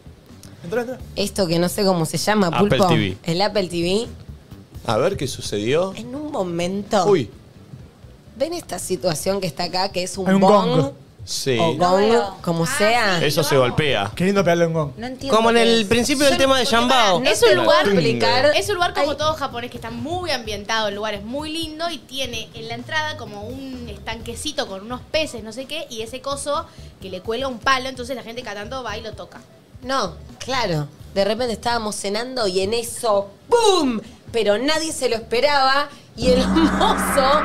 [SPEAKER 4] esto que no sé cómo se llama,
[SPEAKER 1] Apple
[SPEAKER 4] Pulpo?
[SPEAKER 1] TV.
[SPEAKER 4] El Apple TV.
[SPEAKER 1] A ver qué sucedió.
[SPEAKER 4] En un momento.
[SPEAKER 1] Uy.
[SPEAKER 4] ¿Ven esta situación que está acá, que es un,
[SPEAKER 1] Hay un
[SPEAKER 4] bong?
[SPEAKER 1] gong. Sí.
[SPEAKER 4] O gong, como sea.
[SPEAKER 1] Eso se golpea.
[SPEAKER 5] Qué lindo pegarle un gong.
[SPEAKER 4] No entiendo
[SPEAKER 3] Como en
[SPEAKER 4] qué
[SPEAKER 3] el
[SPEAKER 4] es.
[SPEAKER 3] principio del tema de Shambao.
[SPEAKER 6] Es un lugar
[SPEAKER 3] explicar.
[SPEAKER 6] Es un lugar como todo japonés que está muy ambientado, el lugar es muy lindo y tiene en la entrada como un estanquecito con unos peces, no sé qué, y ese coso que le cuela un palo, entonces la gente cada tanto va y lo toca.
[SPEAKER 4] No, claro. De repente estábamos cenando y en eso, ¡boom! Pero nadie se lo esperaba y el mozo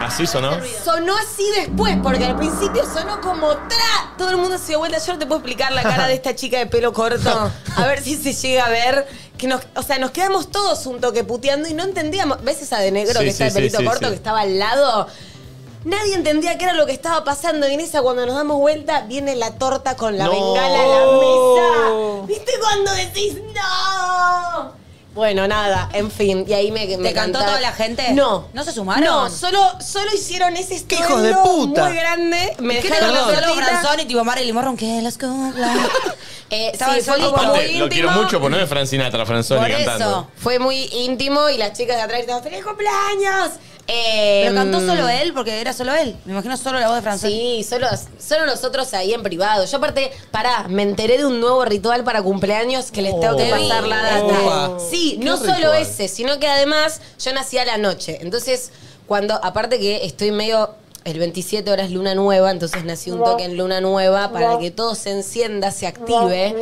[SPEAKER 1] Así sonó.
[SPEAKER 4] sonó así después, porque al principio sonó como ¡tra! Todo el mundo se dio vuelta. Yo no te puedo explicar la cara de esta chica de pelo corto. A ver si se llega a ver. Que nos, o sea, nos quedamos todos un toque puteando y no entendíamos. ¿Ves esa de negro
[SPEAKER 2] Sí,
[SPEAKER 4] que está de
[SPEAKER 2] sí,
[SPEAKER 4] pelito
[SPEAKER 2] sí, sí,
[SPEAKER 4] corto
[SPEAKER 2] sí.
[SPEAKER 4] que estaba al lado? Nadie entendía qué era lo que estaba pasando. Y en esa, cuando nos damos vuelta, viene la torta con la
[SPEAKER 2] No.
[SPEAKER 4] bengala a la mesa. ¿Viste cuando decís no? Bueno, nada, en fin. Y ahí me. ¿Te
[SPEAKER 2] cantó toda la gente?
[SPEAKER 4] No.
[SPEAKER 2] ¿No se sumaron?
[SPEAKER 4] No, solo, solo hicieron ese estudio
[SPEAKER 2] hijos de puta!
[SPEAKER 4] muy grande. Me
[SPEAKER 2] ¿Qué
[SPEAKER 4] dejaron
[SPEAKER 2] le
[SPEAKER 4] la
[SPEAKER 2] pasó a los
[SPEAKER 4] tortita.
[SPEAKER 2] Franzoni, tipo Marilyn Monroe, que los cumpla?
[SPEAKER 4] Eh,
[SPEAKER 2] Estaba
[SPEAKER 4] sí,
[SPEAKER 2] el
[SPEAKER 4] fue
[SPEAKER 2] solo
[SPEAKER 4] como muy
[SPEAKER 2] Aparte,
[SPEAKER 1] Lo
[SPEAKER 4] íntimo.
[SPEAKER 1] quiero mucho, pero no es Francinatra, Franzoni
[SPEAKER 4] Por
[SPEAKER 1] cantando.
[SPEAKER 4] eso. Fue muy íntimo y las chicas de atrás estaban ¡Feliz cumpleaños! Eh,
[SPEAKER 2] Pero cantó solo él, porque era solo él. Me imagino solo la voz de Franzoni.
[SPEAKER 4] Sí, solo, solo nosotros ahí en privado. Yo aparte, pará, me enteré de un nuevo ritual para cumpleaños que les tengo que
[SPEAKER 2] te vi.
[SPEAKER 4] pasar la data.
[SPEAKER 2] Oh, Opa.
[SPEAKER 4] Sí,
[SPEAKER 2] ¿Qué
[SPEAKER 4] no solo
[SPEAKER 2] ritual?
[SPEAKER 4] ese, sino que además yo nací a la noche. Entonces, cuando, aparte que estoy medio, el 27 horas luna nueva, entonces nací un toque en luna nueva para que todo se encienda, se active.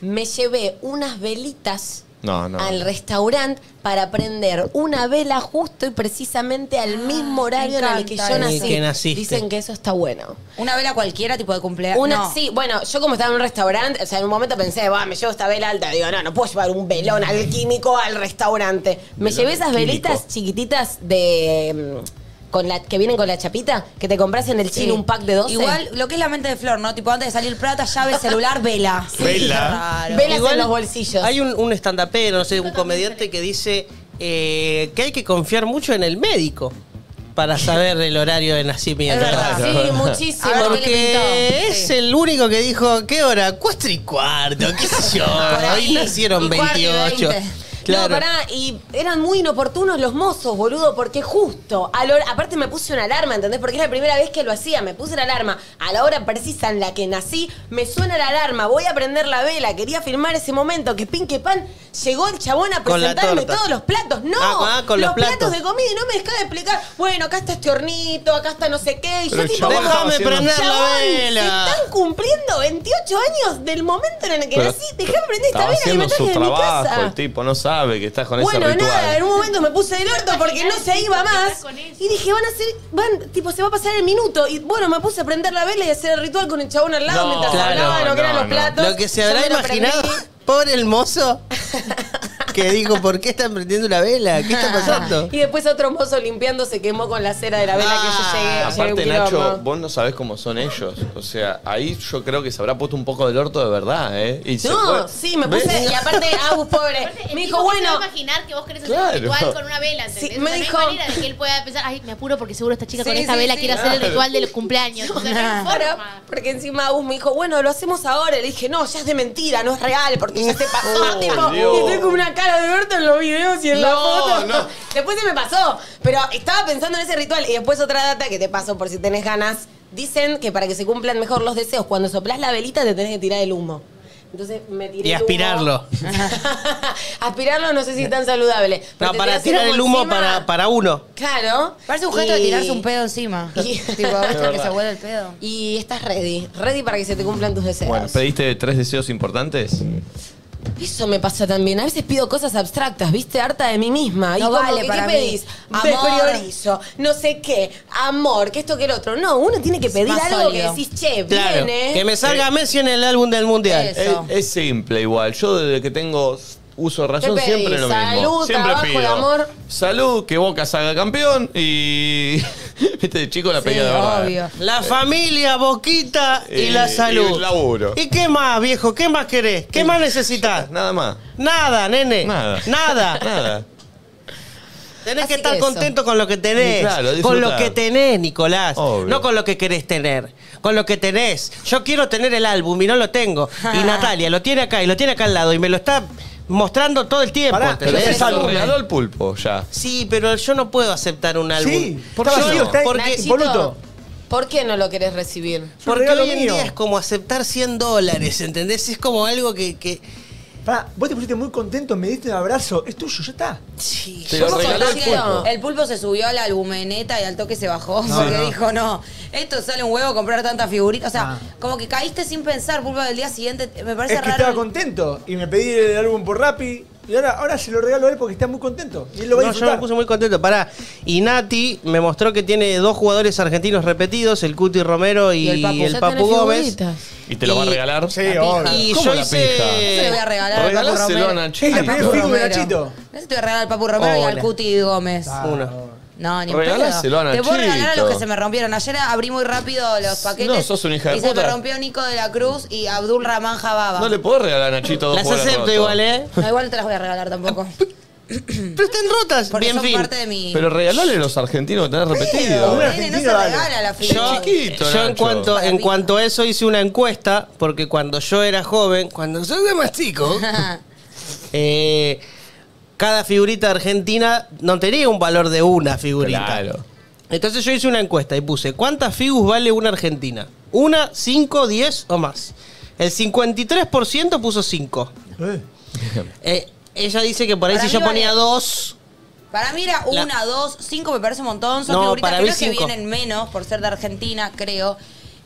[SPEAKER 4] Me llevé unas velitas
[SPEAKER 1] No, no.
[SPEAKER 4] al restaurante para prender una vela justo y precisamente al mismo horario en el que
[SPEAKER 2] Ah, encanta
[SPEAKER 4] yo
[SPEAKER 2] eso.
[SPEAKER 4] nací.
[SPEAKER 2] Que naciste.
[SPEAKER 4] Dicen que eso está bueno.
[SPEAKER 2] Una vela cualquiera, tipo de cumpleaños.
[SPEAKER 4] Una,
[SPEAKER 2] no.
[SPEAKER 4] Sí, bueno, yo como estaba en un restaurante, o sea, en un momento pensé, va, me llevo esta vela alta. Digo, no, no puedo llevar un velón alquímico al restaurante. Me llevé esas
[SPEAKER 2] alquímico.
[SPEAKER 4] velitas chiquititas de. mm, Con la, que vienen con la chapita, que te compras en el
[SPEAKER 2] Sí.
[SPEAKER 4] chino un pack de 12.
[SPEAKER 2] Igual, lo que es la mente de Flor, ¿no? Tipo, antes de salir plata, llave, celular, vela. Sí, qué raro.
[SPEAKER 3] bolsillos. Hay un, un stand-upero, no sé, un comediante que dice eh, que hay que confiar mucho en el médico para saber el horario de nacimiento.
[SPEAKER 4] Es verdad. Sí, muchísimo. A ver qué le
[SPEAKER 3] Porque
[SPEAKER 4] pintó.
[SPEAKER 3] es el único que dijo, ¿qué hora? Cuatro y cuarto, qué sé yo.
[SPEAKER 4] Por ahí.
[SPEAKER 3] Hoy nacieron
[SPEAKER 4] Un cuarto y
[SPEAKER 3] 28.
[SPEAKER 4] veinte.
[SPEAKER 3] Claro.
[SPEAKER 4] No, pará, y eran muy inoportunos los mozos, boludo, porque justo, a la hora- aparte me puse una alarma, ¿entendés? Porque es la primera vez que lo hacía, me puse la alarma. A la hora precisa en la que nací, me suena la alarma, voy a prender la vela, quería filmar ese momento, que pin que pan, llegó el chabón a
[SPEAKER 3] Con la
[SPEAKER 4] presentarme
[SPEAKER 3] torta.
[SPEAKER 4] todos los platos. No,
[SPEAKER 3] Ah, ah, con los platos.
[SPEAKER 4] de comida y no me dejaba de explicar, bueno, acá está este hornito, acá está no sé qué. Y
[SPEAKER 3] Pero el
[SPEAKER 4] yo tipo,
[SPEAKER 3] chabón estaba Déjame haciendo- prender la
[SPEAKER 4] Chabón,
[SPEAKER 3] vela.
[SPEAKER 4] Se están cumpliendo 28 años del momento en el que
[SPEAKER 1] Pero
[SPEAKER 4] nací, dejame prender esta
[SPEAKER 1] Estaba
[SPEAKER 4] vela que
[SPEAKER 1] haciendo
[SPEAKER 4] me traje
[SPEAKER 1] su
[SPEAKER 4] de mi
[SPEAKER 1] trabajo,
[SPEAKER 4] casa
[SPEAKER 1] el tipo no sabe que estás con
[SPEAKER 4] bueno,
[SPEAKER 1] ese ritual.
[SPEAKER 4] nada, en un momento me puse del orto porque no se iba más. Y dije, van a hacer, van, tipo, se va a pasar el minuto. Y bueno, me puse a prender la vela y a hacer el ritual con el chabón al lado
[SPEAKER 3] No,
[SPEAKER 4] mientras
[SPEAKER 3] claro,
[SPEAKER 4] hablaban o que eran los
[SPEAKER 3] no.
[SPEAKER 4] platos.
[SPEAKER 3] Lo que se
[SPEAKER 4] Yo
[SPEAKER 3] habrá
[SPEAKER 4] me lo prendí.
[SPEAKER 3] imaginado, pobre el mozo, que dijo, ¿por qué están prendiendo la vela? ¿Qué está pasando?
[SPEAKER 4] Y después otro mozo limpiando se quemó con la cera de la vela que yo llegué.
[SPEAKER 1] Ah, Aparte,
[SPEAKER 4] llegué a un
[SPEAKER 1] Nacho,
[SPEAKER 4] quilombo.
[SPEAKER 1] vos no sabés cómo son ellos. O sea, ahí yo creo que se habrá puesto un poco del orto de verdad, ¿eh? Y se
[SPEAKER 4] No,
[SPEAKER 1] fue.
[SPEAKER 4] sí, me puse.
[SPEAKER 1] ¿Ves?
[SPEAKER 4] Y aparte, Agus, pobre. me dijo, bueno.
[SPEAKER 6] a imaginar que vos querés hacer
[SPEAKER 1] Claro.
[SPEAKER 6] un ritual con una vela. ¿entendés?
[SPEAKER 4] Sí,
[SPEAKER 6] O sea,
[SPEAKER 4] me
[SPEAKER 6] no hay
[SPEAKER 4] dijo-
[SPEAKER 6] manera de que él pueda pensar, ay, me apuro porque seguro esta chica con
[SPEAKER 4] Sí,
[SPEAKER 6] esta
[SPEAKER 4] sí,
[SPEAKER 6] vela
[SPEAKER 4] sí.
[SPEAKER 6] quiere hacer
[SPEAKER 4] Claro.
[SPEAKER 6] el ritual del cumpleaños. O sea, no hay forma.
[SPEAKER 4] Claro, porque encima Agus me dijo, bueno, lo hacemos ahora. Le dije, no, ya es de mentira, no es real, porque ya se pasó.
[SPEAKER 1] Oh,
[SPEAKER 4] tipo,
[SPEAKER 1] Dios.
[SPEAKER 4] y estoy con una cara de Berto en los videos y en la
[SPEAKER 1] No,
[SPEAKER 4] foto.
[SPEAKER 1] no.
[SPEAKER 4] Después se me pasó, pero estaba pensando en ese ritual. Y después otra data que te paso por si tenés ganas. Dicen que para que se cumplan mejor los deseos, cuando soplás la velita te tenés que tirar el humo. Entonces me tiré
[SPEAKER 3] Y
[SPEAKER 4] el humo.
[SPEAKER 3] aspirarlo.
[SPEAKER 4] Aspirarlo no sé si es tan saludable. pero
[SPEAKER 3] No,
[SPEAKER 4] te
[SPEAKER 3] para
[SPEAKER 4] tirás
[SPEAKER 3] tirar el humo
[SPEAKER 4] encima.
[SPEAKER 3] para, para uno.
[SPEAKER 4] Claro.
[SPEAKER 2] Parece un gesto de tirarse un pedo encima. Tipo, a
[SPEAKER 1] Es verdad.
[SPEAKER 2] que se vuelve el pedo.
[SPEAKER 4] Y estás ready. Ready para que se te cumplan tus deseos.
[SPEAKER 1] Bueno, ¿pediste tres deseos importantes?
[SPEAKER 4] Eso me pasa también. A veces pido cosas abstractas, ¿viste? Harta de mí misma. y
[SPEAKER 2] No
[SPEAKER 4] como
[SPEAKER 2] vale
[SPEAKER 4] que,
[SPEAKER 2] para
[SPEAKER 4] ¿Qué
[SPEAKER 2] mí.
[SPEAKER 4] pedís?
[SPEAKER 2] Amor.
[SPEAKER 4] Despriorizo, no sé qué, amor, que esto, que el otro. No, uno tiene que pedir
[SPEAKER 2] más
[SPEAKER 4] algo
[SPEAKER 2] sólido.
[SPEAKER 4] que decís, che,
[SPEAKER 3] Claro.
[SPEAKER 4] viene.
[SPEAKER 3] Que me salga Messi en el álbum del mundial.
[SPEAKER 1] Es, es simple igual. Yo desde que tengo uso de razón
[SPEAKER 4] ¿Qué pedís?
[SPEAKER 1] siempre lo mismo.
[SPEAKER 4] Salud,
[SPEAKER 1] siempre
[SPEAKER 4] trabajo,
[SPEAKER 1] pido.
[SPEAKER 4] amor.
[SPEAKER 1] Salud, que Boca salga campeón y viste de chico la pedía de verdad. ¿eh?
[SPEAKER 2] obvio.
[SPEAKER 3] La familia, Boquita y,
[SPEAKER 1] Y-
[SPEAKER 3] la salud.
[SPEAKER 1] Eh, y el laburo.
[SPEAKER 3] ¿Y qué más, viejo? ¿Qué más querés? ¿Qué más necesitas?
[SPEAKER 1] Ah, Nada más.
[SPEAKER 3] Nada, nene.
[SPEAKER 1] Nada.
[SPEAKER 3] Nada.
[SPEAKER 1] Nada.
[SPEAKER 3] Tenés
[SPEAKER 4] Así
[SPEAKER 3] que estar
[SPEAKER 4] que eso.
[SPEAKER 3] contento con lo que tenés.
[SPEAKER 1] Y claro, disfrutar.
[SPEAKER 3] con lo que tenés, Nicolás.
[SPEAKER 1] Obvio.
[SPEAKER 3] No con lo que querés tener. Con lo que tenés. Yo quiero tener el álbum y no lo tengo. Y Natalia lo tiene acá y lo tiene acá al lado y me lo está mostrando todo el tiempo.
[SPEAKER 5] Pará,
[SPEAKER 1] Pero
[SPEAKER 3] ¿entendés?
[SPEAKER 1] es
[SPEAKER 5] salud,
[SPEAKER 1] algo
[SPEAKER 5] eh.
[SPEAKER 1] ganado el pulpo ya.
[SPEAKER 3] Sí, pero yo no puedo aceptar un álbum.
[SPEAKER 5] Sí,
[SPEAKER 1] qué
[SPEAKER 5] está
[SPEAKER 1] no?
[SPEAKER 5] vacío, está
[SPEAKER 3] Porque-
[SPEAKER 5] porque, impoluto.
[SPEAKER 4] ¿Por qué no lo querés recibir?
[SPEAKER 5] Es un
[SPEAKER 3] Porque
[SPEAKER 5] regalo
[SPEAKER 3] hoy en
[SPEAKER 5] mío.
[SPEAKER 3] día es como aceptar 100 dólares, ¿entendés? Es como algo que... que-
[SPEAKER 5] Pará, vos te pusiste muy contento, me diste un abrazo, es tuyo, ya está.
[SPEAKER 3] Sí.
[SPEAKER 1] Te lo
[SPEAKER 2] Somos
[SPEAKER 1] regaló el
[SPEAKER 2] contagios.
[SPEAKER 1] pulpo.
[SPEAKER 2] El pulpo se subió a la albumeneta y al toque se bajó porque
[SPEAKER 5] no.
[SPEAKER 2] dijo, no, esto sale un huevo comprar tantas figuritas. O sea,
[SPEAKER 5] Ah.
[SPEAKER 2] como que caíste sin pensar, pulpo del día siguiente. Me parece
[SPEAKER 5] Es que
[SPEAKER 2] raro.
[SPEAKER 5] estaba contento y me pedí el álbum por Rappi y ahora, ahora se lo regalo a él porque está muy contento y él lo va a
[SPEAKER 3] No, yo me
[SPEAKER 5] disfrutar.
[SPEAKER 3] puse muy contento. Pará. Y Nati me mostró que tiene dos jugadores argentinos repetidos, el Cuti Romero y,
[SPEAKER 2] Y el Papu.
[SPEAKER 3] el
[SPEAKER 2] Ya
[SPEAKER 3] Papu Gómez.
[SPEAKER 1] ¿Y te lo va a
[SPEAKER 3] Y-
[SPEAKER 1] regalar?
[SPEAKER 5] Sí, obvio.
[SPEAKER 3] Y
[SPEAKER 1] ¿Cómo
[SPEAKER 3] yo
[SPEAKER 1] la
[SPEAKER 2] Yo se lo voy a
[SPEAKER 3] hice.
[SPEAKER 2] regalar al Papu
[SPEAKER 1] Regaláselo
[SPEAKER 2] Romero.
[SPEAKER 1] a Nacho.
[SPEAKER 5] Es la
[SPEAKER 1] Ay,
[SPEAKER 5] primera
[SPEAKER 1] no.
[SPEAKER 5] figura de
[SPEAKER 2] Romero.
[SPEAKER 5] Nachito. Ah.
[SPEAKER 2] No sé si te voy a regalar al Papu Romero y al
[SPEAKER 3] Hola.
[SPEAKER 2] Cuti Gómez.
[SPEAKER 3] Uno.
[SPEAKER 2] No, ni en
[SPEAKER 1] Regaláselo a
[SPEAKER 2] pedo. Te puedo regalar a los
[SPEAKER 1] Nachito.
[SPEAKER 2] que se me rompieron. Ayer abrí muy rápido los paquetes.
[SPEAKER 1] No, sos una hija de
[SPEAKER 2] Y se me
[SPEAKER 1] puta.
[SPEAKER 2] rompió Nico de la Cruz y Abdul Ramán Jababa.
[SPEAKER 1] No le puedo regalar a Nachito dos
[SPEAKER 3] Las
[SPEAKER 1] bolas
[SPEAKER 3] acepto
[SPEAKER 1] rotas.
[SPEAKER 3] igual, ¿eh?
[SPEAKER 2] No, igual no te las voy a regalar tampoco.
[SPEAKER 3] Pero están rotas.
[SPEAKER 2] Porque
[SPEAKER 3] Bien,
[SPEAKER 2] son
[SPEAKER 3] fin.
[SPEAKER 2] parte de mi.
[SPEAKER 1] Pero regalale a los argentinos que tenés repetido.
[SPEAKER 5] Una-
[SPEAKER 2] Nene, no se
[SPEAKER 5] Argentina, vale.
[SPEAKER 2] regala la
[SPEAKER 3] Yo,
[SPEAKER 2] figura.
[SPEAKER 1] Chiquito,
[SPEAKER 3] yo en
[SPEAKER 1] Nacho.
[SPEAKER 3] cuanto
[SPEAKER 2] Para
[SPEAKER 3] en
[SPEAKER 2] mí.
[SPEAKER 3] cuanto a eso hice una encuesta, porque cuando yo era joven, cuando yo era más chico, eh, cada figurita argentina no tenía un valor de una figurita.
[SPEAKER 1] Claro.
[SPEAKER 3] Entonces yo hice una encuesta y puse, ¿cuántas figus vale una argentina? ¿Una, cinco, diez o más? El 53% puso cinco.
[SPEAKER 5] Eh,
[SPEAKER 3] Eh, ella dice que por ahí
[SPEAKER 2] Para
[SPEAKER 3] si
[SPEAKER 2] mí
[SPEAKER 3] yo ponía
[SPEAKER 2] vale-
[SPEAKER 3] dos...
[SPEAKER 2] Para mí era
[SPEAKER 3] La-
[SPEAKER 2] una, dos, cinco me parece un montón. Son
[SPEAKER 3] No,
[SPEAKER 2] figuritas
[SPEAKER 3] para
[SPEAKER 2] creo
[SPEAKER 3] mí
[SPEAKER 2] que
[SPEAKER 3] cinco.
[SPEAKER 2] vienen menos por ser de Argentina, creo.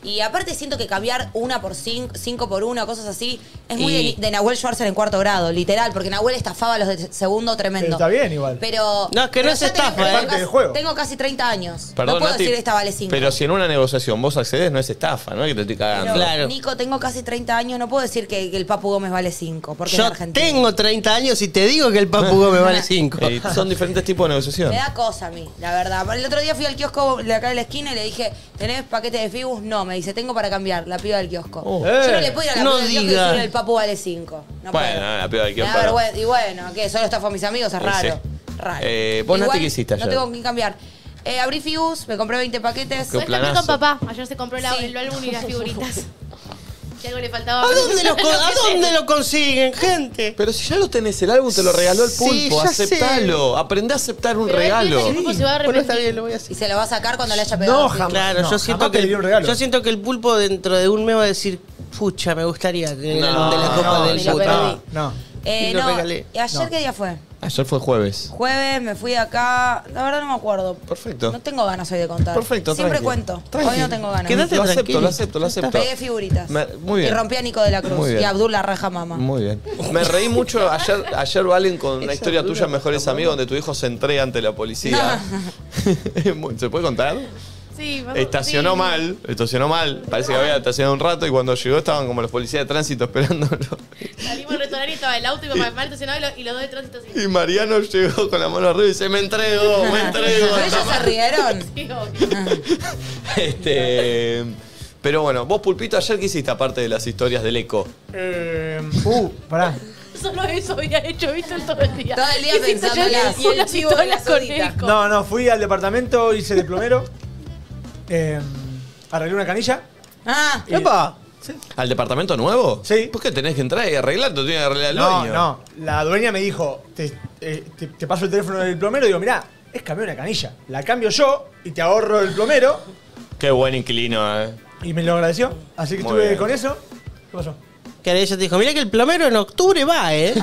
[SPEAKER 2] Y aparte siento que cambiar una por cinco, cinco por una, cosas así, es muy
[SPEAKER 3] Y-
[SPEAKER 2] de, de Nahuel Schwarzer en cuarto grado, literal, porque Nahuel estafaba a los de segundo tremendo.
[SPEAKER 5] Pero está bien igual.
[SPEAKER 2] Pero.
[SPEAKER 3] No, es que
[SPEAKER 2] pero
[SPEAKER 3] no es
[SPEAKER 2] yo tengo-
[SPEAKER 3] estafa, ¿eh?
[SPEAKER 2] tengo
[SPEAKER 5] es parte
[SPEAKER 2] casi-
[SPEAKER 5] del juego.
[SPEAKER 2] Tengo casi 30 años.
[SPEAKER 1] Perdón,
[SPEAKER 2] no puedo
[SPEAKER 1] Nati,
[SPEAKER 2] decir esta vale cinco.
[SPEAKER 1] Pero si en una negociación vos accedes, no es estafa, no es que te estoy
[SPEAKER 2] Pero,
[SPEAKER 1] cagando.
[SPEAKER 3] Claro.
[SPEAKER 2] Nico, tengo casi 30 años, no puedo decir que, que el Papu Gómez vale 5, porque es
[SPEAKER 3] Yo
[SPEAKER 2] argentino.
[SPEAKER 3] tengo 30 años y te digo que el papugo me vale 5.
[SPEAKER 1] Eh, son diferentes tipos de negociación.
[SPEAKER 2] Me da cosa a mí, la verdad. El otro día fui al kiosco de acá de la esquina y le dije, ¿tenés paquete de figus? No, me dice, tengo para cambiar, la piba del kiosco.
[SPEAKER 1] Oh.
[SPEAKER 2] Yo no le puedo ir a la
[SPEAKER 3] no
[SPEAKER 2] piba del kiosco y
[SPEAKER 3] diga.
[SPEAKER 2] decirle, el papu vale 5.
[SPEAKER 1] bueno,
[SPEAKER 2] No puedo.
[SPEAKER 1] la piba de
[SPEAKER 2] Me
[SPEAKER 1] quién
[SPEAKER 2] da
[SPEAKER 1] para.
[SPEAKER 2] vergüenza. Y bueno, ¿qué? Solo estafo a mis amigos, es
[SPEAKER 1] Sí,
[SPEAKER 2] raro.
[SPEAKER 1] sí.
[SPEAKER 2] Raro.
[SPEAKER 1] Eh, vos, Nati,
[SPEAKER 2] Igual
[SPEAKER 1] ¿qué hiciste
[SPEAKER 2] No
[SPEAKER 1] ayer?
[SPEAKER 2] tengo con quién cambiar. Eh, abrí figus, me compré 20 paquetes.
[SPEAKER 1] ¿Qué
[SPEAKER 6] Hoy también con
[SPEAKER 1] planazo.
[SPEAKER 6] papá. Ayer se compró la-
[SPEAKER 2] Sí.
[SPEAKER 6] el álbum y las figuritas. Si algo le faltaba.
[SPEAKER 3] ¿A dónde lo, co- a dónde lo consiguen, gente?
[SPEAKER 1] Pero si ya lo tenés, el álbum te lo regaló el
[SPEAKER 3] Sí,
[SPEAKER 1] pulpo,
[SPEAKER 3] ya
[SPEAKER 1] aceptalo, aprendé a aceptar un
[SPEAKER 6] Pero él piensa
[SPEAKER 1] regalo.
[SPEAKER 6] que el pulpo se va a
[SPEAKER 3] Bueno, está
[SPEAKER 6] arrepentir.
[SPEAKER 3] bien, lo voy a hacer.
[SPEAKER 2] Y se lo va a sacar cuando le haya pegado.
[SPEAKER 5] No, jamás.
[SPEAKER 3] Claro,
[SPEAKER 5] no,
[SPEAKER 3] yo,
[SPEAKER 5] jamás
[SPEAKER 3] siento
[SPEAKER 5] te
[SPEAKER 3] que,
[SPEAKER 5] diría un regalo.
[SPEAKER 3] yo siento que el pulpo dentro de un mes va a decir, pucha, me gustaría tener el álbum de la Copa
[SPEAKER 5] no,
[SPEAKER 3] del
[SPEAKER 2] ni lo
[SPEAKER 3] Mundo".
[SPEAKER 2] perdí.
[SPEAKER 5] No.
[SPEAKER 2] Eh,
[SPEAKER 3] Y lo
[SPEAKER 2] no.
[SPEAKER 3] regalé.
[SPEAKER 2] ¿Y ayer
[SPEAKER 5] No.
[SPEAKER 2] qué día fue?
[SPEAKER 1] Ayer fue jueves.
[SPEAKER 2] Jueves, me fui de acá. La verdad no me acuerdo.
[SPEAKER 1] Perfecto.
[SPEAKER 2] No tengo ganas hoy de contar.
[SPEAKER 1] Perfecto,
[SPEAKER 2] Siempre
[SPEAKER 1] tranqui.
[SPEAKER 2] cuento. Hoy
[SPEAKER 1] Tranqui.
[SPEAKER 2] no tengo ganas.
[SPEAKER 3] Quédate
[SPEAKER 1] lo acepto,
[SPEAKER 3] tranquilo.
[SPEAKER 1] lo acepto, lo acepto.
[SPEAKER 2] Pegué figuritas.
[SPEAKER 1] Me- muy bien.
[SPEAKER 2] Y rompí a Nico de la
[SPEAKER 1] Muy
[SPEAKER 2] Cruz.
[SPEAKER 1] bien.
[SPEAKER 2] Y a Abdul la raja mamá.
[SPEAKER 1] Muy bien. Me reí mucho ayer, ayer Valen, con una historia tuya, Mejores Amigos, donde tu hijo se entrega ante la policía. ¿Se puede contar?
[SPEAKER 6] Sí, me-
[SPEAKER 1] Estacionó
[SPEAKER 6] sí.
[SPEAKER 1] mal, estacionó mal. Parece que había estacionado un rato y cuando llegó estaban como los policías de tránsito esperándolo.
[SPEAKER 6] Salimos al restaurante y estaba el auto y mi mamá mal estacionado y, lo- y los dos de tránsito así.
[SPEAKER 1] Y Mariano llegó con la mano arriba y dice, me entrego, me entrego.
[SPEAKER 2] Pero ellos se rieron.
[SPEAKER 6] Sí, obvio.
[SPEAKER 1] Este, pero bueno, vos Pulpito, ayer que hiciste aparte de las historias del eco.
[SPEAKER 5] Eh, uh, pará.
[SPEAKER 6] Solo eso había hecho, ¿viste? Todo el día.
[SPEAKER 2] Todo el día
[SPEAKER 6] Y si
[SPEAKER 2] pensándolas.
[SPEAKER 6] yo le-
[SPEAKER 2] Y el
[SPEAKER 6] unas
[SPEAKER 2] chivo de
[SPEAKER 6] pistolas
[SPEAKER 2] las
[SPEAKER 6] con
[SPEAKER 2] horitas.
[SPEAKER 6] eco.
[SPEAKER 5] No, no, fui al departamento, hice de plomero. eh, arreglé una canilla.
[SPEAKER 2] Ah,
[SPEAKER 5] y-
[SPEAKER 1] ¿Al departamento nuevo? Sí. ¿Por qué tenés que entrar y arreglar? ¿Tú tienes que arreglar el
[SPEAKER 5] No,
[SPEAKER 1] baño?
[SPEAKER 5] no. La dueña me dijo, te, eh, te- te paso el teléfono del plomero y digo, mirá, es cambiar una canilla. La cambio yo y te ahorro el plomero.
[SPEAKER 1] Qué buen inquilino, eh.
[SPEAKER 5] Y me lo agradeció. Así que
[SPEAKER 1] Muy
[SPEAKER 5] estuve
[SPEAKER 1] bien.
[SPEAKER 5] con eso. ¿Qué pasó?
[SPEAKER 3] Que ella te dijo, mira que el plomero en octubre va, ¿eh?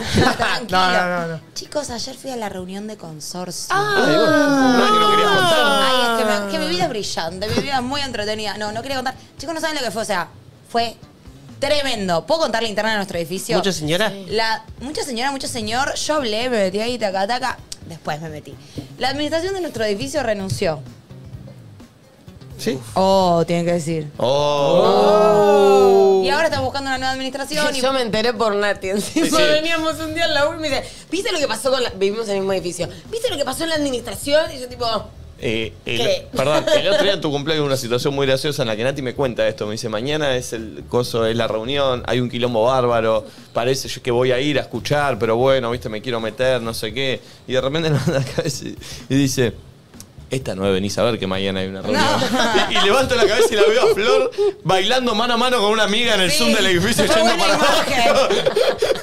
[SPEAKER 5] No, no, no. no.
[SPEAKER 2] Chicos, ayer fui a la reunión de consorcio.
[SPEAKER 1] Ay, bueno, nada que no
[SPEAKER 3] Ah.
[SPEAKER 1] querías contar.
[SPEAKER 2] Ay, es que, me- que mi vida es brillante, mi vida es muy entretenida. No, no quería contar. Chicos, no saben lo que fue, o sea, fue tremendo. ¿Puedo contar la interna de nuestro edificio?
[SPEAKER 3] ¿Mucha señora?
[SPEAKER 2] La, mucha señora, mucho señor. Yo hablé, me metí ahí, taca, taca. Después me metí. La administración de nuestro edificio renunció.
[SPEAKER 1] ¿Sí?
[SPEAKER 2] Oh, tienen que decir.
[SPEAKER 5] Ah.
[SPEAKER 1] Oh.
[SPEAKER 2] Y ahora están buscando una nueva administración. Y...
[SPEAKER 4] Yo me enteré por Nati. Encima
[SPEAKER 1] Sí, sí.
[SPEAKER 4] veníamos un día en la U y me dice, ¿viste lo que pasó con la... Vivimos en el mismo edificio. ¿Viste lo que pasó en la administración? Y yo tipo...
[SPEAKER 1] Eh, el-
[SPEAKER 4] ¿Qué?
[SPEAKER 1] perdón, el otro día en tu cumpleaños hubo una situación muy graciosa en la que Nati me cuenta esto. Me dice, mañana es el coso, es la reunión, hay un quilombo bárbaro, parece yo que voy a ir a escuchar, pero bueno, viste, me quiero meter, no sé qué. Y de repente levanta la cabeza y y dice, esta no debe ni saber que mañana hay una reunión. Y, y levanto la cabeza y la veo a Flor bailando mano a mano con una amiga en el
[SPEAKER 2] Sí,
[SPEAKER 1] Zoom del edificio
[SPEAKER 2] fue
[SPEAKER 1] yendo
[SPEAKER 2] buena
[SPEAKER 1] para
[SPEAKER 2] imagen.
[SPEAKER 1] abajo.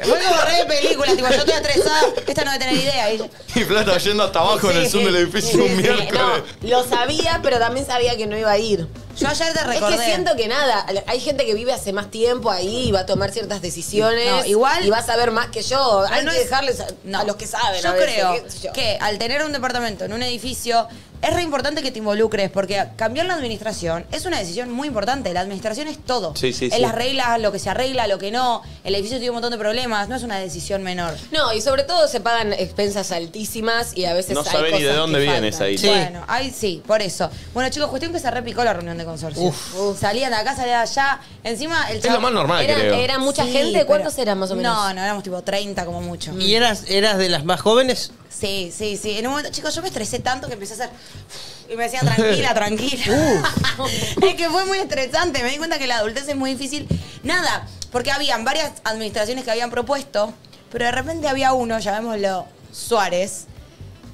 [SPEAKER 2] Fue como re de película, tipo, yo estoy estresada, esta no debe tener idea. Y yo-
[SPEAKER 1] Y Flor está yendo hasta abajo en el
[SPEAKER 4] Sí,
[SPEAKER 1] Zoom del edificio
[SPEAKER 4] sí,
[SPEAKER 1] un
[SPEAKER 4] sí,
[SPEAKER 1] miércoles.
[SPEAKER 4] No, lo sabía, pero también sabía que no iba a ir.
[SPEAKER 2] Yo ayer te recordé.
[SPEAKER 4] Es que siento que nada, hay gente que vive hace más tiempo ahí y va a tomar ciertas decisiones.
[SPEAKER 2] No, igual-
[SPEAKER 4] Y va a saber más que yo. hay
[SPEAKER 2] no
[SPEAKER 4] que
[SPEAKER 2] es-
[SPEAKER 4] dejarles a,
[SPEAKER 2] no.
[SPEAKER 4] a los que saben.
[SPEAKER 2] Yo
[SPEAKER 4] a veces,
[SPEAKER 2] creo
[SPEAKER 4] qué sé yo.
[SPEAKER 2] que al tener un departamento en un edificio es re importante que te involucres porque cambiar la administración es una decisión muy importante. La administración es todo.
[SPEAKER 1] Sí, sí,
[SPEAKER 2] es
[SPEAKER 1] sí.
[SPEAKER 2] las reglas, lo que se arregla, lo que no. El edificio tiene un montón de problemas, no es una decisión menor.
[SPEAKER 4] No, y sobre todo se pagan expensas altísimas y a veces
[SPEAKER 1] No
[SPEAKER 4] hay
[SPEAKER 1] sabe ni de
[SPEAKER 4] cosas
[SPEAKER 1] dónde
[SPEAKER 4] que
[SPEAKER 1] viene esa
[SPEAKER 4] faltan.
[SPEAKER 1] guita.
[SPEAKER 3] Sí.
[SPEAKER 2] Bueno, ahí sí, por eso. Bueno, chicos, cuestión que se repicó la reunión de consorcio. Salían de acá, salían de allá. Encima el
[SPEAKER 1] lo
[SPEAKER 2] chabón-
[SPEAKER 1] más normal,
[SPEAKER 4] Era,
[SPEAKER 1] creo.
[SPEAKER 4] era mucha
[SPEAKER 2] Sí,
[SPEAKER 4] gente, ¿cuántos
[SPEAKER 2] pero-
[SPEAKER 4] eran más o menos? Mm.
[SPEAKER 2] No, no, éramos tipo 30 como mucho.
[SPEAKER 3] ¿Y eras, eras de las más jóvenes?
[SPEAKER 2] Sí, sí, sí. En un momento, chicos, yo me estresé tanto que empecé a hacer. Y me decían, tranquila, tranquila.
[SPEAKER 5] Uh.
[SPEAKER 2] es que fue muy estresante. Me di cuenta que la adultez es muy difícil. Nada, porque habían varias administraciones que habían propuesto, pero de repente había uno, llamémoslo Suárez.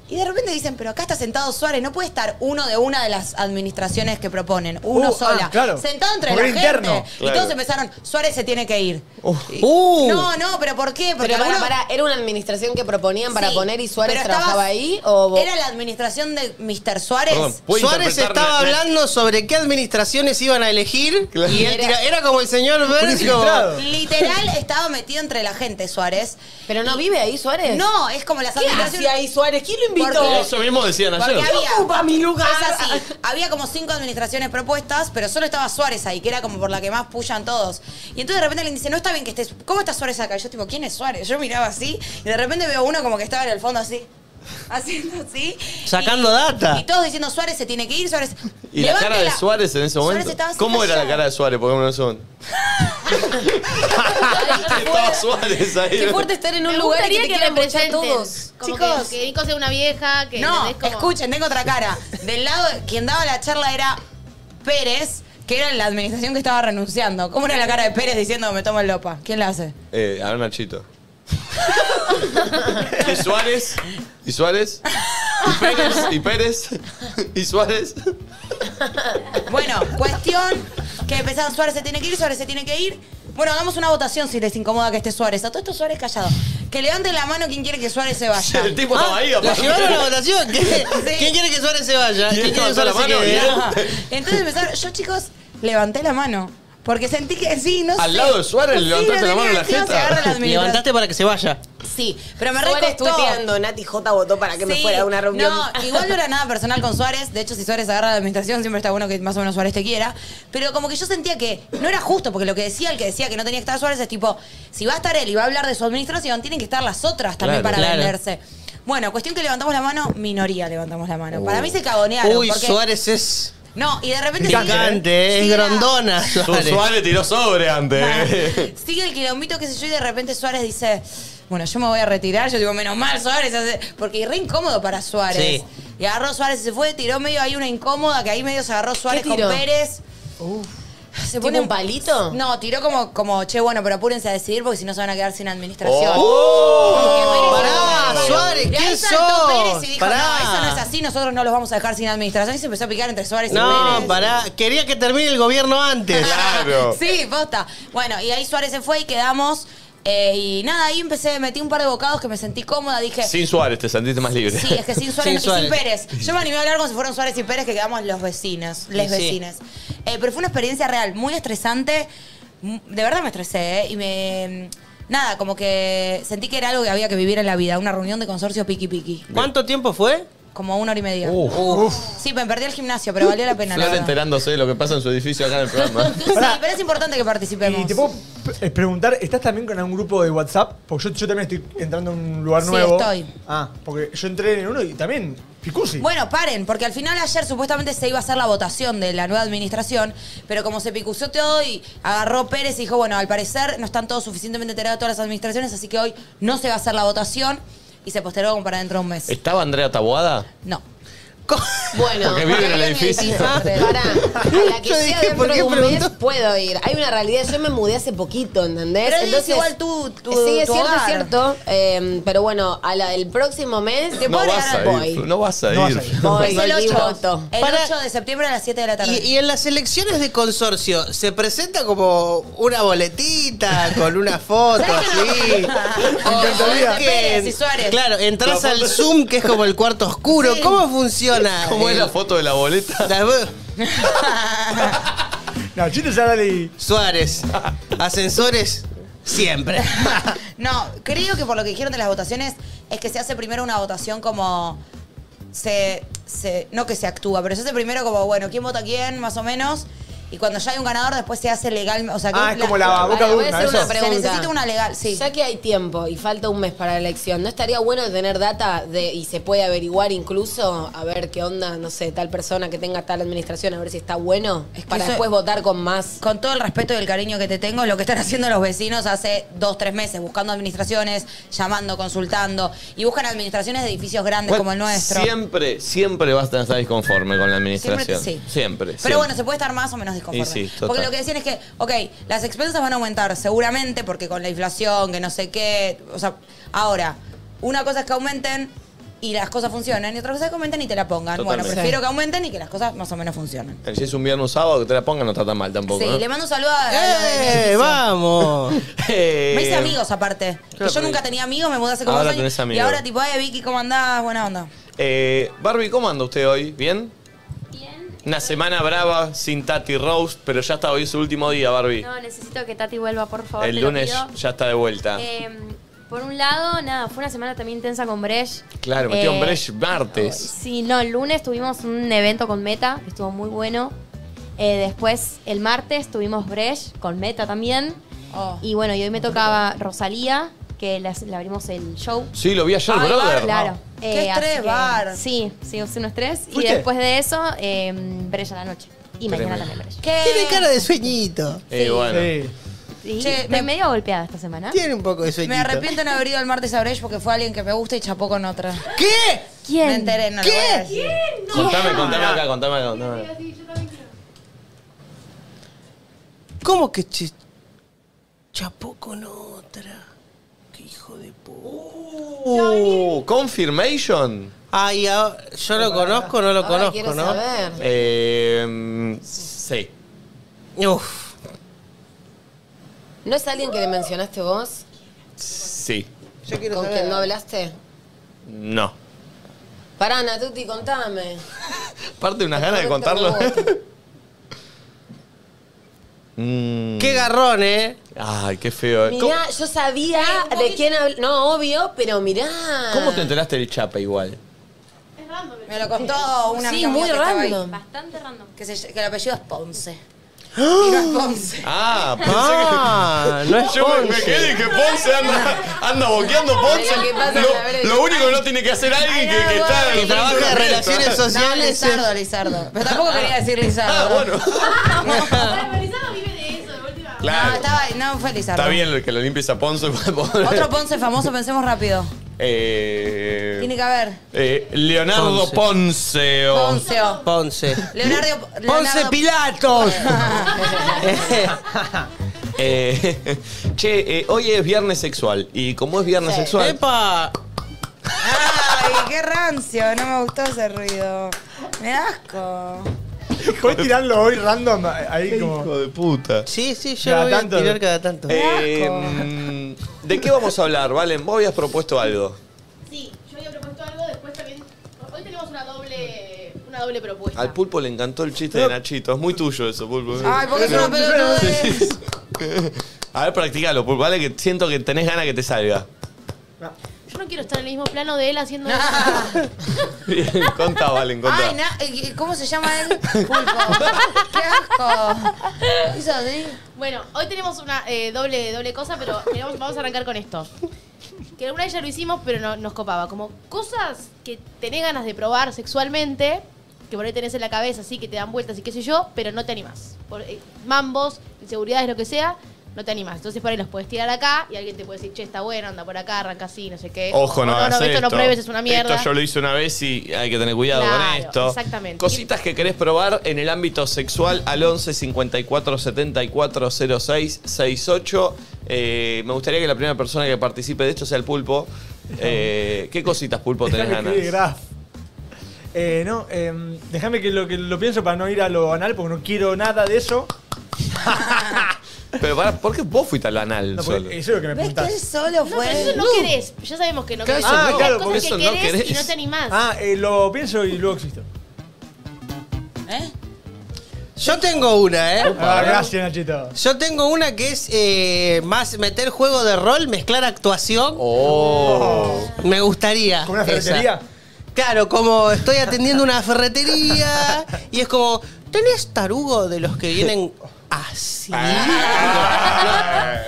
[SPEAKER 2] Y de repente dicen, pero acá está sentado Suárez, no puede estar uno de una de las administraciones que proponen, uno
[SPEAKER 5] Uh, ah,
[SPEAKER 2] sola.
[SPEAKER 5] claro.
[SPEAKER 2] Sentado entre
[SPEAKER 5] Porque
[SPEAKER 2] la
[SPEAKER 5] era interno.
[SPEAKER 2] gente. Y
[SPEAKER 1] Claro.
[SPEAKER 2] todos empezaron, Suárez se tiene que ir. Y-
[SPEAKER 3] Uh.
[SPEAKER 2] No, no, pero ¿por qué? Porque
[SPEAKER 4] Pero para,
[SPEAKER 2] uno-
[SPEAKER 4] para, ¿era una administración que proponían para
[SPEAKER 2] Sí,
[SPEAKER 4] poner y Suárez
[SPEAKER 2] pero
[SPEAKER 4] trabajaba
[SPEAKER 2] estabas-
[SPEAKER 4] ahí? O vos-
[SPEAKER 2] ¿Era la administración de Mr. Suárez?
[SPEAKER 1] Perdón, ¿puedo
[SPEAKER 3] Suárez
[SPEAKER 1] interpretar
[SPEAKER 3] estaba
[SPEAKER 1] la- la-
[SPEAKER 3] hablando sobre qué administraciones iban a elegir
[SPEAKER 1] Claro.
[SPEAKER 3] y él tira- era como el señor Vértigo.
[SPEAKER 5] infiltrado.
[SPEAKER 2] Literal estaba metido entre la gente Suárez.
[SPEAKER 4] ¿Pero no vive ahí Suárez?
[SPEAKER 2] No, es como las
[SPEAKER 4] ¿Qué hacía ahí Suárez? ¿Quién lo invitó?
[SPEAKER 2] Porque-
[SPEAKER 1] Eso mismo decían
[SPEAKER 2] Porque
[SPEAKER 1] ayer.
[SPEAKER 2] había,
[SPEAKER 4] ocupa mi lugar?
[SPEAKER 2] Es así.
[SPEAKER 4] ah,
[SPEAKER 2] Había como cinco administraciones propuestas, pero solo estaba Suárez ahí, que era como por la que más puyan todos. Y entonces de repente alguien dice, no está bien que estés. ¿Cómo está Suárez acá? Y yo tipo, ¿quién es Suárez? Yo miraba así y de repente veo uno como que estaba en el fondo así. Haciendo así.
[SPEAKER 3] Sacando
[SPEAKER 2] Y-
[SPEAKER 3] data.
[SPEAKER 2] Y todos diciendo Suárez se tiene que ir, Suárez.
[SPEAKER 1] ¿Y la cara de
[SPEAKER 2] Levántela.
[SPEAKER 1] Suárez en ese
[SPEAKER 2] Suárez
[SPEAKER 1] momento?
[SPEAKER 2] estaba así
[SPEAKER 1] ¿Cómo era la
[SPEAKER 2] callado.
[SPEAKER 1] cara de Suárez? Porque no son. estaba Suárez ahí.
[SPEAKER 4] Qué fuerte estar en un
[SPEAKER 6] Me
[SPEAKER 4] lugar y que
[SPEAKER 6] gustaría
[SPEAKER 4] te
[SPEAKER 6] que
[SPEAKER 4] quieran bochar
[SPEAKER 6] representen.
[SPEAKER 4] todos.
[SPEAKER 6] Como
[SPEAKER 2] Chicos.
[SPEAKER 6] que, que Nico sea una vieja, que
[SPEAKER 2] No,
[SPEAKER 6] ¿entendés? Como-
[SPEAKER 2] escuchen, tengo otra cara. Del lado, quien daba la charla era Pérez, que era la administración que estaba renunciando. ¿Cómo era la cara de Pérez diciendo me tomo el lopa? ¿Quién la hace?
[SPEAKER 1] Eh, a ver, Nachito. ¿Y Suárez? ¿Y Suárez? ¿Y Pérez? ¿Y Pérez? ¿Y Suárez?
[SPEAKER 2] Bueno, cuestión que empezaron Suárez se tiene que ir, Suárez se tiene que ir. Bueno, hagamos una votación si les incomoda que esté Suárez. A todo esto Suárez callado. Que levante la mano quien quiere que Suárez se vaya.
[SPEAKER 1] El tipo estaba ahí,
[SPEAKER 3] Ah, ¿La
[SPEAKER 1] aparte.
[SPEAKER 3] llevaron a la votación? ¿Qué-
[SPEAKER 2] Sí.
[SPEAKER 3] ¿Quién quiere que Suárez se vaya?
[SPEAKER 1] Y él
[SPEAKER 3] ¿Quién quiere que
[SPEAKER 1] levantó la
[SPEAKER 3] Suárez se
[SPEAKER 1] mano y
[SPEAKER 3] quede?
[SPEAKER 1] él-
[SPEAKER 2] Entonces empezaron, yo chicos, levanté la mano. Porque sentí que sí, no
[SPEAKER 1] Al
[SPEAKER 2] sé.
[SPEAKER 1] lado de Suárez,
[SPEAKER 2] Sí,
[SPEAKER 1] levantaste
[SPEAKER 2] lo
[SPEAKER 1] la mano en la
[SPEAKER 2] tenía, encima se
[SPEAKER 1] jeta.
[SPEAKER 2] agarra la administración.
[SPEAKER 3] Levantaste para que se vaya.
[SPEAKER 2] Sí, pero me
[SPEAKER 4] Suárez
[SPEAKER 2] recostó.
[SPEAKER 4] tuiteando, Nati J votó para que me
[SPEAKER 2] Sí.
[SPEAKER 4] fuera a una reunión.
[SPEAKER 2] No, igual no era nada personal con Suárez. De hecho, si Suárez agarra la administración, siempre está bueno que más o menos Suárez te quiera. Pero como que yo sentía que no era justo, porque lo que decía el que decía que no tenía que estar Suárez es tipo, si va a estar él y va a hablar de su administración, tienen que estar las otras también
[SPEAKER 1] Claro,
[SPEAKER 2] para
[SPEAKER 3] claro.
[SPEAKER 2] venderse. Bueno, cuestión que levantamos la mano, minoría levantamos la mano. Para mí se cagonearon.
[SPEAKER 3] Uh. Uy,
[SPEAKER 2] porque
[SPEAKER 3] Suárez es...
[SPEAKER 2] No, y de repente sigue-
[SPEAKER 3] Picante, es
[SPEAKER 2] sigue la-
[SPEAKER 3] grandona.
[SPEAKER 1] Su-
[SPEAKER 3] Suárez.
[SPEAKER 1] Suárez tiró sobre antes. eh.
[SPEAKER 2] Sigue el quilombito, qué sé yo, y de repente Suárez dice, bueno, yo me voy a retirar. Yo digo, menos mal Suárez, hace- porque es re incómodo para Suárez.
[SPEAKER 3] Sí.
[SPEAKER 2] Y agarró Suárez y se fue, tiró medio ahí una incómoda, que ahí medio se agarró Suárez con
[SPEAKER 4] tiró?
[SPEAKER 2] Pérez. ¿Se
[SPEAKER 4] ¿Tipo un
[SPEAKER 2] palito? No, tiró como, como, che, bueno, pero apúrense a decidir porque si no se van a quedar sin administración.
[SPEAKER 3] ¡Oh!
[SPEAKER 2] Porque Pérez-
[SPEAKER 3] Pará, Suárez,
[SPEAKER 2] Y ahí
[SPEAKER 3] ¿quién
[SPEAKER 2] saltó
[SPEAKER 3] sos?
[SPEAKER 2] Pérez y dijo,
[SPEAKER 3] Pará.
[SPEAKER 2] no, eso no es así, nosotros no los vamos a dejar sin administración. Y se empezó a picar entre Suárez y Pérez.
[SPEAKER 3] No, pará. Quería que termine el gobierno antes.
[SPEAKER 1] Claro.
[SPEAKER 2] Sí, posta. Bueno, y ahí Suárez se fue y quedamos. eh, y nada, ahí empecé, metí un par de bocados que me sentí cómoda. Dije,
[SPEAKER 1] Sin Suárez te sentiste más libre.
[SPEAKER 2] sí, es que sin Suárez,
[SPEAKER 1] Sin
[SPEAKER 2] y
[SPEAKER 1] Suárez.
[SPEAKER 2] sin Pérez. Yo me animé a hablar como si fueran Suárez y Pérez, que quedamos los vecinos, les
[SPEAKER 4] Sí.
[SPEAKER 2] vecines. Eh, pero fue una experiencia real, muy estresante. M- De verdad me estresé, ¿eh? Y me. Nada, como que sentí que era algo que había que vivir en la vida, una reunión de consorcio piqui piqui.
[SPEAKER 3] ¿Cuánto tiempo fue?
[SPEAKER 2] Como una hora y media.
[SPEAKER 1] Uf.
[SPEAKER 2] Sí, me perdí el gimnasio, pero valió la pena. la
[SPEAKER 1] Flor
[SPEAKER 2] verdad.
[SPEAKER 1] enterándose de lo que pasa en su edificio acá en el programa.
[SPEAKER 2] Sí, pero es importante que participemos.
[SPEAKER 5] Y te puedo p- eh, preguntar, ¿estás también con algún grupo de WhatsApp? Porque yo, yo también estoy entrando en un lugar
[SPEAKER 2] Sí,
[SPEAKER 5] nuevo.
[SPEAKER 2] estoy.
[SPEAKER 5] Ah, porque yo entré en uno y también, Picusi.
[SPEAKER 2] Bueno, paren, porque al final ayer supuestamente se iba a hacer la votación de la nueva administración, pero como se picució todo y agarró Pérez y dijo, bueno, al parecer no están todos suficientemente enterados todas las administraciones, así que hoy no se va a hacer la votación y se postergó como para dentro de un mes.
[SPEAKER 1] ¿Estaba Andrea Taboada?
[SPEAKER 2] No.
[SPEAKER 4] Bueno,
[SPEAKER 1] Porque vive en el edificio.
[SPEAKER 4] Pará, a la que
[SPEAKER 2] Yo
[SPEAKER 4] sea
[SPEAKER 2] dije,
[SPEAKER 4] dentro
[SPEAKER 2] ¿por qué
[SPEAKER 4] de un mes
[SPEAKER 2] preguntó?
[SPEAKER 4] puedo ir. Hay una realidad, yo me mudé hace poquito, ¿entendés?
[SPEAKER 2] Pero dice igual tú- tu-
[SPEAKER 4] Sí, es
[SPEAKER 2] tu
[SPEAKER 4] cierto,
[SPEAKER 2] hogar.
[SPEAKER 4] es cierto. Eh, pero bueno, a la- el próximo mes...
[SPEAKER 1] No vas, a ir, no vas a ir.
[SPEAKER 5] No vas a ir.
[SPEAKER 4] Voy,
[SPEAKER 2] Es el
[SPEAKER 4] voy,
[SPEAKER 2] 8,
[SPEAKER 4] voto.
[SPEAKER 2] el
[SPEAKER 3] Para-
[SPEAKER 2] 8 de septiembre a las 7 de la tarde.
[SPEAKER 3] Y, y en las elecciones de consorcio, ¿se presenta como una boletita con una foto así?
[SPEAKER 2] encantaría. Pérez y Suárez.
[SPEAKER 3] Claro, entras
[SPEAKER 1] La
[SPEAKER 3] al
[SPEAKER 1] foto-
[SPEAKER 3] Zoom, que es como el cuarto oscuro.
[SPEAKER 2] Sí.
[SPEAKER 3] ¿Cómo funciona?
[SPEAKER 1] ¿Cómo es
[SPEAKER 3] Eh,
[SPEAKER 1] la foto de la boleta?
[SPEAKER 3] la-
[SPEAKER 5] No, chiste ya dale y-
[SPEAKER 3] Suárez, ascensores, siempre.
[SPEAKER 2] No, creo que por lo que dijeron de las votaciones es que se hace primero una votación como. Se, se- no que se actúa, pero se hace primero como, bueno, ¿quién vota a quién? Más o menos. Y cuando ya hay un ganador, después se hace legal. O sea, que
[SPEAKER 5] Ah, es como la boca de
[SPEAKER 4] voy a
[SPEAKER 5] urna,
[SPEAKER 4] hacer
[SPEAKER 5] eso.
[SPEAKER 4] una
[SPEAKER 2] Se
[SPEAKER 4] pregunta.
[SPEAKER 2] necesita una legal, sí.
[SPEAKER 4] Ya que hay tiempo y falta un mes para la elección, ¿no estaría bueno tener data de, y se puede averiguar incluso a ver qué onda, no sé, tal persona que tenga tal administración, a ver si está bueno?
[SPEAKER 2] Es que
[SPEAKER 4] para
[SPEAKER 2] eso-
[SPEAKER 4] después votar con más.
[SPEAKER 2] Con todo el respeto y el cariño que te tengo, lo que están haciendo los vecinos hace dos, tres meses, buscando administraciones, llamando, consultando, y buscan administraciones de edificios grandes
[SPEAKER 1] Bueno,
[SPEAKER 2] como el nuestro.
[SPEAKER 1] Siempre, siempre vas a estar disconforme con la administración.
[SPEAKER 2] Siempre, sí.
[SPEAKER 1] Siempre.
[SPEAKER 2] Pero
[SPEAKER 1] siempre.
[SPEAKER 2] bueno, se puede estar más o menos disconforme.
[SPEAKER 1] Y sí, total.
[SPEAKER 2] porque lo que decían es que, ok, las expensas van a aumentar seguramente porque con la inflación, que no sé qué. O sea, ahora, una cosa es que aumenten y las cosas funcionan, y otra cosa es que aumenten y te la pongan.
[SPEAKER 1] Totalmente.
[SPEAKER 2] Bueno, prefiero que aumenten y que las cosas más o menos funcionen.
[SPEAKER 1] Si es un viernes o un sábado, que te la pongan no está tan mal tampoco.
[SPEAKER 2] sí,
[SPEAKER 1] ¿no?
[SPEAKER 2] le mando un saludo a. a los de mi
[SPEAKER 3] ¡Eh,
[SPEAKER 2] edificio.
[SPEAKER 3] vamos!
[SPEAKER 1] Eh,
[SPEAKER 2] Me hice amigos aparte. que
[SPEAKER 1] claro,
[SPEAKER 2] yo
[SPEAKER 1] pero-
[SPEAKER 2] nunca tenía amigos, me mudé hace como
[SPEAKER 1] Ahora
[SPEAKER 2] dos años.
[SPEAKER 1] tenés amigos.
[SPEAKER 2] Y ahora, tipo, ay, Vicky, ¿cómo andás? Buena onda.
[SPEAKER 1] eh, Barbie, ¿cómo anda usted hoy? ¿Bien?
[SPEAKER 12] Bien.
[SPEAKER 1] Una semana brava sin Tati Rose, pero ya está hoy su último día, Barbie.
[SPEAKER 12] No, necesito que Tati vuelva, por favor.
[SPEAKER 1] El
[SPEAKER 12] te lo
[SPEAKER 1] lunes
[SPEAKER 12] pido.
[SPEAKER 1] ya está de vuelta.
[SPEAKER 12] Eh, por un lado, nada, fue una semana también intensa con Bresh.
[SPEAKER 1] claro, metió
[SPEAKER 12] Eh,
[SPEAKER 1] un break martes.
[SPEAKER 12] Sí, no, el lunes tuvimos un evento con Meta, que estuvo muy bueno. Eh, después, el martes, tuvimos Bresh con Meta también.
[SPEAKER 2] Oh.
[SPEAKER 12] Y bueno, y hoy me tocaba Rosalía, que las- le abrimos el show.
[SPEAKER 1] Sí, lo vi ayer,
[SPEAKER 12] Ay,
[SPEAKER 1] brother.
[SPEAKER 12] Claro. Eh,
[SPEAKER 2] Qué
[SPEAKER 12] así
[SPEAKER 2] estrés,
[SPEAKER 12] que-
[SPEAKER 2] Bar.
[SPEAKER 12] Sí, sí, es un estrés. Y
[SPEAKER 5] ¿Fuiste?
[SPEAKER 12] después de eso, eh, Bresh a la noche. Y mañana
[SPEAKER 1] Tremendo.
[SPEAKER 12] también Bresh.
[SPEAKER 3] Tiene
[SPEAKER 2] ¿Qué?
[SPEAKER 3] cara de sueñito.
[SPEAKER 1] Eh, bueno.
[SPEAKER 5] Sí.
[SPEAKER 12] Sí,
[SPEAKER 2] Che,
[SPEAKER 12] estoy
[SPEAKER 2] me-
[SPEAKER 12] medio golpeada esta semana.
[SPEAKER 3] Tiene un poco de sueñito.
[SPEAKER 2] Me arrepiento de no haber ido el martes a Brecht porque fue alguien que me gusta y chapó con otra.
[SPEAKER 3] ¿Qué?
[SPEAKER 12] ¿Quién?
[SPEAKER 2] Me enteré, no lo
[SPEAKER 3] ¿Qué?
[SPEAKER 2] voy a decir.
[SPEAKER 1] Contame, contame acá, contame acá, contame acá.
[SPEAKER 3] ¿Cómo que ch chapó con otra? ¡Qué hijo de puta!
[SPEAKER 1] Uh, confirmation.
[SPEAKER 3] Ay, ahora- yo lo conozco, no lo
[SPEAKER 4] Ahora
[SPEAKER 3] conozco,
[SPEAKER 4] quiero
[SPEAKER 3] ¿no?
[SPEAKER 4] saber.
[SPEAKER 1] Eh, sí.
[SPEAKER 3] Uf.
[SPEAKER 4] ¿No es alguien que le mencionaste vos?
[SPEAKER 1] Sí.
[SPEAKER 3] Yo quiero
[SPEAKER 4] ¿Con quien no hablaste?
[SPEAKER 1] No.
[SPEAKER 4] Pará, Natuti, contame.
[SPEAKER 1] Aparte, unas ganas de contarlo. Mm.
[SPEAKER 3] Qué garrón, ¿eh?
[SPEAKER 1] Ay, qué feo. eh. ¿Cómo,
[SPEAKER 4] Mirá, yo sabía de quién hablé. No, obvio, pero mirá.
[SPEAKER 1] cómo te enteraste del Chapa igual?
[SPEAKER 6] Es random.
[SPEAKER 2] Me lo contó una
[SPEAKER 4] Sí,
[SPEAKER 2] amiga mía
[SPEAKER 4] muy
[SPEAKER 2] que estaba ahí,
[SPEAKER 4] random.
[SPEAKER 12] Bastante random.
[SPEAKER 2] que, se- que el apellido es Ponce. Y no es Ponce.
[SPEAKER 1] Ah, pensé
[SPEAKER 3] Ah,
[SPEAKER 1] que.
[SPEAKER 3] no es
[SPEAKER 1] Yo me- me
[SPEAKER 3] Ponce.
[SPEAKER 1] quedé y dije, Ponce anda, anda boqueando Ponce.
[SPEAKER 2] Mira qué pasa, a ver,
[SPEAKER 1] Lo, lo único que no tiene que hacer alguien que, que está en el
[SPEAKER 3] trabaja
[SPEAKER 1] punto
[SPEAKER 3] de
[SPEAKER 1] meta.
[SPEAKER 3] relaciones
[SPEAKER 2] No, Lizardo, Lizardo. Pero tampoco quería decir Lizardo. Ah, bueno. No,
[SPEAKER 1] Claro.
[SPEAKER 2] estaba, no fue Lizardo.
[SPEAKER 1] Está bien que lo limpies a Ponce. pues,
[SPEAKER 2] Otro Ponce famoso, pensemos rápido.
[SPEAKER 1] Eh,
[SPEAKER 2] Tiene que haber.
[SPEAKER 1] eh, Leonardo Ponce. oh. o-
[SPEAKER 2] Ponceo.
[SPEAKER 3] Ponce.
[SPEAKER 2] oh. Leonardo.
[SPEAKER 3] Ponce
[SPEAKER 2] Leonardo-
[SPEAKER 3] Pilatos.
[SPEAKER 1] Eh, che, eh, hoy es viernes sexual. Y como es viernes sexual.
[SPEAKER 3] ¡Epa!
[SPEAKER 2] Ay, qué rancio. No me gustó ese ruido. Me da asco.
[SPEAKER 5] Puedes tirarlo hoy random ahí como.
[SPEAKER 1] Hijo de puta.
[SPEAKER 3] Sí, sí, yo lo
[SPEAKER 5] Cada
[SPEAKER 3] voy
[SPEAKER 5] tanto.
[SPEAKER 3] a tirar cada tanto.
[SPEAKER 1] Eh, mm, ¿De qué vamos a hablar, Valen? Vos habías propuesto algo.
[SPEAKER 6] Sí, yo había propuesto algo, después también. Hoy tenemos una doble, una doble propuesta.
[SPEAKER 1] Al pulpo le encantó el chiste de Nachito. Es muy tuyo eso, pulpo.
[SPEAKER 6] Ay, porque es una pelotudez.
[SPEAKER 1] A ver, practicalo, pulpo. Vale, que siento que tenés ganas que te salga.
[SPEAKER 6] Yo no quiero estar en el mismo plano de él haciendo.
[SPEAKER 1] Bien, contá, Valen, contá.
[SPEAKER 2] Ay, na- eh, ¿cómo se llama él? Pulpo. ¡Qué asco! Hizo así.
[SPEAKER 6] Bueno, hoy tenemos una eh, doble, doble cosa, pero queremos- vamos a arrancar con esto. Que alguna vez ya lo hicimos, pero no, nos copaba. Como cosas que tenés ganas de probar sexualmente, que por ahí tenés en la cabeza, así que te dan vueltas y qué sé yo, pero no te animás. Por, eh, mambos, inseguridades, lo que sea, no te animás. Entonces por ahí los puedes tirar acá y alguien te puede decir, che, está bueno, anda por acá, arranca así, no sé qué.
[SPEAKER 1] Ojo, no,
[SPEAKER 6] O,
[SPEAKER 1] hagas
[SPEAKER 6] no, esto
[SPEAKER 1] esto.
[SPEAKER 6] no pruebes, es una mierda.
[SPEAKER 1] Esto yo lo hice una vez y hay que tener cuidado con
[SPEAKER 6] Claro,
[SPEAKER 1] esto.
[SPEAKER 6] exactamente.
[SPEAKER 1] Cositas que querés probar en el ámbito sexual al 11 54 74 06 68. Eh, me gustaría que la primera persona que participe de esto sea el pulpo. Eh, ¿Qué cositas, pulpo, tenés
[SPEAKER 5] Déjame
[SPEAKER 1] ganas?
[SPEAKER 5] escribir graf. Eh, no, em, déjame que lo, que lo pienso para no ir a lo anal, porque no quiero nada de eso.
[SPEAKER 1] Pero pará, ¿por qué vos fuiste al anal
[SPEAKER 5] No, porque
[SPEAKER 1] solo?
[SPEAKER 5] eso es lo que me
[SPEAKER 2] ¿Ves que él
[SPEAKER 5] preguntás.
[SPEAKER 2] solo
[SPEAKER 6] No,
[SPEAKER 2] fue?
[SPEAKER 6] pero eso no
[SPEAKER 2] No.
[SPEAKER 6] querés. Ya sabemos que no
[SPEAKER 1] Claro,
[SPEAKER 6] querés.
[SPEAKER 1] eso
[SPEAKER 6] Hay
[SPEAKER 1] no,
[SPEAKER 6] cosas
[SPEAKER 1] porque
[SPEAKER 6] que
[SPEAKER 1] eso no
[SPEAKER 6] querés, y
[SPEAKER 1] querés.
[SPEAKER 6] no te animás.
[SPEAKER 5] Ah, eh, lo pienso y luego existo.
[SPEAKER 2] ¿Eh?
[SPEAKER 3] Yo tengo una, ¿eh?
[SPEAKER 5] Ah, gracias, Nachito.
[SPEAKER 3] Yo tengo una que es eh, más meter juego de rol, mezclar actuación.
[SPEAKER 1] Oh.
[SPEAKER 3] Me gustaría.
[SPEAKER 5] ¿Con una
[SPEAKER 3] esa.
[SPEAKER 5] ferretería?
[SPEAKER 3] Claro, como estoy atendiendo una ferretería y es como, ¿tenés tarugo de los que vienen así?
[SPEAKER 1] Ah.
[SPEAKER 5] Ah.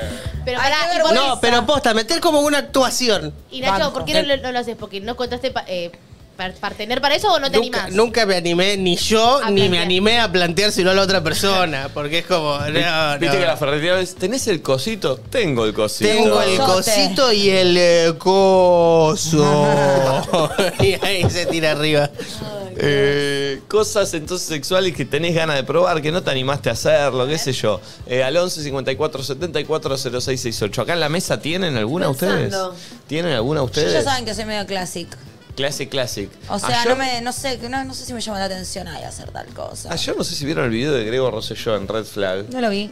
[SPEAKER 6] Pero pará, y por-
[SPEAKER 3] no, pero posta, meter como una actuación.
[SPEAKER 6] Y Nacho,
[SPEAKER 3] Banco.
[SPEAKER 6] ¿por qué no lo, no lo haces? ¿Porque no contaste pa- eh, par- partener para eso o no te
[SPEAKER 3] Nunca,
[SPEAKER 6] animás?
[SPEAKER 3] nunca me animé, ni yo,
[SPEAKER 6] A
[SPEAKER 3] ni me
[SPEAKER 6] plantear.
[SPEAKER 3] animé a planteárselo a la otra persona, porque es como, no,
[SPEAKER 1] Vi- Viste
[SPEAKER 3] no.
[SPEAKER 1] que la ferretería es, ¿tenés el cosito? Tengo el cosito.
[SPEAKER 3] Tengo el
[SPEAKER 2] Cosote.
[SPEAKER 3] cosito y el eh, coso. y ahí se tira arriba.
[SPEAKER 1] Eh, cosas entonces sexuales que tenés ganas de probar, que no te animaste a hacerlo, qué sé yo. Eh, al 11 54 74 06 68. ¿Acá en la mesa tienen alguna ustedes?
[SPEAKER 2] Pensando.
[SPEAKER 1] ¿Tienen alguna
[SPEAKER 2] Yo ya
[SPEAKER 1] ustedes?
[SPEAKER 2] saben que soy medio classic.
[SPEAKER 1] Classic, classic.
[SPEAKER 2] O sea,
[SPEAKER 1] ayer,
[SPEAKER 2] no, me, no, sé, no, no sé si me llama la atención ay, hacer tal cosa.
[SPEAKER 1] ayer no sé si vieron el video de Grego Rosselló en Red Flag.
[SPEAKER 2] No lo vi.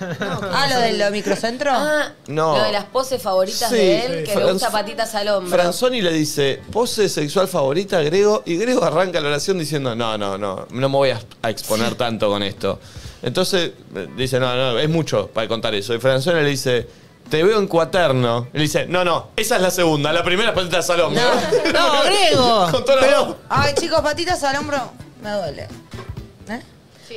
[SPEAKER 2] ah, lo del lo microcentro.
[SPEAKER 4] Ah,
[SPEAKER 1] No.
[SPEAKER 4] Lo de las poses favoritas
[SPEAKER 1] Sí,
[SPEAKER 4] de él,
[SPEAKER 1] sí.
[SPEAKER 4] que le gusta
[SPEAKER 1] Franz-
[SPEAKER 4] patitas al hombro.
[SPEAKER 1] Franzoni le dice, pose sexual favorita, Grego, y Grego arranca la oración diciendo, no, no, no, no me voy a, a exponer tanto con esto. Entonces eh, dice, no, no, es mucho para contar eso. Y Franzoni le dice, te veo en cuaterno. Y le dice, no, no, esa es la segunda, la primera es patita salón.
[SPEAKER 2] No.
[SPEAKER 3] No, Grego.
[SPEAKER 1] con todas las dos.
[SPEAKER 2] Ay, chicos, patitas al hombro. Me duele. ¿Eh?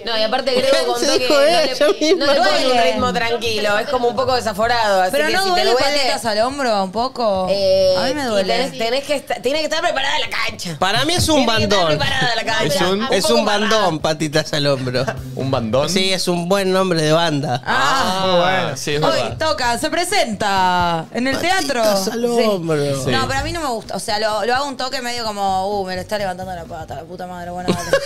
[SPEAKER 4] No, y aparte Grego
[SPEAKER 3] Se
[SPEAKER 4] contó que
[SPEAKER 3] dijo
[SPEAKER 4] no
[SPEAKER 3] ella
[SPEAKER 4] le, no
[SPEAKER 3] misma.
[SPEAKER 4] le pone un
[SPEAKER 2] Duele.
[SPEAKER 4] ritmo tranquilo, es como un poco desaforado. Así
[SPEAKER 2] Pero
[SPEAKER 4] que
[SPEAKER 2] no
[SPEAKER 4] si te
[SPEAKER 2] duele
[SPEAKER 4] duele,
[SPEAKER 2] patitas al hombro un poco.
[SPEAKER 4] eh,
[SPEAKER 2] a mí me
[SPEAKER 4] y
[SPEAKER 2] duele.
[SPEAKER 4] Tenés, tenés que estar, tenés que estar preparada la cancha.
[SPEAKER 3] Para mí es un
[SPEAKER 4] Tiene que estar
[SPEAKER 3] bandón.
[SPEAKER 4] preparada la cancha.
[SPEAKER 1] Es un-
[SPEAKER 3] Es
[SPEAKER 4] poco
[SPEAKER 3] un
[SPEAKER 4] amarrada.
[SPEAKER 3] bandón, patitas al hombro.
[SPEAKER 1] Un bandón.
[SPEAKER 3] Sí, es un buen nombre de banda.
[SPEAKER 2] Ah,
[SPEAKER 1] bueno. Sí, es
[SPEAKER 2] hoy
[SPEAKER 1] verdad.
[SPEAKER 2] toca, se presenta en el teatro.
[SPEAKER 3] Patitas al
[SPEAKER 2] Sí.
[SPEAKER 3] hombro.
[SPEAKER 1] Sí.
[SPEAKER 2] No, pero a mí no me gusta. O sea, lo, lo hago un toque medio como, uh, me lo está levantando la pata, la puta madre, bueno, dale.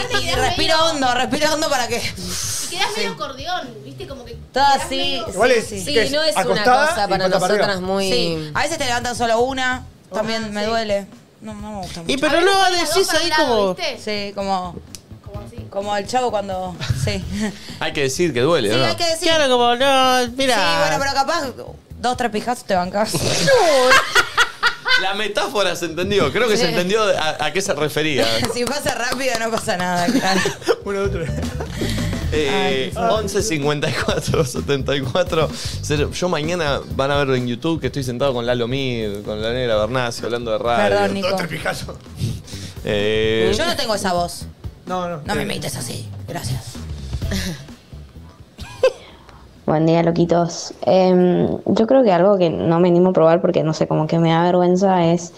[SPEAKER 6] Aparte
[SPEAKER 2] y, y
[SPEAKER 6] quedás
[SPEAKER 2] respiro
[SPEAKER 6] medio-
[SPEAKER 2] hondo, respiro hondo para que.
[SPEAKER 6] Y quedás medio acordeón, ¿viste? Como que.
[SPEAKER 2] Todo
[SPEAKER 6] quedás
[SPEAKER 2] así.
[SPEAKER 6] medio-
[SPEAKER 5] Igual es,
[SPEAKER 4] Sí,
[SPEAKER 5] ¿qué es?
[SPEAKER 4] no es
[SPEAKER 5] Acostada
[SPEAKER 4] una cosa
[SPEAKER 5] y
[SPEAKER 4] para
[SPEAKER 5] cuenta arriba.
[SPEAKER 4] nosotras muy.
[SPEAKER 2] Sí, a veces te levantan solo una, también me duele. No, no me gusta
[SPEAKER 3] Y
[SPEAKER 2] mucho.
[SPEAKER 3] pero
[SPEAKER 6] Abrís
[SPEAKER 3] no
[SPEAKER 6] las dos
[SPEAKER 3] decís
[SPEAKER 6] para
[SPEAKER 3] ahí
[SPEAKER 6] un lado,
[SPEAKER 3] como.
[SPEAKER 6] ¿viste?
[SPEAKER 2] Sí, como,
[SPEAKER 6] Como así.
[SPEAKER 2] como el chavo cuando. Sí.
[SPEAKER 1] Hay que decir que duele,
[SPEAKER 2] Sí,
[SPEAKER 1] ¿no?
[SPEAKER 2] hay que decir.
[SPEAKER 3] Claro, como, no,
[SPEAKER 2] Sí, bueno,
[SPEAKER 3] mira.
[SPEAKER 2] pero capaz dos, tres pijazos te bancas.
[SPEAKER 1] La metáfora se entendió, creo que se entendió a, a qué se refería.
[SPEAKER 2] si pasa rápido no pasa nada, claro.
[SPEAKER 5] Uno de otro.
[SPEAKER 1] Eh, 11 54 74 cero. Yo mañana van a ver en YouTube que estoy sentado con Lalo Mir, con la negra Bernassi, hablando de radio.
[SPEAKER 2] Perdón, Nico.
[SPEAKER 5] Otro pijazo.
[SPEAKER 1] Eh,
[SPEAKER 2] Yo no tengo esa voz.
[SPEAKER 5] No, no.
[SPEAKER 2] No me
[SPEAKER 5] eh,
[SPEAKER 2] imites así. Gracias.
[SPEAKER 14] Buen día, loquitos. Em, yo creo que algo que no me animo a probar porque no sé, como que me da vergüenza es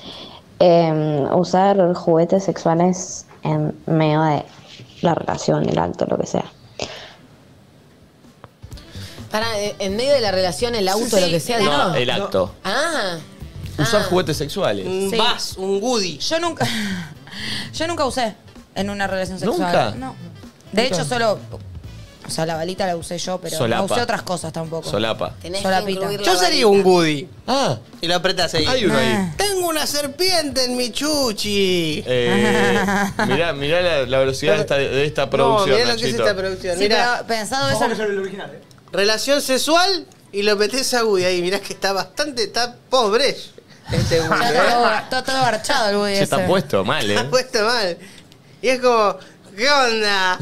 [SPEAKER 14] em, usar juguetes sexuales en medio de la relación, el acto, lo que sea.
[SPEAKER 4] Para, eh, en medio de la relación, el auto, lo que sea,
[SPEAKER 1] No,
[SPEAKER 4] ¿no?
[SPEAKER 1] el acto.
[SPEAKER 4] Ah,
[SPEAKER 1] Usar juguetes sexuales.
[SPEAKER 2] vas, un Woody. Yo nunca. Yo nunca usé en una relación
[SPEAKER 1] ¿Nunca?
[SPEAKER 2] sexual. No. De
[SPEAKER 1] Nunca.
[SPEAKER 2] hecho, solo. O sea, la balita la usé yo, pero
[SPEAKER 1] Solapa.
[SPEAKER 2] no usé otras cosas tampoco.
[SPEAKER 1] Solapa. Tenés
[SPEAKER 3] que
[SPEAKER 2] Solapita.
[SPEAKER 3] Yo sería un Woody.
[SPEAKER 1] Ah.
[SPEAKER 3] Y lo apretás ahí.
[SPEAKER 1] Hay uno ahí. Ah.
[SPEAKER 3] Tengo una serpiente en mi chuchi.
[SPEAKER 1] Eh, mirá, mirá la, la velocidad de esta, de esta producción.
[SPEAKER 3] mirá lo que es
[SPEAKER 1] Nachito.
[SPEAKER 3] esta producción.
[SPEAKER 2] Sí,
[SPEAKER 3] Mirá.
[SPEAKER 2] pero pensado eso.
[SPEAKER 3] Relación sexual y lo metés a Woody ahí. Mirá que está bastante, está pobre. Este Woody.
[SPEAKER 2] Ya está todo- está todo garchado el Woody
[SPEAKER 1] Se
[SPEAKER 2] ese.
[SPEAKER 1] está puesto mal, ¿eh?
[SPEAKER 3] Está puesto mal. Y es como, ¿qué onda?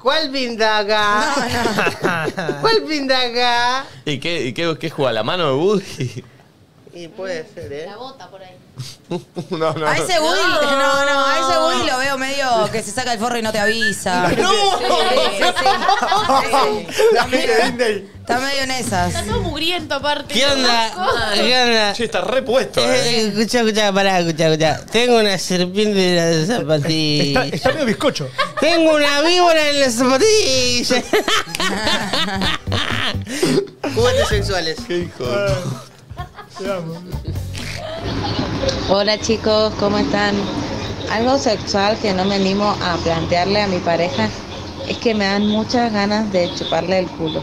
[SPEAKER 3] ¿Cuál pinta acá? ¿Cuál pinta acá?
[SPEAKER 1] ¿Y qué, y qué, qué juega? ¿La mano de Woody?
[SPEAKER 3] Y puede ser, ¿eh? La
[SPEAKER 6] bota por ahí.
[SPEAKER 1] no, no.
[SPEAKER 2] A ese Woody, no, no, a ese Woody lo veo medio que se saca el forro y no te avisa.
[SPEAKER 7] No.
[SPEAKER 2] Está medio en esas.
[SPEAKER 6] Está todo mugriento aparte.
[SPEAKER 3] ¿Qué onda?
[SPEAKER 6] Asco.
[SPEAKER 3] ¿Qué onda?
[SPEAKER 1] Sí, está repuesto,
[SPEAKER 3] Eh, escuchá, escuchá, pará, escuchá, escuchá. Tengo una serpiente en la zapatilla.
[SPEAKER 15] Está medio bizcocho.
[SPEAKER 3] Tengo una víbora en la zapatilla. Juguetes sexuales.
[SPEAKER 1] Qué hijo.
[SPEAKER 16] Hola chicos, ¿cómo están? Algo sexual que no me animo a plantearle a mi pareja es que me dan muchas ganas de chuparle el culo.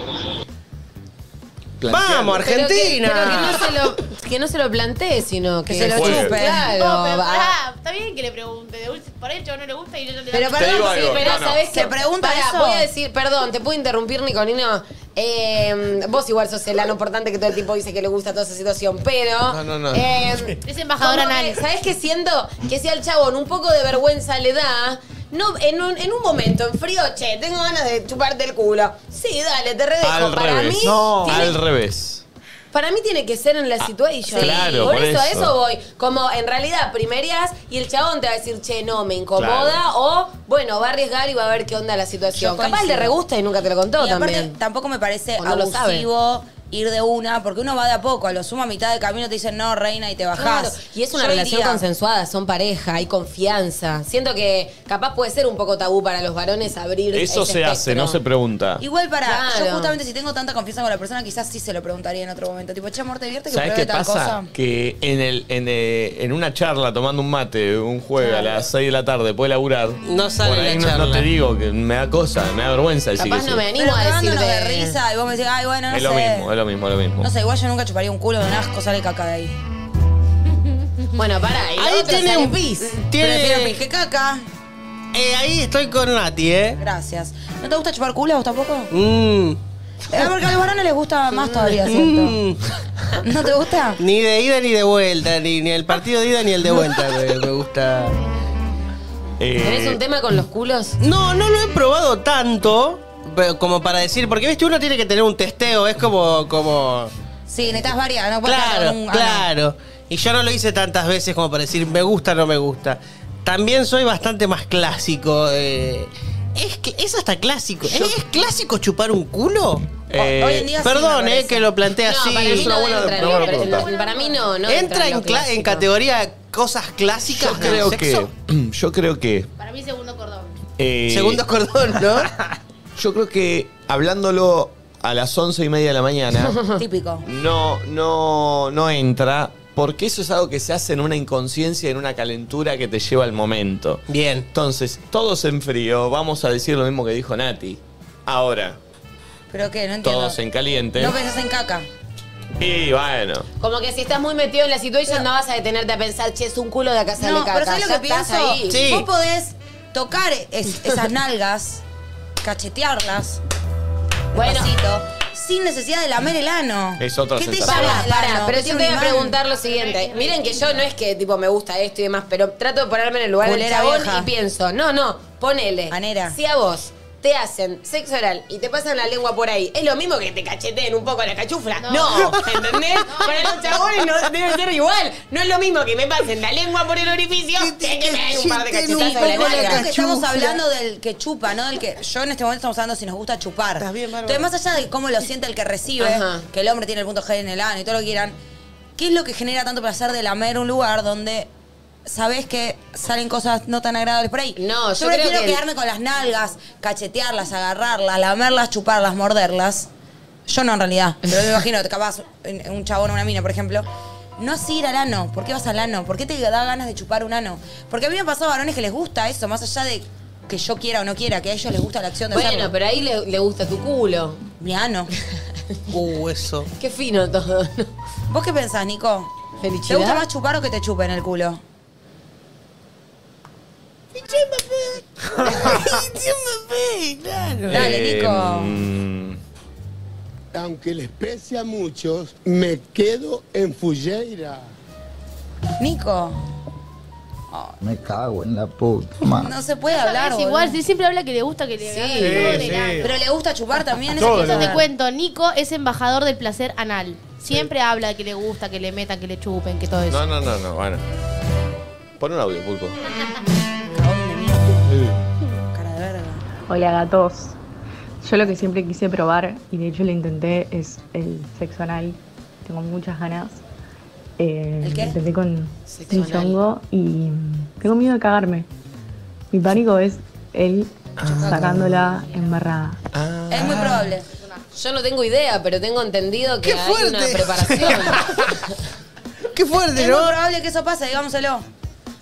[SPEAKER 3] ¡Vamos,
[SPEAKER 4] Pero que-
[SPEAKER 3] Argentina!
[SPEAKER 4] Pero que, no se lo, que no se lo plantee, sino que,
[SPEAKER 1] se lo Juegue. chupe.
[SPEAKER 4] Claro,
[SPEAKER 6] No, pero
[SPEAKER 4] va.
[SPEAKER 6] pará, está bien que le pregunte. De última- por ahí el chavo no le gusta y yo no le
[SPEAKER 4] Pero
[SPEAKER 6] da-
[SPEAKER 4] perdón,
[SPEAKER 1] digo
[SPEAKER 4] sí,
[SPEAKER 1] algo,
[SPEAKER 4] pero
[SPEAKER 1] no, no.
[SPEAKER 4] sabes que
[SPEAKER 2] Se pregunta eso.
[SPEAKER 4] Voy a decir, perdón, te puedo interrumpir, Nicolino. Eh, vos igual sos el ano importante que todo el tiempo dice que le gusta toda esa situación, pero. eh,
[SPEAKER 1] No, no, no.
[SPEAKER 6] Es embajador anal.
[SPEAKER 4] ¿Sabes qué siento? Que si al chabón un poco de vergüenza le da. No, en un, en un momento, en frío, che, tengo ganas de chuparte el culo. Sí, dale, te redejo.
[SPEAKER 1] Al
[SPEAKER 4] para
[SPEAKER 1] revés.
[SPEAKER 4] mí. tiene-
[SPEAKER 1] Al revés.
[SPEAKER 4] para mí tiene que ser en la situación.
[SPEAKER 1] Ah, claro,
[SPEAKER 4] por,
[SPEAKER 1] por
[SPEAKER 4] eso, a
[SPEAKER 1] eso.
[SPEAKER 4] eso voy. Como en realidad primerías y el chabón te va a decir, che, no, me incomoda.
[SPEAKER 2] Claro.
[SPEAKER 4] O, bueno, va a arriesgar y va a ver qué onda la situación.
[SPEAKER 2] Yo
[SPEAKER 4] Capaz le
[SPEAKER 2] coincido.
[SPEAKER 4] re gusta y nunca te lo contó
[SPEAKER 2] Y aparte,
[SPEAKER 4] también.
[SPEAKER 2] tampoco me parece
[SPEAKER 4] O no lo sabe.
[SPEAKER 2] abusivo ir de una, porque uno va de a poco, a lo sumo a mitad de camino te dicen no, reina, y te bajás.
[SPEAKER 4] Claro, Y es una
[SPEAKER 2] Yo
[SPEAKER 4] relación
[SPEAKER 2] iría.
[SPEAKER 4] consensuada, son pareja, hay confianza. Siento que capaz puede ser un poco tabú para los varones abrir
[SPEAKER 1] Eso
[SPEAKER 4] ese
[SPEAKER 1] se hace,
[SPEAKER 4] espectro.
[SPEAKER 1] no se pregunta.
[SPEAKER 2] Igual para, yo
[SPEAKER 4] Claro.
[SPEAKER 2] justamente si tengo tanta confianza con la persona, quizás sí se lo preguntaría en otro momento. Tipo, che, amor, ¿te divierte que
[SPEAKER 1] ¿Sabes
[SPEAKER 2] pruebe
[SPEAKER 1] qué
[SPEAKER 2] tal
[SPEAKER 1] pasa?
[SPEAKER 2] cosa?
[SPEAKER 1] Que en, el, en, eh, en una charla tomando un mate, un jueves a las 6 de la tarde, puede laburar.
[SPEAKER 3] No sale
[SPEAKER 1] Por ahí
[SPEAKER 3] la
[SPEAKER 1] no-
[SPEAKER 3] charla.
[SPEAKER 1] No te digo, que me da cosa, me da vergüenza decir
[SPEAKER 4] Capaz
[SPEAKER 1] que
[SPEAKER 4] no
[SPEAKER 1] sí.
[SPEAKER 4] me animo
[SPEAKER 2] Pero
[SPEAKER 4] a
[SPEAKER 2] cagándonos
[SPEAKER 4] decirte.
[SPEAKER 2] de risa y vos me decís, ay, bueno, no
[SPEAKER 1] Es
[SPEAKER 2] sé.
[SPEAKER 1] lo mismo, es lo mismo, es lo mismo.
[SPEAKER 2] No sé, igual yo nunca chuparía un culo de un asco, sale caca de ahí.
[SPEAKER 4] Bueno, pará, y la Ahí otra tiene sale un- pis.
[SPEAKER 3] tiene-
[SPEAKER 2] Prefiero pis que caca.
[SPEAKER 3] Eh, ahí estoy con Nati, ¿eh?
[SPEAKER 2] Gracias. ¿No te gusta chupar culo a vos tampoco?
[SPEAKER 3] Mmm.
[SPEAKER 2] Eh, porque a los varones les gusta más todavía, ¿cierto?
[SPEAKER 3] mm.
[SPEAKER 2] ¿No te gusta?
[SPEAKER 3] Ni de ida ni de vuelta, ni, ni el partido de ida ni el de vuelta me, me gusta.
[SPEAKER 1] Eh,
[SPEAKER 4] ¿Tenés un tema con los culos?
[SPEAKER 3] No, no lo he probado tanto pero como para decir, porque viste, uno tiene que tener un testeo, es como. como
[SPEAKER 2] Sí, necesitas variar, no puedes quedar
[SPEAKER 3] claro,
[SPEAKER 2] con un- ah, no.
[SPEAKER 3] claro. Y yo no lo hice tantas veces como para decir me gusta o no me gusta. También soy bastante más clásico. eh, es, cl- es hasta clásico. ¿Es, es clásico chupar un culo?
[SPEAKER 1] Eh, Hoy en día sí,
[SPEAKER 3] perdón,
[SPEAKER 1] me
[SPEAKER 3] eh,
[SPEAKER 1] parece.
[SPEAKER 3] que lo planteé
[SPEAKER 1] No,
[SPEAKER 3] así.
[SPEAKER 1] para mí Es una no buena- entra en una buena lo- pregunta.
[SPEAKER 4] Para mí no, no.
[SPEAKER 3] ¿Entra en,
[SPEAKER 4] lo
[SPEAKER 3] cla- en
[SPEAKER 4] clásico.
[SPEAKER 3] categoría cosas clásicas?
[SPEAKER 1] Yo creo que. Yo creo que.
[SPEAKER 6] Para mí segundo cordón.
[SPEAKER 1] eh,
[SPEAKER 3] Segundo cordón, ¿no?
[SPEAKER 1] Yo creo que hablándolo a las once y media de la mañana.
[SPEAKER 2] Típico.
[SPEAKER 1] no, no, no entra. Porque eso es algo que se hace en una inconsciencia, en una calentura que te lleva al momento.
[SPEAKER 3] Bien.
[SPEAKER 1] Entonces, todos en frío, vamos a decir lo mismo que dijo Nati. Ahora,
[SPEAKER 2] ¿Pero qué? No entiendo.
[SPEAKER 1] todos en caliente.
[SPEAKER 2] No pensás en caca.
[SPEAKER 1] Y bueno.
[SPEAKER 4] Como que si estás muy metido en la situación, no, vas a detenerte a pensar, che, es un culo de acá sale
[SPEAKER 2] No,
[SPEAKER 4] caca.
[SPEAKER 2] pero ¿sabes lo
[SPEAKER 4] Ya
[SPEAKER 2] que
[SPEAKER 4] estás
[SPEAKER 2] pienso?
[SPEAKER 4] ahí.
[SPEAKER 2] Vos podés tocar es- esas nalgas, cachetearlas, bueno. sin necesidad de lamer el ano.
[SPEAKER 1] Es otra
[SPEAKER 2] ¿Qué te
[SPEAKER 1] sensación.
[SPEAKER 2] lleva
[SPEAKER 4] Pará,
[SPEAKER 2] el
[SPEAKER 4] pará,
[SPEAKER 2] ano?
[SPEAKER 4] pero
[SPEAKER 2] ¿Qué
[SPEAKER 4] yo te
[SPEAKER 2] tiene
[SPEAKER 4] voy a
[SPEAKER 2] un imán?
[SPEAKER 4] preguntar lo siguiente. Miren que yo no es que tipo me gusta esto y demás, pero trato de ponerme en el lugar del
[SPEAKER 2] Culera
[SPEAKER 4] chabón
[SPEAKER 2] vieja.
[SPEAKER 4] y pienso, no, no, ponele. Si a vos te hacen sexo oral y te pasan la lengua por ahí, es lo mismo que te cacheteen un poco la cachufla. No, ¿entendés? Para los chabones no debe ser igual. No es lo mismo que me pasen la lengua por el orificio que que me den un par de
[SPEAKER 2] Sí,
[SPEAKER 4] cachetazos
[SPEAKER 2] pero
[SPEAKER 4] en la
[SPEAKER 2] igual creo
[SPEAKER 4] nalga.
[SPEAKER 2] que estamos hablando del que chupa, no del que. Yo en este momento estamos hablando si nos gusta chupar. Entonces, más allá de cómo lo siente el que recibe,
[SPEAKER 4] Ajá.
[SPEAKER 2] que el hombre tiene el punto G en el ano y todo lo que quieran, ¿qué es lo que genera tanto placer de lamer un lugar donde sabes que salen cosas no tan agradables por ahí? No,
[SPEAKER 4] yo creo
[SPEAKER 2] prefiero
[SPEAKER 4] que el-
[SPEAKER 2] quedarme con las nalgas, cachetearlas, agarrarlas, lamerlas, chuparlas, morderlas. Yo no, en realidad. Pero me imagino, capaz, un un chabón o una mina, por ejemplo. No así ir al ano. ¿Por qué vas al ano? ¿Por qué te da ganas de chupar un ano? Porque a mí me han pasado varones que les gusta eso, más allá de que yo quiera o no quiera, que a ellos les gusta la acción de
[SPEAKER 4] Bueno,
[SPEAKER 2] hacerlo.
[SPEAKER 4] pero ahí le, le gusta tu culo.
[SPEAKER 2] Mi ano.
[SPEAKER 3] Uh, eso.
[SPEAKER 4] Qué fino todo. ¿no?
[SPEAKER 2] ¿Vos qué pensás, Nico? ¿Te
[SPEAKER 4] Felicidad.
[SPEAKER 2] gusta más chupar o que te chupen el culo?
[SPEAKER 1] Eh,
[SPEAKER 15] Dale, Nico.
[SPEAKER 1] Em,
[SPEAKER 15] Aunque les pese a muchos, me quedo en Fulleira.
[SPEAKER 2] Nico.
[SPEAKER 17] Me cago en la puta madre.
[SPEAKER 2] No se puede
[SPEAKER 6] Ella
[SPEAKER 2] hablar,
[SPEAKER 6] es igual,
[SPEAKER 2] boludo.
[SPEAKER 6] si siempre habla que le gusta que le
[SPEAKER 2] Sí,
[SPEAKER 6] agarren el culo,
[SPEAKER 2] sí.
[SPEAKER 6] le agarren.
[SPEAKER 2] Pero le gusta chupar también, eso
[SPEAKER 6] Eso
[SPEAKER 2] Todo quiero le
[SPEAKER 6] te
[SPEAKER 2] gusta.
[SPEAKER 6] cuento, Nico es embajador del placer anal. Siempre habla de que le gusta, que le metan, que le chupen, que todo eso.
[SPEAKER 1] No, no, no, no, bueno. Pon un audio, pulpo.
[SPEAKER 18] Hola gatos. Yo lo que siempre quise probar, y de hecho lo intenté, es el sexo anal. Tengo muchas ganas. Eh,
[SPEAKER 2] ¿El qué?
[SPEAKER 18] lo Intenté con
[SPEAKER 2] Sexo
[SPEAKER 18] el
[SPEAKER 2] anal.
[SPEAKER 18] chongo y mm, tengo miedo de cagarme. Mi pánico es el
[SPEAKER 2] Ah.
[SPEAKER 18] sacándola embarrada.
[SPEAKER 2] Es muy probable.
[SPEAKER 4] Yo no tengo idea, pero tengo entendido que hay una preparación.
[SPEAKER 3] Qué fuerte,
[SPEAKER 2] Es
[SPEAKER 4] ¿no?
[SPEAKER 2] muy probable que eso pase, digámoselo.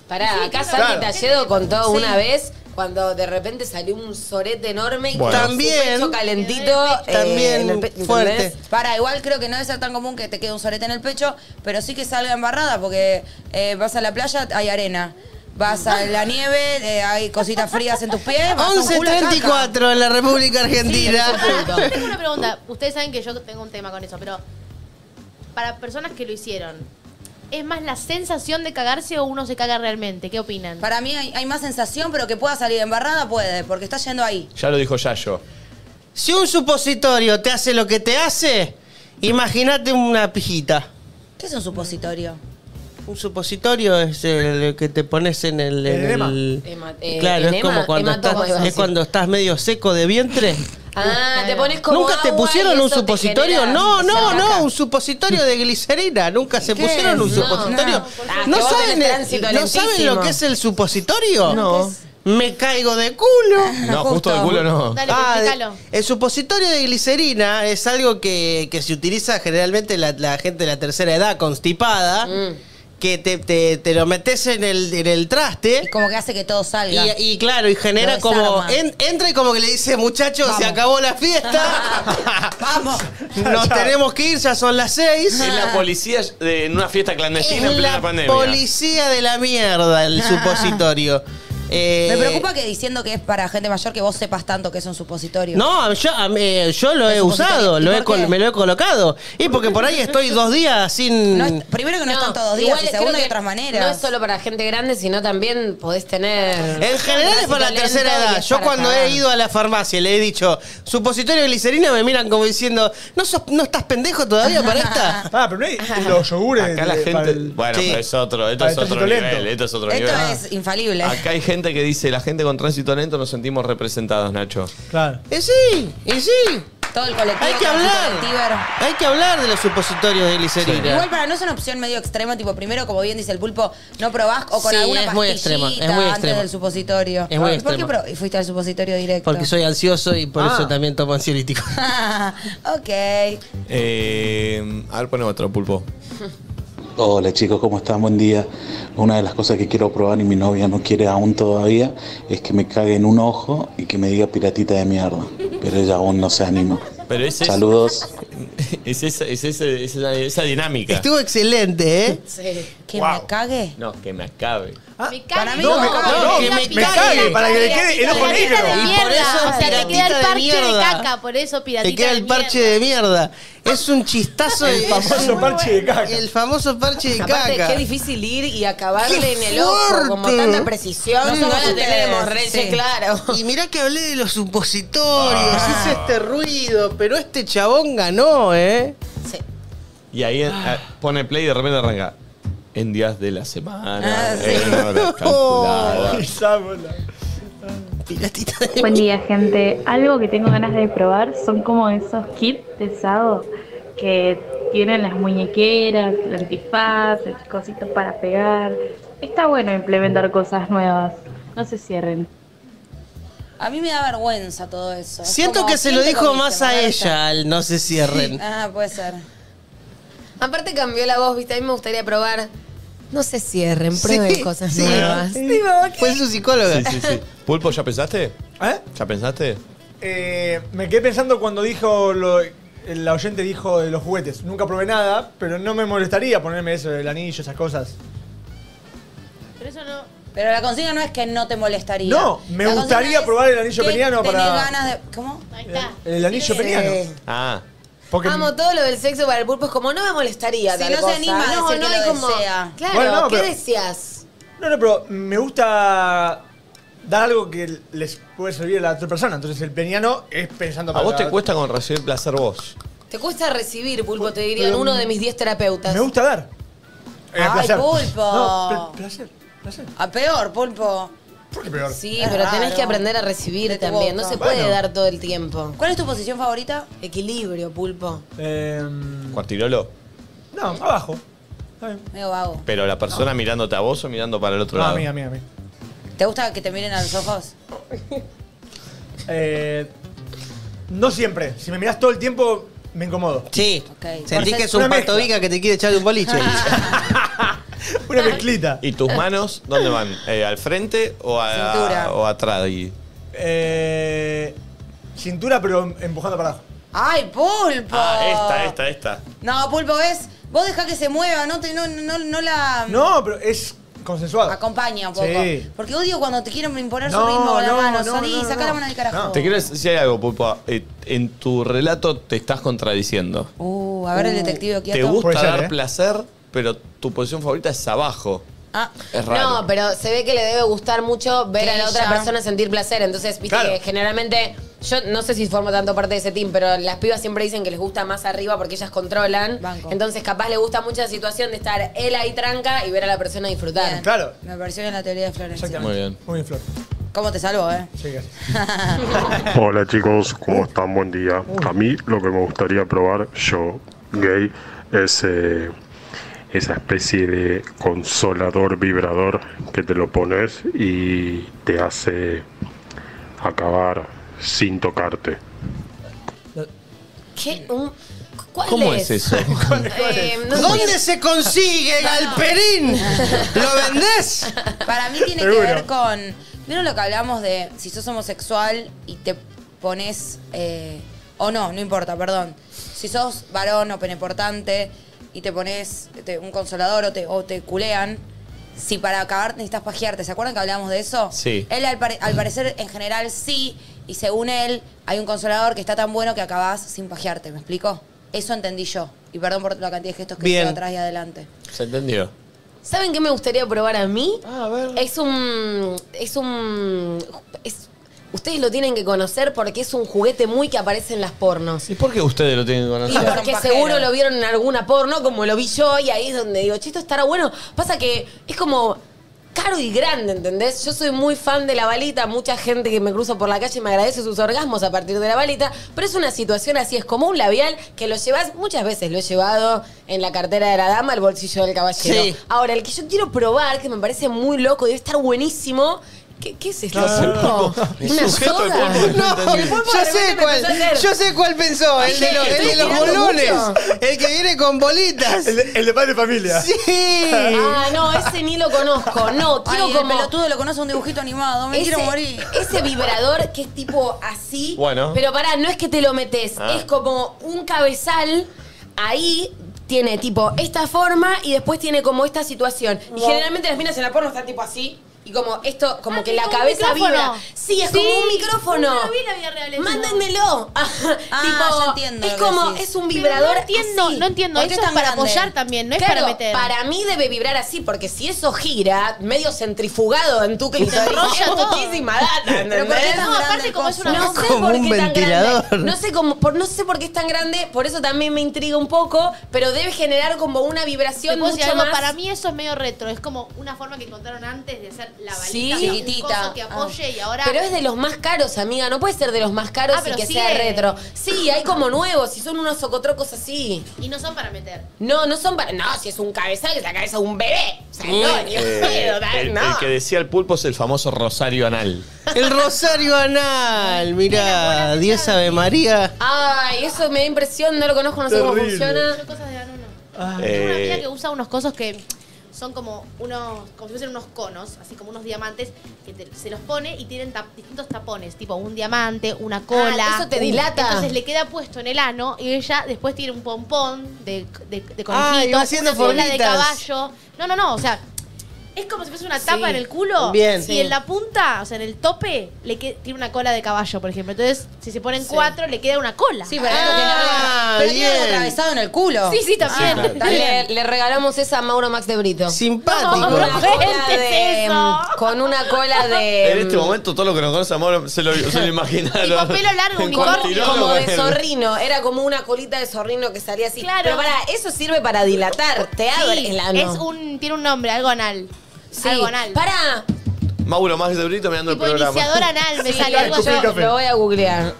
[SPEAKER 4] Pará,
[SPEAKER 2] Sí,
[SPEAKER 4] acá
[SPEAKER 2] claro.
[SPEAKER 4] Santi
[SPEAKER 2] Claro.
[SPEAKER 4] Talledo contó
[SPEAKER 2] Sí.
[SPEAKER 4] una vez cuando de repente salió un sorete enorme y
[SPEAKER 3] Bueno.
[SPEAKER 4] con su
[SPEAKER 3] También.
[SPEAKER 4] pecho calentito. eh, en el pe- ¿entendés?
[SPEAKER 2] Para, igual creo que no debe ser tan común que te quede un sorete en el pecho, pero sí que salga embarrada, porque eh, vas a la playa, hay arena. Vas a la nieve, eh, hay cositas frías en tus pies. vas a un culo,
[SPEAKER 3] 11.34 en la República Argentina.
[SPEAKER 6] Yo tengo una pregunta. Ustedes saben que yo tengo un tema con eso, pero para personas que lo hicieron, ¿es más la sensación de cagarse o uno se caga realmente? ¿Qué opinan?
[SPEAKER 2] Para mí hay, hay más sensación, pero que pueda salir embarrada puede, porque está yendo ahí.
[SPEAKER 1] Ya lo dijo Yayo.
[SPEAKER 3] Si un supositorio te hace lo que te hace, imagínate una pijita.
[SPEAKER 2] ¿Qué es un supositorio?
[SPEAKER 3] Un supositorio es el que te pones en el. en
[SPEAKER 2] El enema.
[SPEAKER 3] el-
[SPEAKER 4] Ema- eh,
[SPEAKER 3] claro, es
[SPEAKER 4] enema-
[SPEAKER 3] como cuando
[SPEAKER 4] hematoma,
[SPEAKER 3] estás,
[SPEAKER 4] iba a
[SPEAKER 3] es
[SPEAKER 4] decir.
[SPEAKER 3] cuando estás medio seco de vientre.
[SPEAKER 4] Ah, te pones como
[SPEAKER 3] ¿Nunca te
[SPEAKER 4] agua
[SPEAKER 3] pusieron
[SPEAKER 4] y
[SPEAKER 3] un
[SPEAKER 4] eso te
[SPEAKER 3] supositorio?
[SPEAKER 4] genera
[SPEAKER 3] No, no,
[SPEAKER 4] sensación.
[SPEAKER 3] no, un supositorio de glicerina. Nunca se
[SPEAKER 4] ¿Qué?
[SPEAKER 3] pusieron un
[SPEAKER 4] No,
[SPEAKER 3] supositorio.
[SPEAKER 4] no. Ah,
[SPEAKER 3] No,
[SPEAKER 4] que vos
[SPEAKER 3] saben,
[SPEAKER 4] tenés
[SPEAKER 3] el-
[SPEAKER 4] tránsito
[SPEAKER 3] ¿no saben
[SPEAKER 4] lentísimo.
[SPEAKER 3] lo que es el supositorio?
[SPEAKER 4] No.
[SPEAKER 3] Me caigo de culo.
[SPEAKER 4] Ah,
[SPEAKER 1] No, justo de culo no.
[SPEAKER 6] Dale,
[SPEAKER 3] Ah,
[SPEAKER 6] explícalo.
[SPEAKER 3] el supositorio de glicerina es algo que, que se utiliza generalmente la, la gente de la tercera edad constipada.
[SPEAKER 4] Mm.
[SPEAKER 3] Que te, te- te lo metes en el, en el traste.
[SPEAKER 2] Como que hace que todo salga.
[SPEAKER 3] Y, y claro, y genera
[SPEAKER 2] Lo
[SPEAKER 3] como.
[SPEAKER 2] desarma.
[SPEAKER 3] en- entra y como que le dice, muchachos, se acabó la fiesta.
[SPEAKER 2] Vamos.
[SPEAKER 3] Nos tenemos que ir, ya son las seis.
[SPEAKER 1] Es la policía de, en una fiesta clandestina en
[SPEAKER 3] Es
[SPEAKER 1] plena
[SPEAKER 3] la
[SPEAKER 1] pandemia.
[SPEAKER 3] policía de la mierda, el supositorio. Eh,
[SPEAKER 2] Me preocupa que diciendo que es para gente mayor que vos sepas tanto que es un supositorio.
[SPEAKER 3] No, yo, a mí, eh, yo lo he usado, lo he col- me lo he colocado. Y porque por ahí estoy dos días sin.
[SPEAKER 2] No es- primero que no, están todos días,
[SPEAKER 4] igual
[SPEAKER 2] y
[SPEAKER 4] creo
[SPEAKER 2] segundo hay
[SPEAKER 4] que
[SPEAKER 2] otras maneras.
[SPEAKER 4] No es solo para gente grande, sino también podés tener.
[SPEAKER 3] En general es para la tercera edad. Yo cuando he ido a la farmacia le he dicho, supositorio de glicerina, me miran como diciendo, ¿no, sos- no estás pendejo todavía para esta?
[SPEAKER 5] Ah, pero no hay los yogures.
[SPEAKER 1] Acá la
[SPEAKER 5] de- para
[SPEAKER 1] gente.
[SPEAKER 5] el-
[SPEAKER 1] bueno,
[SPEAKER 5] Sí.
[SPEAKER 1] pero es otro, esto
[SPEAKER 5] Para
[SPEAKER 1] es
[SPEAKER 5] el
[SPEAKER 1] otro
[SPEAKER 5] tránsito
[SPEAKER 1] nivel,
[SPEAKER 5] lento.
[SPEAKER 1] esto es otro
[SPEAKER 2] Esto
[SPEAKER 1] nivel. Ah.
[SPEAKER 2] es infalible.
[SPEAKER 1] Acá hay gente que dice, la gente con tránsito lento nos sentimos representados, Nacho.
[SPEAKER 5] Claro.
[SPEAKER 3] Y sí, y sí.
[SPEAKER 2] Todo el colectivo.
[SPEAKER 3] Hay que
[SPEAKER 2] el
[SPEAKER 3] hablar.
[SPEAKER 2] colectivo.
[SPEAKER 3] Hay que hablar de los supositorios de glicerina.
[SPEAKER 2] Igual para no es una opción medio extrema, tipo primero, como bien dice el pulpo, no probás o con
[SPEAKER 3] Sí,
[SPEAKER 2] alguna
[SPEAKER 3] es muy
[SPEAKER 2] pastillita
[SPEAKER 3] extrema, es muy
[SPEAKER 2] antes
[SPEAKER 3] extrema.
[SPEAKER 2] del supositorio.
[SPEAKER 3] Es muy
[SPEAKER 2] ¿Y ¿Por qué
[SPEAKER 3] extrema.
[SPEAKER 2] pro- y fuiste al supositorio directo?
[SPEAKER 3] Porque soy ansioso y por
[SPEAKER 2] Ah.
[SPEAKER 3] eso también tomo ansiolítico.
[SPEAKER 2] ok.
[SPEAKER 1] Eh, a ver, ponemos otro pulpo.
[SPEAKER 19] Hola chicos, ¿cómo están? Buen día. Una de las cosas que quiero probar y mi novia no quiere aún todavía es que me cague en un ojo y que me diga piratita de mierda. Pero ella aún no se anima.
[SPEAKER 1] Pero ese es-
[SPEAKER 19] Saludos.
[SPEAKER 1] Es esa, es esa, es esa, esa dinámica.
[SPEAKER 3] Estuvo excelente, ¿eh?
[SPEAKER 2] Que me cague.
[SPEAKER 1] No, que me acabe.
[SPEAKER 6] Ah,
[SPEAKER 2] Me cague. Para mí
[SPEAKER 5] No,
[SPEAKER 2] no,
[SPEAKER 5] me cague, no, que me- me cague, para que le quede el ojo negro.
[SPEAKER 6] Y por eso o sea, te queda el parche de, caca, por eso piratita
[SPEAKER 3] Te queda
[SPEAKER 6] de
[SPEAKER 3] el parche de mierda. Es un chistazo.
[SPEAKER 6] El
[SPEAKER 3] es
[SPEAKER 6] famoso
[SPEAKER 3] un-
[SPEAKER 6] parche de caca.
[SPEAKER 3] El famoso parche de
[SPEAKER 4] Aparte,
[SPEAKER 3] caca.
[SPEAKER 4] qué difícil ir y acabarle
[SPEAKER 3] ¡Qué
[SPEAKER 4] en el ojo, como
[SPEAKER 3] fuerte!
[SPEAKER 4] tanta precisión. No, la tenemos, Reyes,
[SPEAKER 3] Sí.
[SPEAKER 4] claro.
[SPEAKER 3] Y mirá que hablé de los supositorios, hice este ruido, pero este chabón ganó, ¿eh?
[SPEAKER 1] Y ahí eh, pone play y de repente arranca. En días de la semana.
[SPEAKER 3] Ah, sí. Oh.
[SPEAKER 1] en horas calculadas.
[SPEAKER 20] Buen día, gente. Algo que tengo ganas de probar son como esos kits de asado que tienen las muñequeras, el antifaz, el cosito para pegar. Está bueno implementar cosas nuevas. No se cierren.
[SPEAKER 2] A mí me da vergüenza todo eso. Es
[SPEAKER 3] Siento
[SPEAKER 2] como,
[SPEAKER 3] que se
[SPEAKER 2] ¿quién
[SPEAKER 3] lo
[SPEAKER 2] te
[SPEAKER 3] dijo
[SPEAKER 2] comiste,
[SPEAKER 3] más a
[SPEAKER 2] Marta?
[SPEAKER 3] ella, al no se cierren.
[SPEAKER 2] Ah, puede ser.
[SPEAKER 4] Aparte cambió la voz, viste, a mí me gustaría probar. No se cierren, prueben cosas
[SPEAKER 3] sí.
[SPEAKER 4] nuevas.
[SPEAKER 3] Sí, Fue su psicóloga.
[SPEAKER 1] Sí, sí, sí. Pulpo, ¿ya pensaste? ¿Eh? ¿Ya pensaste?
[SPEAKER 5] Eh, me quedé pensando cuando dijo lo, la oyente dijo de los juguetes. Nunca probé nada, pero no me molestaría ponerme eso, el anillo, esas cosas.
[SPEAKER 6] Pero eso no.
[SPEAKER 2] Pero la consigna no es que no te molestaría.
[SPEAKER 5] No, me
[SPEAKER 2] La consigna
[SPEAKER 5] gustaría
[SPEAKER 2] es
[SPEAKER 5] probar el anillo
[SPEAKER 2] que
[SPEAKER 5] peniano
[SPEAKER 2] tenés
[SPEAKER 5] para-
[SPEAKER 2] ganas de. ¿Cómo? Ahí está.
[SPEAKER 5] El anillo
[SPEAKER 2] Eh.
[SPEAKER 5] peniano.
[SPEAKER 1] Ah.
[SPEAKER 5] Porque
[SPEAKER 4] Amo todo lo del sexo para el pulpo, es como no me molestaría.
[SPEAKER 2] Sí,
[SPEAKER 4] tal
[SPEAKER 2] no se
[SPEAKER 4] cosa.
[SPEAKER 2] anima a
[SPEAKER 4] no,
[SPEAKER 2] decir
[SPEAKER 4] no
[SPEAKER 2] que
[SPEAKER 4] hay
[SPEAKER 2] lo
[SPEAKER 4] como.
[SPEAKER 2] desea.
[SPEAKER 4] Claro,
[SPEAKER 5] Bueno, no,
[SPEAKER 4] ¿qué
[SPEAKER 5] pero-
[SPEAKER 4] deseas?
[SPEAKER 5] No, no, pero me gusta dar algo que les puede servir a la otra persona. Entonces el peniano es pensando
[SPEAKER 1] ¿A
[SPEAKER 5] para
[SPEAKER 1] vos
[SPEAKER 5] la
[SPEAKER 1] te
[SPEAKER 5] otra-
[SPEAKER 1] cuesta con recibir placer vos?
[SPEAKER 4] Te cuesta recibir, pulpo, te dirían
[SPEAKER 5] pero-
[SPEAKER 4] uno de mis 10 terapeutas.
[SPEAKER 5] Me gusta dar. Eh,
[SPEAKER 2] Ay,
[SPEAKER 5] placer.
[SPEAKER 2] pulpo.
[SPEAKER 5] No, pl- placer.
[SPEAKER 2] A peor, pulpo.
[SPEAKER 5] ¿Por qué peor?
[SPEAKER 4] Sí,
[SPEAKER 2] Es
[SPEAKER 4] pero tenés
[SPEAKER 2] raro.
[SPEAKER 4] que aprender a recibir
[SPEAKER 2] De tu
[SPEAKER 4] también.
[SPEAKER 2] boca.
[SPEAKER 4] No se puede
[SPEAKER 2] Bueno.
[SPEAKER 4] dar todo el tiempo.
[SPEAKER 2] ¿Cuál es tu posición favorita?
[SPEAKER 4] Equilibrio, pulpo.
[SPEAKER 1] Cuartirolo.
[SPEAKER 5] Em, No, abajo.
[SPEAKER 2] Medio vago.
[SPEAKER 1] Pero la persona mirándote a vos o mirando para el otro
[SPEAKER 5] No,
[SPEAKER 1] lado.
[SPEAKER 5] a mí, a mí, a mí.
[SPEAKER 2] ¿Te gusta que te miren a los ojos?
[SPEAKER 5] Eh, no siempre. Si me mirás todo el tiempo, me incomodo.
[SPEAKER 3] Sí. Sentís
[SPEAKER 5] Porque
[SPEAKER 3] que es un
[SPEAKER 5] una mezcla.
[SPEAKER 3] patobica que te quiere echar de un boliche.
[SPEAKER 5] Una mezclita.
[SPEAKER 1] ¿Y tus manos dónde van? Eh, ¿Al frente o, a-
[SPEAKER 5] Cintura.
[SPEAKER 1] o atrás? Y-
[SPEAKER 5] Eh, cintura, pero empujando para abajo.
[SPEAKER 2] ¡Ay, pulpo!
[SPEAKER 1] Ah, esta, esta, esta.
[SPEAKER 2] No, pulpo, ¿ves? Vos dejá que se mueva, no, te, no, no, no la
[SPEAKER 5] No, pero es consensuado.
[SPEAKER 2] Ah, acompaña un poco.
[SPEAKER 1] Sí.
[SPEAKER 2] Porque odio cuando te quieren imponer su
[SPEAKER 5] No,
[SPEAKER 2] ritmo con
[SPEAKER 5] no,
[SPEAKER 2] la mano.
[SPEAKER 5] no,
[SPEAKER 2] Salí,
[SPEAKER 5] no,
[SPEAKER 2] sacá
[SPEAKER 5] no.
[SPEAKER 2] la mano del carajo.
[SPEAKER 1] Te quiero decir algo, Pulpo. Eh, en tu relato te estás contradiciendo.
[SPEAKER 2] Uh, a ver el detective
[SPEAKER 1] Te
[SPEAKER 2] quieto.
[SPEAKER 1] gusta dar
[SPEAKER 11] ¿eh?
[SPEAKER 1] placer, pero tu posición favorita es abajo.
[SPEAKER 2] Ah.
[SPEAKER 1] Es raro.
[SPEAKER 4] No, pero se ve que le debe gustar mucho ver
[SPEAKER 2] Que
[SPEAKER 4] a la otra
[SPEAKER 2] ella-
[SPEAKER 4] persona sentir placer. Entonces, viste
[SPEAKER 1] Claro.
[SPEAKER 4] que generalmente, yo no sé si formo tanto parte de ese team, pero las pibas siempre dicen que les gusta más arriba porque ellas controlan. Entonces, capaz le gusta mucho la situación de estar él ahí tranca y ver a la persona disfrutar.
[SPEAKER 5] Claro.
[SPEAKER 2] Me pareció bien la teoría de Florencia.
[SPEAKER 1] Muy bien.
[SPEAKER 5] Muy bien, Flor.
[SPEAKER 2] ¿Cómo te salvo, eh?
[SPEAKER 5] Sí, gracias.
[SPEAKER 9] Hola chicos, ¿cómo están? Buen día. A mí lo que me gustaría probar, yo, gay, es eh, esa especie de consolador vibrador que te lo pones y te hace acabar sin tocarte.
[SPEAKER 4] ¿Qué? Un- ¿Cuál
[SPEAKER 9] ¿Cómo es eso?
[SPEAKER 4] Eh, no
[SPEAKER 3] ¿Dónde
[SPEAKER 4] sé.
[SPEAKER 3] se consigue Galperín? ¿Lo vendés?
[SPEAKER 2] Para mí tiene
[SPEAKER 3] Seguro.
[SPEAKER 2] que ver con. ¿Vieron lo que hablamos de si sos homosexual y te pones. eh, o no, no importa, perdón. Si sos varón o peneportante y te pones te- un consolador o te, o te culean. Si para acabar necesitas pajearte, ¿se acuerdan que hablamos de eso?
[SPEAKER 1] Sí.
[SPEAKER 2] Él al, pare- al parecer en general sí, y según él hay un consolador que está tan bueno que acabás sin pajearte, ¿me explico? Eso entendí yo. Y perdón por la cantidad de gestos que
[SPEAKER 1] Bien.
[SPEAKER 2] hice atrás y adelante.
[SPEAKER 1] ¿Se entendió?
[SPEAKER 4] ¿Saben qué me gustaría probar a mí?
[SPEAKER 1] Ah.
[SPEAKER 4] Es un. Es un. es- ustedes lo tienen que conocer porque es un juguete muy que aparece en las pornos.
[SPEAKER 1] ¿Y por qué ustedes lo tienen que
[SPEAKER 4] Y
[SPEAKER 1] conocer?
[SPEAKER 4] porque seguro lo vieron en alguna porno, como lo vi yo, y ahí es donde digo, chito, estará bueno. Pasa que es como caro y grande, ¿entendés? Yo soy muy fan de la balita, mucha gente que me cruza por la calle me agradece sus orgasmos a partir de la balita, pero es una situación así, es como un labial que lo llevas, muchas veces lo he llevado en la cartera de la dama, el bolsillo del caballero.
[SPEAKER 3] Sí.
[SPEAKER 4] Ahora, el que yo quiero probar, que me parece muy loco, debe estar buenísimo, ¿Qué, qué es esto?
[SPEAKER 3] Claro.
[SPEAKER 4] ¿Pulpo?
[SPEAKER 3] Es
[SPEAKER 4] ¿Una
[SPEAKER 3] un sujeto de
[SPEAKER 4] soda?
[SPEAKER 3] pulpo, no entendí.
[SPEAKER 4] El pulpo
[SPEAKER 3] Yo
[SPEAKER 4] de
[SPEAKER 3] sé
[SPEAKER 4] repente
[SPEAKER 3] cuál-
[SPEAKER 4] empezó a hacer-
[SPEAKER 3] yo sé cuál pensó, el de los- el de los bolones, el que viene con bolitas.
[SPEAKER 11] El de, el de padre de familia.
[SPEAKER 3] Sí.
[SPEAKER 4] Ah, no, ese ni lo conozco. No, quiero
[SPEAKER 2] Ay, el
[SPEAKER 4] como.
[SPEAKER 2] pelotudo lo conoce un dibujito animado. Me
[SPEAKER 4] Ese-
[SPEAKER 2] quiero morir.
[SPEAKER 4] Ese vibrador que es tipo así.
[SPEAKER 1] Bueno.
[SPEAKER 4] Pero pará, no es que te lo metes,
[SPEAKER 1] Ah.
[SPEAKER 4] es como un cabezal ahí. Tiene tipo esta forma y después tiene como esta situación. Y generalmente las minas en la porno están tipo así. Y como esto, como que la
[SPEAKER 6] Ah, como un
[SPEAKER 4] cabeza
[SPEAKER 6] micrófono.
[SPEAKER 4] vibra. Sí, es como
[SPEAKER 6] Sí,
[SPEAKER 4] un micrófono.
[SPEAKER 6] nunca lo vi en la vida real eso.
[SPEAKER 4] Mándenmelo. Ah,
[SPEAKER 6] ya entiendo
[SPEAKER 4] Es
[SPEAKER 6] lo que
[SPEAKER 4] como,
[SPEAKER 6] decís.
[SPEAKER 4] es un
[SPEAKER 6] Pero
[SPEAKER 4] vibrador.
[SPEAKER 6] no entiendo,
[SPEAKER 4] así.
[SPEAKER 6] no entiendo.
[SPEAKER 4] Porque
[SPEAKER 6] Eso es
[SPEAKER 4] tan
[SPEAKER 6] para apoyar también, no es
[SPEAKER 4] Claro,
[SPEAKER 6] para meter.
[SPEAKER 4] Para mí debe vibrar así, porque si eso gira, medio centrifugado en tu clitoris,
[SPEAKER 6] enrolla
[SPEAKER 4] es
[SPEAKER 6] todo.
[SPEAKER 4] muchísima data.
[SPEAKER 6] Pero ¿por qué
[SPEAKER 4] ¿entendés?
[SPEAKER 6] tan No, grande aparte el como es coso? una
[SPEAKER 4] No
[SPEAKER 6] cosa.
[SPEAKER 4] sé
[SPEAKER 3] Como
[SPEAKER 4] por
[SPEAKER 3] un
[SPEAKER 4] qué tan
[SPEAKER 3] ventilador.
[SPEAKER 4] grande. No sé, cómo, por, no sé por qué es tan grande, por eso también me intriga un poco, pero debe generar como una
[SPEAKER 6] Te
[SPEAKER 4] vibración
[SPEAKER 6] puedo
[SPEAKER 4] mucho
[SPEAKER 6] decir algo,
[SPEAKER 4] más.
[SPEAKER 6] Para mí eso es medio retro, es como una forma que encontraron antes de hacer la balita,
[SPEAKER 4] Sí,
[SPEAKER 6] o sea, un coso que
[SPEAKER 4] Ah.
[SPEAKER 6] apoye y ahora...
[SPEAKER 4] Pero es de los más caros, amiga. No puede ser de los más caros
[SPEAKER 6] Ah,
[SPEAKER 4] y
[SPEAKER 6] pero
[SPEAKER 4] que
[SPEAKER 6] sí
[SPEAKER 4] sea
[SPEAKER 6] es.
[SPEAKER 4] retro. Sí, hay como nuevos y son unos socotrocos así.
[SPEAKER 6] Y no son para meter.
[SPEAKER 4] No, no son para. No, si es un cabezal, que es la cabeza de un bebé. O sea, no, ni un pedo,
[SPEAKER 1] Eh, el,
[SPEAKER 4] no.
[SPEAKER 1] el que decía el pulpo es el famoso Rosario Anal.
[SPEAKER 3] El rosario anal, mirá, 10 Ave María.
[SPEAKER 4] Ay, eso me da impresión, no lo conozco, no sé cómo
[SPEAKER 3] Terrible.
[SPEAKER 4] funciona.
[SPEAKER 6] Tengo una amiga
[SPEAKER 1] Eh.
[SPEAKER 6] que usa unos cosos que son como unos, como si fuesen unos conos, así como unos diamantes, que te- se los pone y tienen tap- distintos tapones, tipo un diamante, una cola.
[SPEAKER 4] Ah, eso te dilata.
[SPEAKER 6] Entonces le queda puesto en el ano y ella después tiene un pompón de, de, de conejito,
[SPEAKER 3] Ah, y va haciendo
[SPEAKER 6] una cola de
[SPEAKER 3] formitas.
[SPEAKER 6] caballo. No, no, no, o sea, es como si fuese una tapa
[SPEAKER 4] Sí.
[SPEAKER 6] en el culo.
[SPEAKER 3] Bien.
[SPEAKER 6] Y
[SPEAKER 3] Sí.
[SPEAKER 6] en la punta, o sea, en el tope, le que- tiene una cola de caballo, por ejemplo. Entonces, si se ponen cuatro, le queda una cola. Sí,
[SPEAKER 2] pero algo que no- Ah, pero tiene algo bien. atravesado en el
[SPEAKER 3] Ah.
[SPEAKER 2] culo.
[SPEAKER 4] Sí, sí, también.
[SPEAKER 2] Sí, claro, también.
[SPEAKER 4] Le, le regalamos esa a Mauro Max de Brito.
[SPEAKER 3] Simpático.
[SPEAKER 4] Con una cola
[SPEAKER 3] ¿Qué es
[SPEAKER 4] de. Con una cola de.
[SPEAKER 1] En este momento todo lo que nos conoce Amor se lo, se lo imaginaron. En cuantirolo,
[SPEAKER 4] Como de
[SPEAKER 1] bueno.
[SPEAKER 4] zorrino. Era como una colita de zorrino que salía así.
[SPEAKER 6] Claro.
[SPEAKER 4] Pero para, eso sirve para dilatar. Te abre
[SPEAKER 6] Sí,
[SPEAKER 4] el ano.
[SPEAKER 6] Es un, tiene un nombre, algo anal.
[SPEAKER 4] Sí.
[SPEAKER 6] Algo anal.
[SPEAKER 4] Para.
[SPEAKER 1] Mauro más de Brito mirando el programa.
[SPEAKER 6] iniciador anal, me
[SPEAKER 4] Sí,
[SPEAKER 6] sale algo
[SPEAKER 4] yo
[SPEAKER 6] así.
[SPEAKER 4] Lo voy a googlear.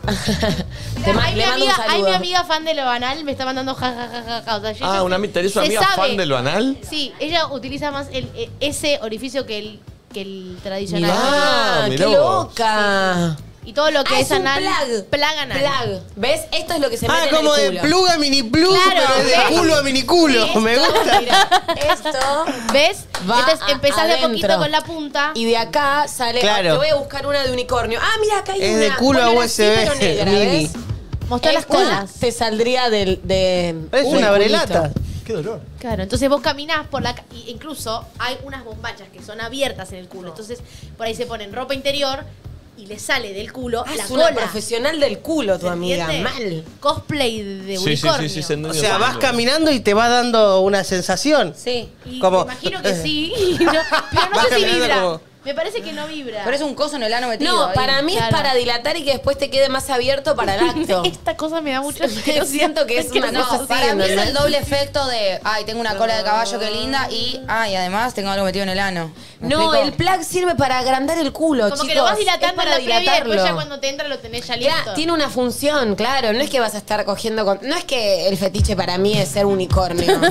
[SPEAKER 4] Te ma-
[SPEAKER 6] Hay mi,
[SPEAKER 4] le mando un
[SPEAKER 6] amiga, hay
[SPEAKER 4] saludo.
[SPEAKER 6] mi amiga fan de lo anal, me está mandando ja, ja, ja, ja, ja. O sea, yo-
[SPEAKER 1] Ah,
[SPEAKER 6] yo-
[SPEAKER 1] una, ami- ¿tenés una
[SPEAKER 6] se
[SPEAKER 1] amiga
[SPEAKER 6] sabe.
[SPEAKER 1] fan de lo anal?
[SPEAKER 6] Sí, ella utiliza más el, eh, ese orificio que el, que el tradicional.
[SPEAKER 4] Ah, qué
[SPEAKER 1] mirá vos.
[SPEAKER 4] loca.
[SPEAKER 6] Y todo lo que
[SPEAKER 4] Ah,
[SPEAKER 6] es,
[SPEAKER 4] es un
[SPEAKER 6] anal.
[SPEAKER 4] plug.
[SPEAKER 6] anal.
[SPEAKER 4] Plug. ¿Ves? Esto es lo que se
[SPEAKER 3] Ah,
[SPEAKER 4] mete
[SPEAKER 3] como
[SPEAKER 4] en
[SPEAKER 3] de
[SPEAKER 4] el culo.
[SPEAKER 3] pluga a mini plug,
[SPEAKER 4] Claro,
[SPEAKER 3] pero de
[SPEAKER 4] ¿ves?
[SPEAKER 3] culo a mini culo. Me gusta.
[SPEAKER 4] Esto.
[SPEAKER 6] ¿Ves?
[SPEAKER 4] Va
[SPEAKER 6] Entonces
[SPEAKER 4] a-
[SPEAKER 6] empezás de
[SPEAKER 4] adentro.
[SPEAKER 6] poquito con la punta.
[SPEAKER 4] Y de acá sale. ah,
[SPEAKER 3] Claro.
[SPEAKER 4] Te voy a buscar una de unicornio. Ah, mira, acá hay
[SPEAKER 3] Es
[SPEAKER 4] una.
[SPEAKER 3] de culo a
[SPEAKER 4] Bueno, era así,
[SPEAKER 3] USB,
[SPEAKER 4] pero negra,
[SPEAKER 3] mini.
[SPEAKER 4] ¿ves?
[SPEAKER 6] Mostrar las
[SPEAKER 4] Esta
[SPEAKER 6] colas.
[SPEAKER 4] Te saldría del. De,
[SPEAKER 3] Es
[SPEAKER 4] uy,
[SPEAKER 3] una
[SPEAKER 4] culito.
[SPEAKER 3] brelata.
[SPEAKER 11] Qué dolor.
[SPEAKER 6] Claro, entonces vos caminás por la... ca- y incluso hay unas bombachas que son abiertas en el culo. Entonces por ahí se ponen ropa interior y le sale del culo
[SPEAKER 4] Ah,
[SPEAKER 6] la
[SPEAKER 4] es una
[SPEAKER 6] cola.
[SPEAKER 4] profesional del culo, tu amiga.
[SPEAKER 6] ¿Entiende?
[SPEAKER 4] Mal.
[SPEAKER 6] Cosplay de
[SPEAKER 1] Sí, sí, sí,
[SPEAKER 6] unicornio.
[SPEAKER 1] sí, se
[SPEAKER 3] O
[SPEAKER 1] entendió.
[SPEAKER 3] sea, vas
[SPEAKER 1] Bueno.
[SPEAKER 3] caminando y te va dando una sensación.
[SPEAKER 2] Sí.
[SPEAKER 6] Y
[SPEAKER 3] Como-
[SPEAKER 6] me imagino que sí. no, pero no
[SPEAKER 3] Vas
[SPEAKER 6] sé si
[SPEAKER 3] caminando
[SPEAKER 6] vibra.
[SPEAKER 3] como-
[SPEAKER 6] Me parece que no vibra.
[SPEAKER 2] Pero es un coso en el ano metido.
[SPEAKER 4] No,
[SPEAKER 2] ahí.
[SPEAKER 4] para mí es
[SPEAKER 2] Claro.
[SPEAKER 4] para dilatar y que después te quede más abierto para el acto.
[SPEAKER 6] Esta cosa me da mucho
[SPEAKER 4] Yo siento que es una
[SPEAKER 2] No,
[SPEAKER 4] cosa así.
[SPEAKER 2] para mí es el
[SPEAKER 4] ¿entendés?
[SPEAKER 2] doble efecto de, ay, tengo una cola de caballo, qué linda, y, ay, además tengo algo metido en el ano. ¿Me
[SPEAKER 4] No,
[SPEAKER 2] explico?
[SPEAKER 4] el plug sirve para agrandar el culo,
[SPEAKER 6] Como
[SPEAKER 4] chicos.
[SPEAKER 6] que lo vas dilatando
[SPEAKER 4] es para
[SPEAKER 6] en la previa y
[SPEAKER 4] dilatarlo.
[SPEAKER 6] después ya cuando te entra lo tenés ya listo.
[SPEAKER 4] Ya, tiene una función, claro. No es que vas a estar cogiendo con. No es que el fetiche para mí es ser unicornio.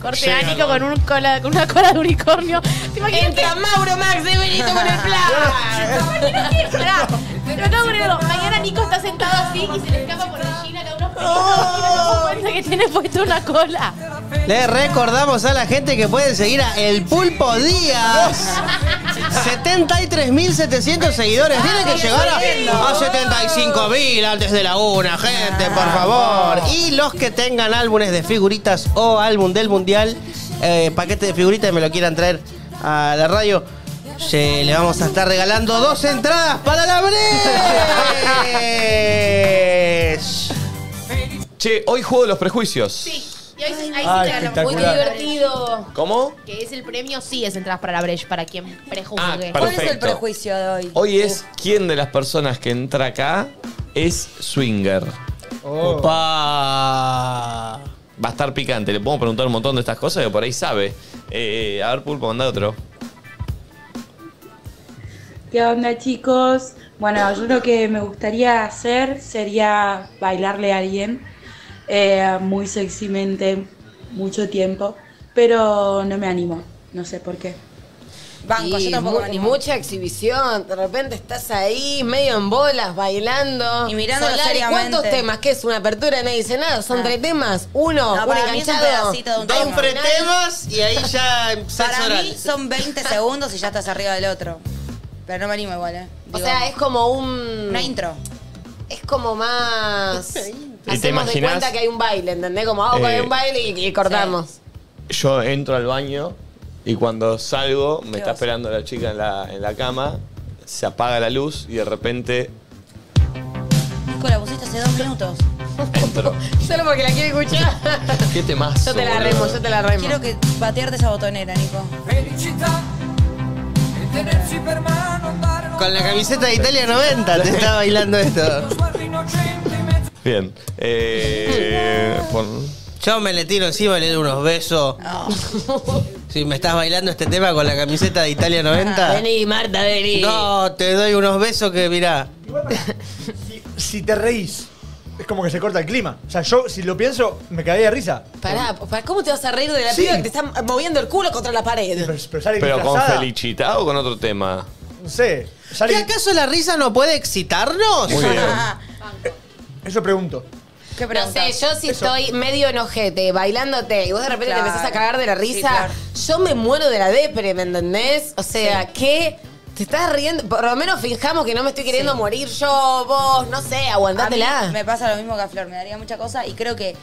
[SPEAKER 6] Corte
[SPEAKER 4] Llega,
[SPEAKER 6] ánico con, un cola, con una cola de unicornio. ¿Te imaginas?
[SPEAKER 4] Entra Mauro Max de Benito con el
[SPEAKER 6] plug. Pará, Pero no, pero mañana Nico está sentado así y se le escapa por la china cada unos pelitos y no se da cuenta que tiene puesto una cola.
[SPEAKER 3] Le recordamos a la gente que pueden seguir a El Pulpo Díaz. 73.700 seguidores. Tienen que llegar a, a 75.000 antes de la una, gente, por favor. Y los que tengan álbumes de figuritas o álbum del mundial, eh, paquete de figuritas y me lo quieran traer a la radio, se- le vamos a estar regalando dos entradas para la Breche.
[SPEAKER 1] Che, hoy juego de los prejuicios.
[SPEAKER 6] Y ahí sí, ahí
[SPEAKER 1] Ah,
[SPEAKER 6] sí te ganamos.
[SPEAKER 1] espectacular.
[SPEAKER 6] Muy divertido.
[SPEAKER 1] ¿Cómo?
[SPEAKER 6] Que es el premio, sí, es entradas para la Breche, para quien prejuzgue.
[SPEAKER 1] Ah, ¿Cuál es el perfecto. prejuicio
[SPEAKER 2] de hoy?
[SPEAKER 1] Hoy es quién de las personas que entra acá es swinger. Oh.
[SPEAKER 3] Opa.
[SPEAKER 1] Va a estar picante. Le podemos preguntar un montón de estas cosas que por ahí sabe. Eh, a ver, Pulpo, manda otro.
[SPEAKER 21] ¿Qué onda chicos? Bueno, yo lo que me gustaría hacer sería bailarle a alguien eh, muy sexymente mucho tiempo, pero no me animo, no sé por qué.
[SPEAKER 2] Banco,
[SPEAKER 4] Y
[SPEAKER 2] yo tampoco
[SPEAKER 4] mu-
[SPEAKER 2] me animo.
[SPEAKER 4] Mucha exhibición, de repente estás ahí, medio en bolas, bailando.
[SPEAKER 2] Y mirándolo
[SPEAKER 4] Solari,
[SPEAKER 2] seriamente.
[SPEAKER 4] ¿cuántos temas? ¿Qué es una apertura? Nadie dice nada, son tres temas. Uno,
[SPEAKER 2] No,
[SPEAKER 4] un
[SPEAKER 2] para mí es un
[SPEAKER 4] enganchado.
[SPEAKER 2] pedacito de un
[SPEAKER 4] dos
[SPEAKER 2] tema.
[SPEAKER 4] fretes.
[SPEAKER 3] temas y ahí ya empezás
[SPEAKER 2] Para
[SPEAKER 3] oral.
[SPEAKER 2] mí son 20 segundos y ya estás arriba del otro. Pero no me animo igual, ¿eh?
[SPEAKER 4] O sea, es como un...
[SPEAKER 2] Una intro.
[SPEAKER 4] Es como más...
[SPEAKER 1] te
[SPEAKER 4] Hacemos de
[SPEAKER 1] imaginas?
[SPEAKER 4] cuenta que hay un baile, ¿entendés? Como, ah, ok,
[SPEAKER 1] Eh,
[SPEAKER 4] hay un baile y, y cortamos.
[SPEAKER 1] Yo entro al baño y cuando salgo me está esperando la chica en la, en la cama, se apaga la luz y de repente
[SPEAKER 2] Nico, la pusiste hace dos minutos.
[SPEAKER 1] entro.
[SPEAKER 4] Solo porque la quiero escuchar.
[SPEAKER 1] ¿Qué temazo?
[SPEAKER 4] Yo te la
[SPEAKER 1] boludo.
[SPEAKER 4] remo, yo te la remo.
[SPEAKER 2] Quiero que patearte esa botonera, Nico. Felicità e tenersi per mano andare
[SPEAKER 3] Con la camiseta de Italia 90 te está bailando esto.
[SPEAKER 1] Bien. Eh, pon-
[SPEAKER 3] Yo me le tiro encima y le doy unos besos. Si me estás bailando este tema con la camiseta de Italia 90.
[SPEAKER 4] Ah, Vení, Marta, vení.
[SPEAKER 3] No, te doy unos besos que mirá.
[SPEAKER 5] Si te reís, es como que se corta el clima. O sea, yo si lo pienso, me caí de risa.
[SPEAKER 4] Pará, pará, ¿cómo te vas a reír de la
[SPEAKER 5] Sí.
[SPEAKER 4] piba que te está moviendo el culo contra la pared?
[SPEAKER 5] sale
[SPEAKER 1] Pero con
[SPEAKER 5] disfrazada.
[SPEAKER 1] Felicita o con otro tema.
[SPEAKER 5] No sé.
[SPEAKER 3] ¿Y acaso la risa no puede excitarnos?
[SPEAKER 1] Muy bien.
[SPEAKER 5] Eso pregunto.
[SPEAKER 4] no sé, yo si estoy medio enojete, bailándote, y vos de repente
[SPEAKER 2] Claro.
[SPEAKER 4] te empezás a cagar de la
[SPEAKER 2] Sí,
[SPEAKER 4] risa,
[SPEAKER 2] claro.
[SPEAKER 4] yo me muero de la depre, ¿me entendés? O sea,
[SPEAKER 2] Sí.
[SPEAKER 4] ¿qué? Te estás riendo, por lo menos fijamos que no me estoy queriendo
[SPEAKER 2] Sí.
[SPEAKER 4] morir yo, vos, no sé,
[SPEAKER 2] A mí
[SPEAKER 4] aguantátela.
[SPEAKER 2] Me pasa lo mismo que a Flor, me daría mucha cosa y creo que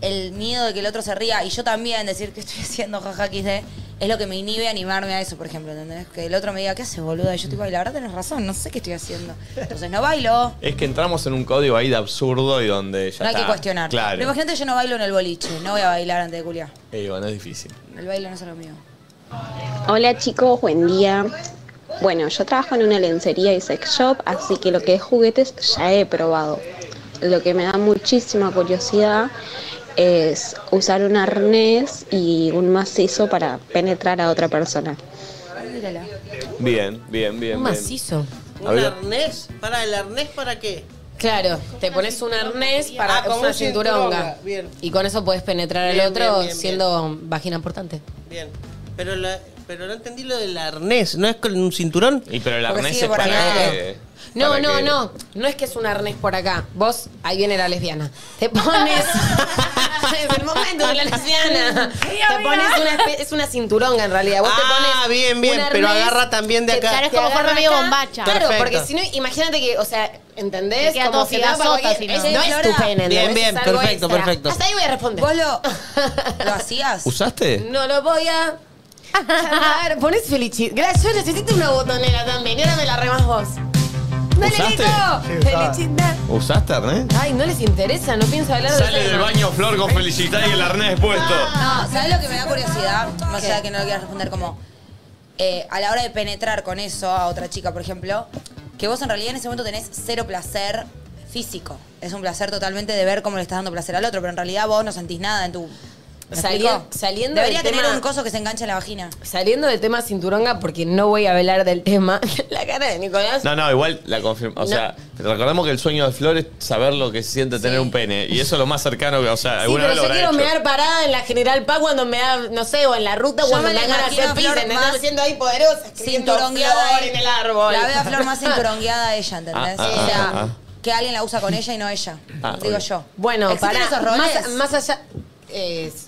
[SPEAKER 2] el miedo de que el otro se ría y yo también decir que estoy haciendo jaja XD es lo que me inhibe a animarme a eso, por ejemplo, ¿entendés? Que el otro me diga, ¿qué haces, boluda? Y yo te digo, "Ay, la verdad tenés razón, no sé qué estoy haciendo. Entonces no bailo.
[SPEAKER 1] Es que entramos en un código ahí de absurdo y donde ya
[SPEAKER 2] no hay
[SPEAKER 1] está.
[SPEAKER 2] que cuestionar. Pero
[SPEAKER 1] Claro.
[SPEAKER 2] imagínate, yo no bailo en el boliche, no voy a bailar antes de culiar.
[SPEAKER 1] Eh, bueno, es difícil.
[SPEAKER 2] El baile no es lo mío.
[SPEAKER 8] Hola chicos, buen día. Bueno, yo trabajo en una lencería y sex shop, así que lo que es juguetes ya he probado. Lo que me da muchísima curiosidad es usar un arnés y un macizo para penetrar a otra persona.
[SPEAKER 2] Mírala.
[SPEAKER 1] Bien, bien, bien. bien.
[SPEAKER 3] ¿Un
[SPEAKER 1] Había-
[SPEAKER 3] arnés? ¿Para el arnés para qué?
[SPEAKER 4] Claro, te pones un arnés para
[SPEAKER 3] Ah, como
[SPEAKER 4] una
[SPEAKER 3] un
[SPEAKER 4] cinturonga.
[SPEAKER 3] cinturonga, bien.
[SPEAKER 4] Y con eso puedes penetrar al
[SPEAKER 3] Bien,
[SPEAKER 4] otro
[SPEAKER 3] bien, bien,
[SPEAKER 4] siendo vagina importante.
[SPEAKER 3] Bien. Pero, la- pero no entendí lo del arnés. ¿No es con un cinturón?
[SPEAKER 1] Y pero el
[SPEAKER 3] Porque
[SPEAKER 1] arnés
[SPEAKER 3] sigue
[SPEAKER 1] es
[SPEAKER 3] por
[SPEAKER 1] para
[SPEAKER 3] acá.
[SPEAKER 1] que-
[SPEAKER 4] No,
[SPEAKER 1] para
[SPEAKER 4] no,
[SPEAKER 1] que-
[SPEAKER 4] no. No es que es un arnés por acá. Vos, ahí viene la lesbiana. Te pones. es el momento de la lesbiana. Te pones una, espe- es una cinturonga en realidad. Vos
[SPEAKER 3] Ah,
[SPEAKER 4] te pones.
[SPEAKER 3] bien, bien,
[SPEAKER 4] un
[SPEAKER 3] pero
[SPEAKER 4] arnés
[SPEAKER 3] agarra también de
[SPEAKER 4] que
[SPEAKER 3] acá.
[SPEAKER 4] te-
[SPEAKER 3] Claro, es
[SPEAKER 4] te
[SPEAKER 3] como
[SPEAKER 4] agarra
[SPEAKER 3] forma medio
[SPEAKER 4] acá.
[SPEAKER 3] bombacha.
[SPEAKER 4] Claro,
[SPEAKER 3] Perfecto.
[SPEAKER 4] porque si no, imagínate que, o sea, ¿entendés?
[SPEAKER 6] Te queda
[SPEAKER 4] Como
[SPEAKER 6] todo
[SPEAKER 4] que da para
[SPEAKER 6] fidazota,
[SPEAKER 4] cualquier-
[SPEAKER 6] si no.
[SPEAKER 4] es- no es tu pene,
[SPEAKER 3] Bien,
[SPEAKER 4] ¿entendés?
[SPEAKER 3] bien,
[SPEAKER 4] Es algo
[SPEAKER 3] perfecto,
[SPEAKER 4] extra.
[SPEAKER 3] perfecto.
[SPEAKER 4] Hasta ahí voy a responder.
[SPEAKER 2] ¿Vos lo, lo hacías?
[SPEAKER 1] ¿Usaste?
[SPEAKER 4] No lo voy a. Claro, pones felicidad. Gracias, yo necesito una botonera también. Y ahora me la remas vos. Dale,
[SPEAKER 1] ¿Usaste? Sí,
[SPEAKER 4] Nico.
[SPEAKER 1] usaba.
[SPEAKER 4] Felicidad.
[SPEAKER 1] ¿Usaste arnés?
[SPEAKER 4] Ay, no les interesa, no pienso hablar de
[SPEAKER 1] Sale del baño Flor con Felicita y el arnés puesto.
[SPEAKER 4] Ah.
[SPEAKER 2] No, ¿sabes lo que me da curiosidad? Más allá de que no lo quieras responder como... eh, a la hora de penetrar con eso a otra chica, por ejemplo, que vos en realidad en ese momento tenés cero placer físico. Es un placer totalmente de ver cómo le estás dando placer al otro, pero en realidad vos no sentís nada en tu... ¿me
[SPEAKER 4] Salien-
[SPEAKER 2] explico?
[SPEAKER 4] saliendo
[SPEAKER 2] Debería
[SPEAKER 4] del
[SPEAKER 2] tener
[SPEAKER 4] tema-
[SPEAKER 2] un coso que se enganche en la vagina.
[SPEAKER 4] Saliendo del tema cinturonga, porque no voy a hablar del tema. La cara de Nicolás.
[SPEAKER 1] No, no, igual la confirma. O
[SPEAKER 4] No.
[SPEAKER 1] sea, recordemos que el sueño de Flor es saber lo que se siente tener un pene. Y eso es lo más cercano que, o sea,
[SPEAKER 4] Sí,
[SPEAKER 1] alguna
[SPEAKER 4] pero
[SPEAKER 1] vez lo
[SPEAKER 4] yo
[SPEAKER 1] habrá
[SPEAKER 4] quiero
[SPEAKER 1] hecho.
[SPEAKER 4] mear parada en la General Paz cuando me da, no sé, o en la ruta
[SPEAKER 2] Yo
[SPEAKER 4] cuando
[SPEAKER 2] me
[SPEAKER 4] me
[SPEAKER 2] la
[SPEAKER 4] dan ganas de hacer
[SPEAKER 2] imagino a
[SPEAKER 4] pis,
[SPEAKER 2] Flor
[SPEAKER 4] ¿entendés?
[SPEAKER 2] más
[SPEAKER 4] Me siento ahí poderosa, escribiendo
[SPEAKER 2] Cinturongueada
[SPEAKER 4] flor
[SPEAKER 2] ella.
[SPEAKER 4] en el árbol.
[SPEAKER 2] La veo a Flor más cinturongueada a ella, ¿entendés?
[SPEAKER 4] Ah, ah,
[SPEAKER 2] o sea,
[SPEAKER 4] ah,
[SPEAKER 2] que alguien la usa con ella y no ella.
[SPEAKER 1] Ah,
[SPEAKER 2] digo
[SPEAKER 1] obvio.
[SPEAKER 2] yo.
[SPEAKER 4] Bueno,
[SPEAKER 2] ¿Existen
[SPEAKER 4] para
[SPEAKER 2] esos roles?
[SPEAKER 4] más, más allá es-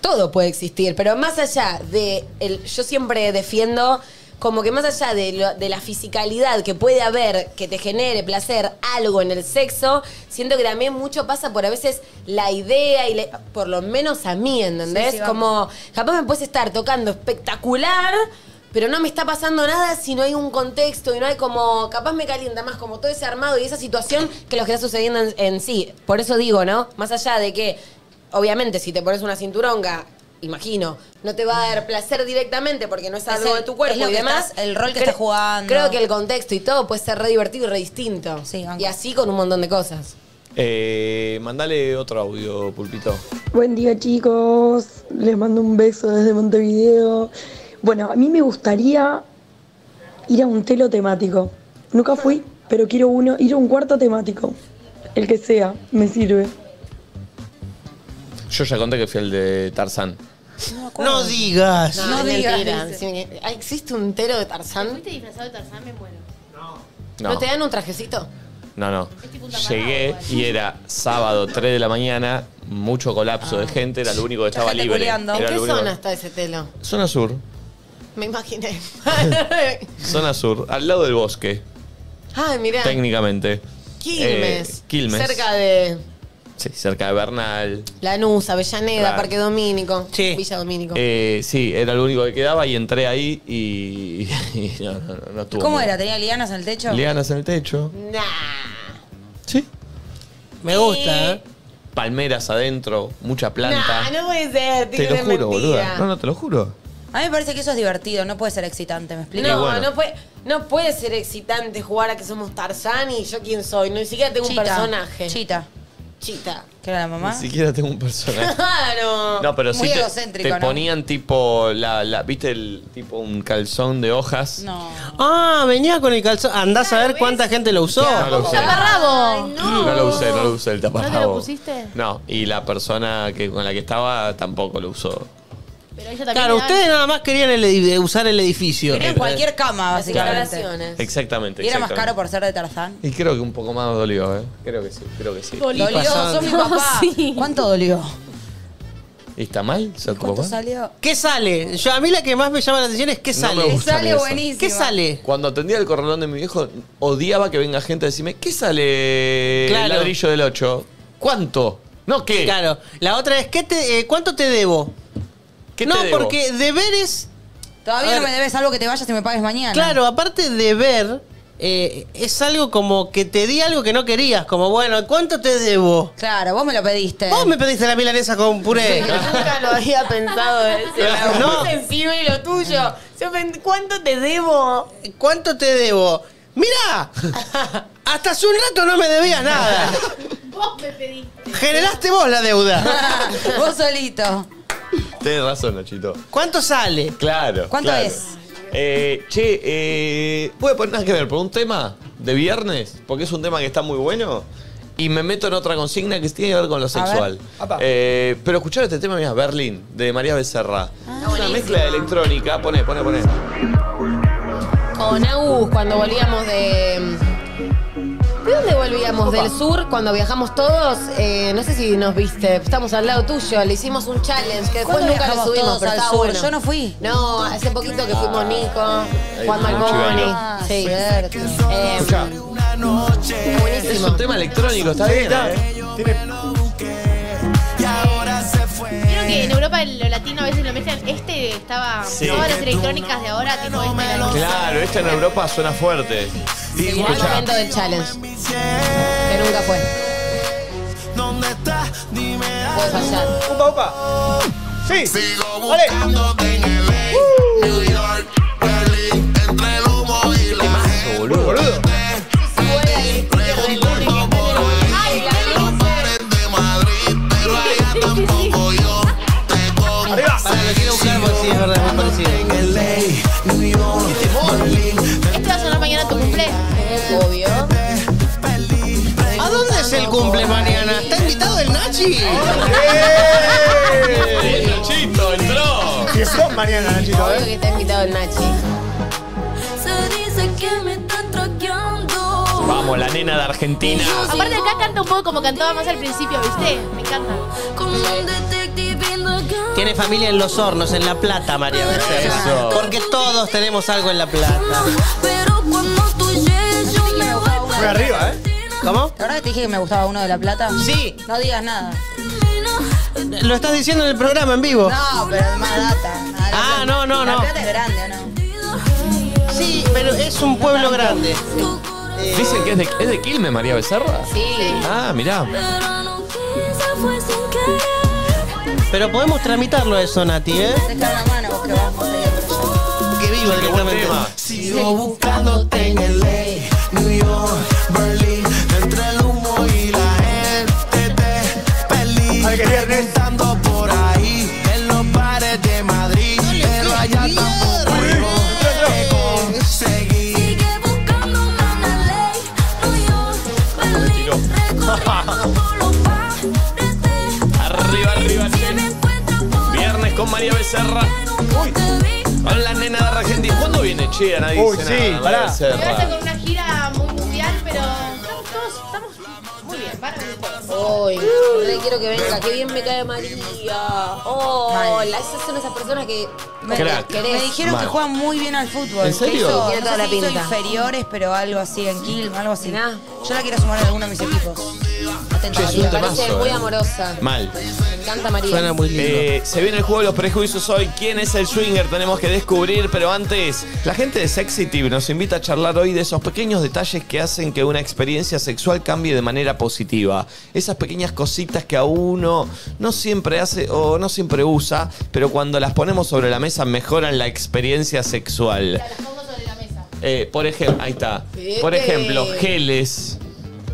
[SPEAKER 4] todo puede existir, pero más allá de el, yo siempre defiendo como que más allá de, lo- de la fisicalidad que puede haber que te genere placer algo en el sexo, siento que también mucho pasa por a veces la idea y la- por lo menos a mí, ¿entendés?
[SPEAKER 2] Sí, sí,
[SPEAKER 4] como capaz me puedes estar tocando espectacular, pero no me está pasando nada si no hay un contexto y no hay como, capaz me calienta más como todo ese armado y esa situación que lo que está sucediendo en, en sí. Por eso digo, ¿no? Más allá de que, obviamente, si te pones una cinturonga, imagino, no te va a dar placer directamente porque no es algo
[SPEAKER 2] el-
[SPEAKER 4] de tu cuerpo
[SPEAKER 2] es lo
[SPEAKER 4] y
[SPEAKER 2] que
[SPEAKER 4] demás.
[SPEAKER 2] estás- el rol que
[SPEAKER 4] Creo-
[SPEAKER 2] estás jugando.
[SPEAKER 4] Creo que el contexto y todo puede ser re divertido y re distinto. y así con un montón de cosas.
[SPEAKER 1] Eh, mandale otro audio, Pulpito.
[SPEAKER 22] Buen día chicos, les mando un beso desde Montevideo. Bueno, a mí me gustaría ir a un telo temático. Nunca fui, pero quiero uno, ir a un cuarto temático. El que sea, me sirve.
[SPEAKER 1] Yo ya conté que fui el de Tarzán.
[SPEAKER 2] No,
[SPEAKER 3] No digas.
[SPEAKER 4] No, es mentira. Sí, ah, ¿Existe un tero de Tarzán? ¿Fuiste
[SPEAKER 6] disfrazado de Tarzán? Me muero.
[SPEAKER 4] No. te dan un trajecito?
[SPEAKER 1] No, no. Llegué y era sábado, 3 de la mañana, mucho colapso
[SPEAKER 4] Ah.
[SPEAKER 1] de gente, era lo único que estaba libre.
[SPEAKER 4] ¿En
[SPEAKER 1] Era
[SPEAKER 4] qué
[SPEAKER 1] lo único-
[SPEAKER 4] zona está ese telo?
[SPEAKER 1] Zona sur,
[SPEAKER 4] Me imaginé.
[SPEAKER 1] zona sur, al lado del bosque,
[SPEAKER 4] Ay, mirá.
[SPEAKER 1] técnicamente.
[SPEAKER 4] Ah. Quilmes.
[SPEAKER 1] Eh, Quilmes.
[SPEAKER 4] Cerca de
[SPEAKER 1] Sí, cerca de Bernal.
[SPEAKER 4] Lanús, Avellaneda,
[SPEAKER 1] Claro.
[SPEAKER 4] Parque Domínico, Villa Domínico.
[SPEAKER 1] Eh, sí, era lo único que quedaba y entré ahí y, y no, no, no, no estuvo
[SPEAKER 2] ¿Cómo
[SPEAKER 1] muy-
[SPEAKER 2] era? ¿Tenía lianas en el techo?
[SPEAKER 1] Lianas en el techo.
[SPEAKER 4] Nah.
[SPEAKER 3] Me gusta, ¿eh?
[SPEAKER 1] Palmeras adentro, mucha planta.
[SPEAKER 2] Nah,
[SPEAKER 4] no puede ser.
[SPEAKER 1] te lo juro, boludo. No, no, te lo juro.
[SPEAKER 2] A mí me parece que eso es divertido, no puede ser excitante, ¿me explico?
[SPEAKER 4] No,
[SPEAKER 1] Y bueno.
[SPEAKER 4] no, puede, no puede ser excitante jugar a que somos Tarzán y yo quién soy. No, ni siquiera tengo
[SPEAKER 2] Chita.
[SPEAKER 4] un personaje.
[SPEAKER 2] Chita.
[SPEAKER 4] Chita.
[SPEAKER 2] ¿Qué era la mamá?
[SPEAKER 1] Ni siquiera tengo un personaje.
[SPEAKER 4] Claro.
[SPEAKER 1] No, pero
[SPEAKER 2] Ah. Muy
[SPEAKER 1] sí te,
[SPEAKER 2] egocéntrico,
[SPEAKER 1] te
[SPEAKER 2] ¿no?
[SPEAKER 1] ponían tipo la, la- ¿viste el tipo un calzón de hojas?
[SPEAKER 2] No.
[SPEAKER 3] Ah, venía con el calzón. Andás a ver cuánta gente lo usó.
[SPEAKER 1] No lo usé.
[SPEAKER 6] ¡Taparrabo!
[SPEAKER 1] No lo usé, no lo usé el
[SPEAKER 6] ¿No
[SPEAKER 1] taparrabo.
[SPEAKER 6] te lo pusiste?
[SPEAKER 1] No, y la persona que con la que estaba tampoco lo usó.
[SPEAKER 6] Pero ella también.
[SPEAKER 3] Claro, ustedes nada más querían el edi- usar el edificio.
[SPEAKER 2] Querían cualquier cama, básicamente.
[SPEAKER 1] Exactamente.
[SPEAKER 2] ¿Y era más
[SPEAKER 1] exactamente.
[SPEAKER 2] caro por ser de Tarzán?
[SPEAKER 1] Y creo que un poco más dolió, ¿eh? Creo que sí, creo que sí.
[SPEAKER 2] Dolió, sos mi papá. ¿Cuánto dolió?
[SPEAKER 1] ¿Y está mal? ¿Se ocupó
[SPEAKER 2] ¿Cuánto
[SPEAKER 1] mal?
[SPEAKER 2] salió?
[SPEAKER 3] ¿Qué sale? Yo, a mí la que más me llama la atención es qué
[SPEAKER 1] No
[SPEAKER 3] sale.
[SPEAKER 1] me gusta a mí eso.
[SPEAKER 3] ¿Qué sale?
[SPEAKER 1] Cuando atendía el corralón de mi viejo, odiaba que venga gente a decirme, ¿qué sale el
[SPEAKER 3] Claro.
[SPEAKER 1] ladrillo del 8? ¿Cuánto? No, ¿qué?
[SPEAKER 3] Claro. La otra es ¿qué te, eh, ¿cuánto te debo?
[SPEAKER 1] ¿Qué
[SPEAKER 3] no,
[SPEAKER 1] te debo?
[SPEAKER 3] porque deberes.
[SPEAKER 4] Ah,
[SPEAKER 2] Todavía
[SPEAKER 3] A
[SPEAKER 2] no
[SPEAKER 3] ver.
[SPEAKER 2] me debes algo que te vayas y me pagues mañana.
[SPEAKER 3] Claro, aparte deber eh, es algo como que te di algo que no querías. Como, bueno, ¿cuánto te debo?
[SPEAKER 2] Claro, vos me lo pediste.
[SPEAKER 3] Vos me pediste la milanesa con puré.
[SPEAKER 4] Nunca lo había pensado. ¿eh? Se la
[SPEAKER 3] No.
[SPEAKER 4] puse encima y lo tuyo. Se ofend- ¿Cuánto te debo?
[SPEAKER 3] ¿Cuánto te debo? Mirá, hasta hace un rato no me debías nada.
[SPEAKER 6] Vos me pediste.
[SPEAKER 3] Generaste vos la deuda.
[SPEAKER 2] Ah, vos solito.
[SPEAKER 1] Tienes razón, Nachito.
[SPEAKER 3] ¿Cuánto sale?
[SPEAKER 1] Claro.
[SPEAKER 2] ¿Cuánto
[SPEAKER 1] claro.
[SPEAKER 2] es?
[SPEAKER 1] Eh, che, eh, voy a poner nada que ver por un tema de viernes, porque es un tema que está muy bueno. Y me meto en otra consigna que tiene que ver con lo sexual. Eh, pero escuchar este tema, mira, Berlín, de María
[SPEAKER 3] Ah,
[SPEAKER 1] Becerra. es una mezcla de electrónica. Pone, pone, pone.
[SPEAKER 4] Con Agus, cuando volvíamos de. ¿De dónde volvíamos? Del sur, cuando viajamos todos. eh, no sé si nos viste. Estamos al lado tuyo. Le hicimos un challenge que después
[SPEAKER 2] ¿Cuándo
[SPEAKER 4] nunca lo
[SPEAKER 2] viajamos
[SPEAKER 4] subimos.
[SPEAKER 2] todos
[SPEAKER 4] pero
[SPEAKER 2] al
[SPEAKER 4] estaba
[SPEAKER 2] sur?
[SPEAKER 4] bueno.
[SPEAKER 2] Yo no fui.
[SPEAKER 4] No, hace poquito que fuimos Nico, Juan Marconi.
[SPEAKER 1] Chivaño.
[SPEAKER 4] Sí. Eh,
[SPEAKER 1] Escuchá. Es un tema electrónico, está bien. ¿eh?
[SPEAKER 6] Creo que en Europa lo latino a veces lo mezclan. Este estaba.
[SPEAKER 1] Sí.
[SPEAKER 6] Todas las electrónicas de ahora, tipo este era lo-
[SPEAKER 1] Claro, esta en Europa suena fuerte.
[SPEAKER 4] el
[SPEAKER 1] Escuchá.
[SPEAKER 4] momento del challenge. Que nunca fue.
[SPEAKER 7] ¿Dónde estás? Dime
[SPEAKER 4] Puede fallar.
[SPEAKER 7] Upa, upa. Sí. Sigo buscándote en el New York, Berlín, entre el humo y la gente.
[SPEAKER 1] Boludo.
[SPEAKER 7] Preguntando por ahí, en los bares de Madrid, pero allá tampoco yo te
[SPEAKER 6] Este va a sonar mañana tu cumpleaños.
[SPEAKER 4] Obvio.
[SPEAKER 3] ¿A dónde es el cumple mañana? ¿Está invitado el Nachi?
[SPEAKER 1] ¡Eh, Nachito, entró!
[SPEAKER 5] Y es mañana, Nachito,
[SPEAKER 4] Obvio
[SPEAKER 5] ¿eh?
[SPEAKER 4] que está invitado el Nachi.
[SPEAKER 7] Se dice que me están troqueando.
[SPEAKER 1] Vamos, la nena de Argentina.
[SPEAKER 6] Aparte acá canta un poco como cantaba más al principio, ¿viste? Me encanta.
[SPEAKER 7] Como un detective in the gun.
[SPEAKER 3] Tiene familia en Los Hornos, en La Plata, María Becerra.
[SPEAKER 1] Eso.
[SPEAKER 3] Porque todos tenemos algo en La Plata.
[SPEAKER 7] Pero cuando tú llegues, yo me voy para
[SPEAKER 3] arriba, ¿eh? ¿Cómo?
[SPEAKER 2] ¿La verdad que te dije que me gustaba uno de La Plata?
[SPEAKER 3] Sí.
[SPEAKER 2] No digas nada.
[SPEAKER 3] Lo estás diciendo en el programa en vivo.
[SPEAKER 2] No, pero es más data.
[SPEAKER 3] Ah, no, no,
[SPEAKER 2] La
[SPEAKER 3] no.
[SPEAKER 2] Plata es grande, ¿o ¿no?
[SPEAKER 3] Sí, pero es un pueblo grande.
[SPEAKER 1] Dicen que es de, es de Quilmes, María Becerra.
[SPEAKER 4] Sí.
[SPEAKER 1] Ah, mirá.
[SPEAKER 7] Esa fue sin querer.
[SPEAKER 3] Pero podemos tramitarlo eso, Nati, ¿eh?
[SPEAKER 2] Deja la mano vos que vas por ahí.
[SPEAKER 3] Que viva directamente.
[SPEAKER 7] Sigo buscándote en LA, New York, Berlín, entre el humo y la gente te perdí.
[SPEAKER 5] Ay, qué viernes.
[SPEAKER 7] Preguntando por ahí, en los bares de Madrid, pero allá tampoco yo te conseguí. Sigue buscándome en LA, New York, Berlín, recorriendo por los bares de
[SPEAKER 1] Arriba, arriba,
[SPEAKER 7] Si me encuentro por
[SPEAKER 1] Viernes con María Serra. Uy. Con la nena de Argentina. ¿Cuándo viene Che? Nadie
[SPEAKER 5] Uy,
[SPEAKER 1] dice
[SPEAKER 5] sí,
[SPEAKER 1] nada, Manuel
[SPEAKER 5] pará.
[SPEAKER 1] Serra.
[SPEAKER 6] Ahora está con una gira muy mundial, pero estamos todos, estamos muy bien, van a venir todos.
[SPEAKER 4] Uy, re quiero que venga, qué bien me cae María. Oh,
[SPEAKER 2] Mal.
[SPEAKER 4] la- esas son esas personas que
[SPEAKER 2] Me,
[SPEAKER 1] Crack.
[SPEAKER 2] me dijeron
[SPEAKER 1] Mal.
[SPEAKER 2] que juegan muy bien al fútbol.
[SPEAKER 1] ¿En serio?
[SPEAKER 2] Que hizo-
[SPEAKER 1] Tiene
[SPEAKER 2] no
[SPEAKER 4] toda
[SPEAKER 2] sé
[SPEAKER 4] la
[SPEAKER 2] si hizo
[SPEAKER 4] pinta.
[SPEAKER 2] inferiores, pero algo así, en Kilma, algo así. Yo la quiero sumar a alguno de mis equipos. Atento.
[SPEAKER 1] Che, es un
[SPEAKER 4] me parece
[SPEAKER 1] temazo,
[SPEAKER 4] muy
[SPEAKER 1] eh.
[SPEAKER 4] amorosa.
[SPEAKER 1] Mal.
[SPEAKER 4] Me encanta María.
[SPEAKER 1] Eh, se viene el juego de los prejuicios hoy. ¿Quién es el swinger? Tenemos que descubrir, pero antes, la gente de Sexitive nos invita a charlar hoy de esos pequeños detalles que hacen que una experiencia sexual cambie de manera positiva. Esas pequeñas cositas que a uno no siempre hace o no siempre usa, pero cuando las ponemos sobre la mesa mejoran la experiencia sexual. Eh, por ejemplo, ahí está. Por ejemplo, geles,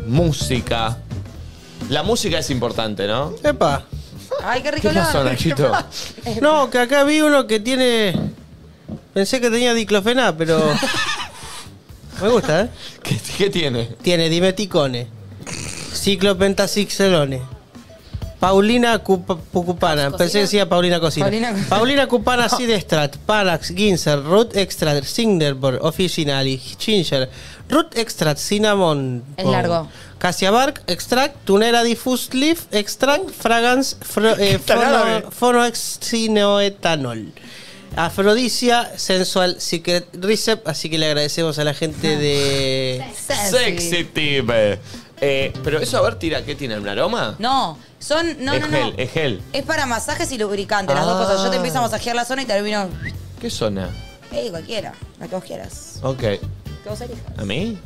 [SPEAKER 1] música. La música es importante, ¿no?
[SPEAKER 3] Epa.
[SPEAKER 2] Ay, qué rico
[SPEAKER 1] ¿Qué pasó,
[SPEAKER 2] olor.
[SPEAKER 1] Nachito?
[SPEAKER 3] No, que acá vi uno que tiene. Pensé que tenía diclofenac, pero. Me gusta, ¿eh?
[SPEAKER 1] ¿Qué, tiene?
[SPEAKER 3] Tiene dimeticone, ciclopentaxixelone, Paulina Cup- Pucupana, pensé que decía Paulina Cocina.
[SPEAKER 2] Paulina
[SPEAKER 3] Paulina,
[SPEAKER 2] Cocina.
[SPEAKER 3] Cupana, Sidestrat, Parax, Ginser, Root Extract, Sinderbor, Officinali, Ginger, Root Extract, Cinnamon.
[SPEAKER 2] Es largo.
[SPEAKER 3] Casiabark, Extract, Tunera Diffused Leaf, Extract, Fragrance, fro, eh,
[SPEAKER 5] tarada,
[SPEAKER 3] fono- fonoexinoetanol. Afrodisia, Sensual, Secret Recept, así que le agradecemos a la gente de...
[SPEAKER 1] Sexitive. Eh, pero eso, a ver, tira, ¿qué tiene? ¿Un aroma?
[SPEAKER 2] No, son. No,
[SPEAKER 1] es
[SPEAKER 2] no, no.
[SPEAKER 1] gel, es gel.
[SPEAKER 2] Es para masajes y lubricantes, las dos
[SPEAKER 1] Ah.
[SPEAKER 2] cosas. Yo te empiezo a masajear la zona y termino.
[SPEAKER 1] ¿Qué zona?
[SPEAKER 2] Ey, cualquiera, la que vos quieras.
[SPEAKER 1] Ok.
[SPEAKER 2] Que vos elijas.
[SPEAKER 1] ¿A mí?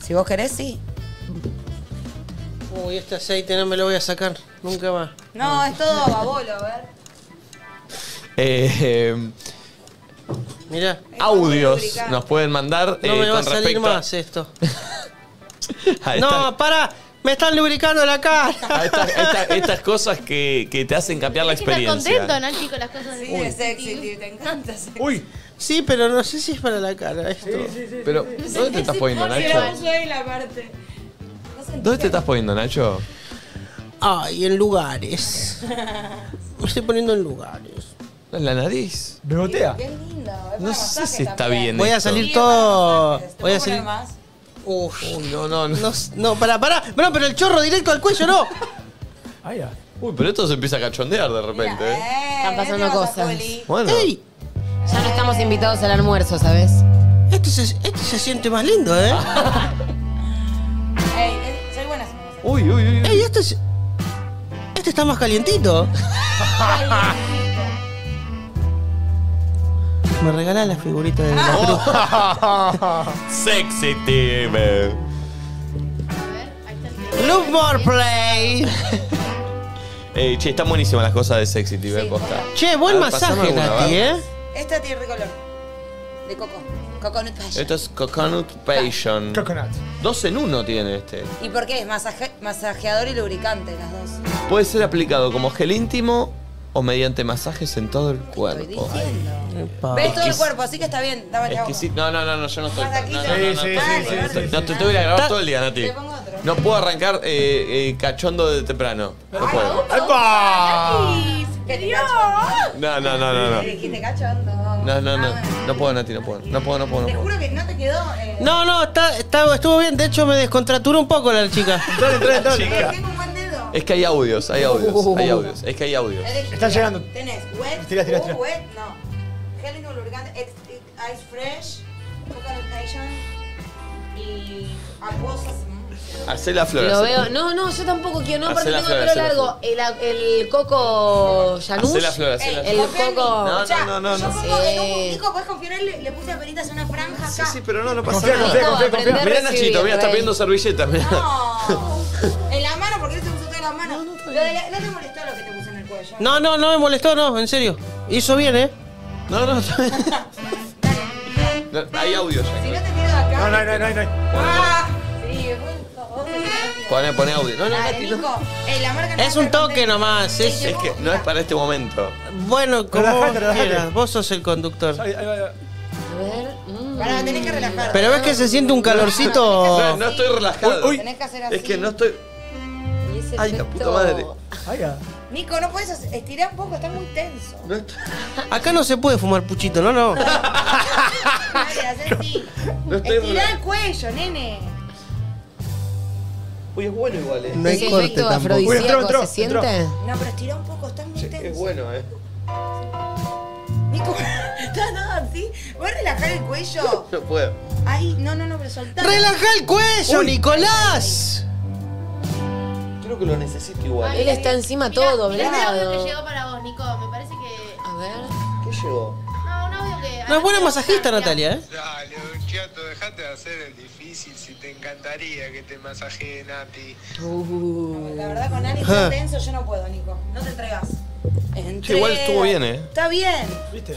[SPEAKER 2] Si vos querés, sí.
[SPEAKER 3] Uy, este aceite no me lo voy a sacar, nunca más.
[SPEAKER 2] No, es todo babolo, a ver.
[SPEAKER 1] Eh, eh,
[SPEAKER 3] Mirá,
[SPEAKER 1] audios nos pueden mandar
[SPEAKER 3] no
[SPEAKER 1] eh,
[SPEAKER 3] me va a
[SPEAKER 1] con
[SPEAKER 3] salir
[SPEAKER 1] respecto
[SPEAKER 3] más esto.
[SPEAKER 1] a estas-
[SPEAKER 3] No, para, me están lubricando la cara.
[SPEAKER 1] a estas- a estas- estas cosas que, que te hacen cambiar la
[SPEAKER 6] Es que estás
[SPEAKER 1] experiencia.
[SPEAKER 6] contento, Nachi, con las cosas
[SPEAKER 2] Sí, es sexy, tío, te encanta. sexy.
[SPEAKER 1] Uy,
[SPEAKER 3] Sí, pero no sé si es para la cara esto.
[SPEAKER 1] pero ¿dónde te estás poniendo, Nacho?
[SPEAKER 6] yo y la parte.
[SPEAKER 1] ¿Dónde te estás poniendo, Nacho?
[SPEAKER 3] Ay, en lugares. Me estoy poniendo en lugares.
[SPEAKER 1] En la nariz.
[SPEAKER 5] ¿Me botea?
[SPEAKER 1] No sé si está bien.
[SPEAKER 3] Voy a
[SPEAKER 1] esto.
[SPEAKER 3] salir todo. Voy a salir.
[SPEAKER 2] más?
[SPEAKER 3] Uf.
[SPEAKER 1] Uy, no, no, no.
[SPEAKER 3] No, no, pará, pará. No, pero el chorro directo al cuello, no.
[SPEAKER 1] ah. Uy, pero esto se empieza a cachondear de repente. ¿eh?
[SPEAKER 4] Están pasando cosas.
[SPEAKER 1] Bueno.
[SPEAKER 3] Ey,
[SPEAKER 4] Ya no estamos invitados al almuerzo, ¿sabes?
[SPEAKER 3] este se, este se siente más lindo, ¿eh?
[SPEAKER 2] Ey, eh, soy buena.
[SPEAKER 1] Uy, uy, uy.
[SPEAKER 3] Ey, este se- Este está más calientito. Me regalan las figuritas de la cruz.
[SPEAKER 1] Sexy team.
[SPEAKER 3] Look more play.
[SPEAKER 1] Eh, che, están buenísimas las cosas de Sexy team, eh, posta.
[SPEAKER 3] Che, buen
[SPEAKER 1] A ver, Ah, pasame
[SPEAKER 3] masaje,
[SPEAKER 1] alguna,
[SPEAKER 3] Nati,
[SPEAKER 1] ¿verdad?
[SPEAKER 3] ¿eh?
[SPEAKER 2] Esta tiene ricolor. De coco. Coconut passion.
[SPEAKER 1] Esto es Coconut Passion.
[SPEAKER 5] Coconut.
[SPEAKER 1] Dos en uno tiene este.
[SPEAKER 2] ¿Y por qué? Es masaje- masajeador y lubricante, las dos.
[SPEAKER 1] Puede ser aplicado como gel íntimo o mediante masajes en todo el cuerpo.
[SPEAKER 2] Ves todo el
[SPEAKER 1] Exquis-
[SPEAKER 2] cuerpo, así que está bien. Dame la boca.
[SPEAKER 1] Exquisito. No, no, no, no, yo no estoy.
[SPEAKER 2] Más
[SPEAKER 1] No, no,
[SPEAKER 2] taquito.
[SPEAKER 1] no, no,
[SPEAKER 2] Sí, sí,
[SPEAKER 1] estoy-
[SPEAKER 2] sí,
[SPEAKER 1] no,
[SPEAKER 2] sí,
[SPEAKER 1] estoy-
[SPEAKER 2] sí,
[SPEAKER 1] No, te, te voy a grabar todo el día, Nati.
[SPEAKER 2] Te pongo otro.
[SPEAKER 1] No puedo arrancar eh, eh, cachondo de temprano. No puedo.
[SPEAKER 2] Que te cacho.
[SPEAKER 1] No, no, no, no, no.
[SPEAKER 2] Que te cacho ando.
[SPEAKER 1] No, no, no. No puedo, Nati, no puedo. No puedo, no puedo,
[SPEAKER 2] Ah. Te
[SPEAKER 1] no puedo.
[SPEAKER 2] juro que no te quedó. eh,
[SPEAKER 3] No, no, está, está- estuvo bien. De hecho, me descontraturó un poco la chica.
[SPEAKER 1] Chica.
[SPEAKER 2] Tengo un buen dedo.
[SPEAKER 1] Es que hay audios, hay audios, hay audios. Es que hay audios.
[SPEAKER 2] Elegí,
[SPEAKER 5] Están
[SPEAKER 2] mirá,
[SPEAKER 5] llegando.
[SPEAKER 2] Tenés wet,
[SPEAKER 5] Tira, tira,
[SPEAKER 2] uh,
[SPEAKER 5] tira.
[SPEAKER 2] wet, no. Gel íntimo lubricante, ex- ice fresh, coconut nation y acuosas.
[SPEAKER 1] Hacé la flor.
[SPEAKER 4] Lo
[SPEAKER 1] hacé-
[SPEAKER 4] veo. No, no, yo tampoco quiero. No, porque
[SPEAKER 1] Hacela
[SPEAKER 4] tengo el pelo
[SPEAKER 1] flor, hacela
[SPEAKER 4] largo. El, el coco Yanush.
[SPEAKER 1] Hacela flor, hacela
[SPEAKER 4] El
[SPEAKER 1] flor.
[SPEAKER 4] coco.
[SPEAKER 1] No, no, no, no,
[SPEAKER 2] Yo
[SPEAKER 1] no.
[SPEAKER 2] pongo, en
[SPEAKER 4] Sí.
[SPEAKER 2] un Nico, ¿puedes confiar? en él? Le puse apenitas una franja acá.
[SPEAKER 1] Sí, sí, pero no, no pasa
[SPEAKER 5] Confía,
[SPEAKER 1] nada.
[SPEAKER 5] confía, confía,
[SPEAKER 4] aprender
[SPEAKER 5] confía.
[SPEAKER 4] a
[SPEAKER 1] Mirá
[SPEAKER 4] recibir,
[SPEAKER 1] Nachito, mirá, está
[SPEAKER 4] rey.
[SPEAKER 1] pidiendo servilletas, mirá.
[SPEAKER 2] No. En la mano, porque no te puso toda la mano. Lo de la- no te molestó lo que te puse en el cuello.
[SPEAKER 3] No, no, no me molestó, no, en serio. Hizo bien, ¿eh?
[SPEAKER 1] No, no, está bien. No, Hay audios ya.
[SPEAKER 2] Si no te quedo acá.
[SPEAKER 5] No, no, no, no, no.
[SPEAKER 2] Ah, sí, bueno, vos me-
[SPEAKER 1] Poné, poné audio. No, no,
[SPEAKER 2] Dale,
[SPEAKER 1] Nati, no.
[SPEAKER 2] Nico. En la marca no
[SPEAKER 3] Es
[SPEAKER 2] va a
[SPEAKER 3] un
[SPEAKER 2] estar
[SPEAKER 3] toque
[SPEAKER 2] contenta.
[SPEAKER 3] nomás. Es,
[SPEAKER 1] Es que no es para este momento.
[SPEAKER 3] bueno, como
[SPEAKER 5] Relajate,
[SPEAKER 3] vos
[SPEAKER 5] relajate.
[SPEAKER 3] quieras, vos sos el conductor.
[SPEAKER 5] Ahí, ahí, ahí.
[SPEAKER 4] A ver. mm.
[SPEAKER 2] Pará, tenés que relajar.
[SPEAKER 3] Pero ves que se siente un
[SPEAKER 1] No,
[SPEAKER 3] calorcito.
[SPEAKER 1] no estoy relajado.
[SPEAKER 5] Uy, uy.
[SPEAKER 2] Tenés que hacer así.
[SPEAKER 1] Es que no estoy.
[SPEAKER 4] Y ese
[SPEAKER 1] Ay, la
[SPEAKER 4] efecto-
[SPEAKER 1] puta madre.
[SPEAKER 5] Ahí, ah.
[SPEAKER 2] Nico, no puedes hacer- estirar un poco, está muy tenso.
[SPEAKER 3] Acá no se puede fumar puchito, no, no.
[SPEAKER 2] Dale, hacé así.
[SPEAKER 3] No estoy
[SPEAKER 2] Estirá el cuello, nene.
[SPEAKER 1] Uy, es bueno igual, eh.
[SPEAKER 3] No hay corte tampoco.
[SPEAKER 1] Entró, entró,
[SPEAKER 4] ¿se
[SPEAKER 1] entró.
[SPEAKER 4] siente?
[SPEAKER 2] No, pero estirá un poco, estás muy
[SPEAKER 1] Sí,
[SPEAKER 2] tenso.
[SPEAKER 1] es bueno, eh.
[SPEAKER 2] Nico, no, no, así. Voy a relajar el cuello.
[SPEAKER 1] No puedo.
[SPEAKER 2] Ay, no, no, no, pero soltá.
[SPEAKER 3] ¡Relaja el cuello,
[SPEAKER 1] Uy.
[SPEAKER 3] Nicolás!
[SPEAKER 1] Creo que lo necesito igual.
[SPEAKER 4] Él está encima todo,
[SPEAKER 6] Mirá este audio
[SPEAKER 4] doblado.
[SPEAKER 6] que llegó para vos, Nico. Me parece que.
[SPEAKER 4] A ver.
[SPEAKER 1] ¿Qué llegó?
[SPEAKER 6] No, un audio que.
[SPEAKER 3] No es buena masajista, Natalia, ¿eh?
[SPEAKER 10] Dale, Chato, dejate de hacer el difícil si te encantaría que te masajeen Nati.
[SPEAKER 2] La verdad, con Ani
[SPEAKER 1] Ah.
[SPEAKER 2] tan tenso yo no puedo, Nico. No te entregas.
[SPEAKER 1] Sí, igual estuvo bien, eh.
[SPEAKER 2] Está bien.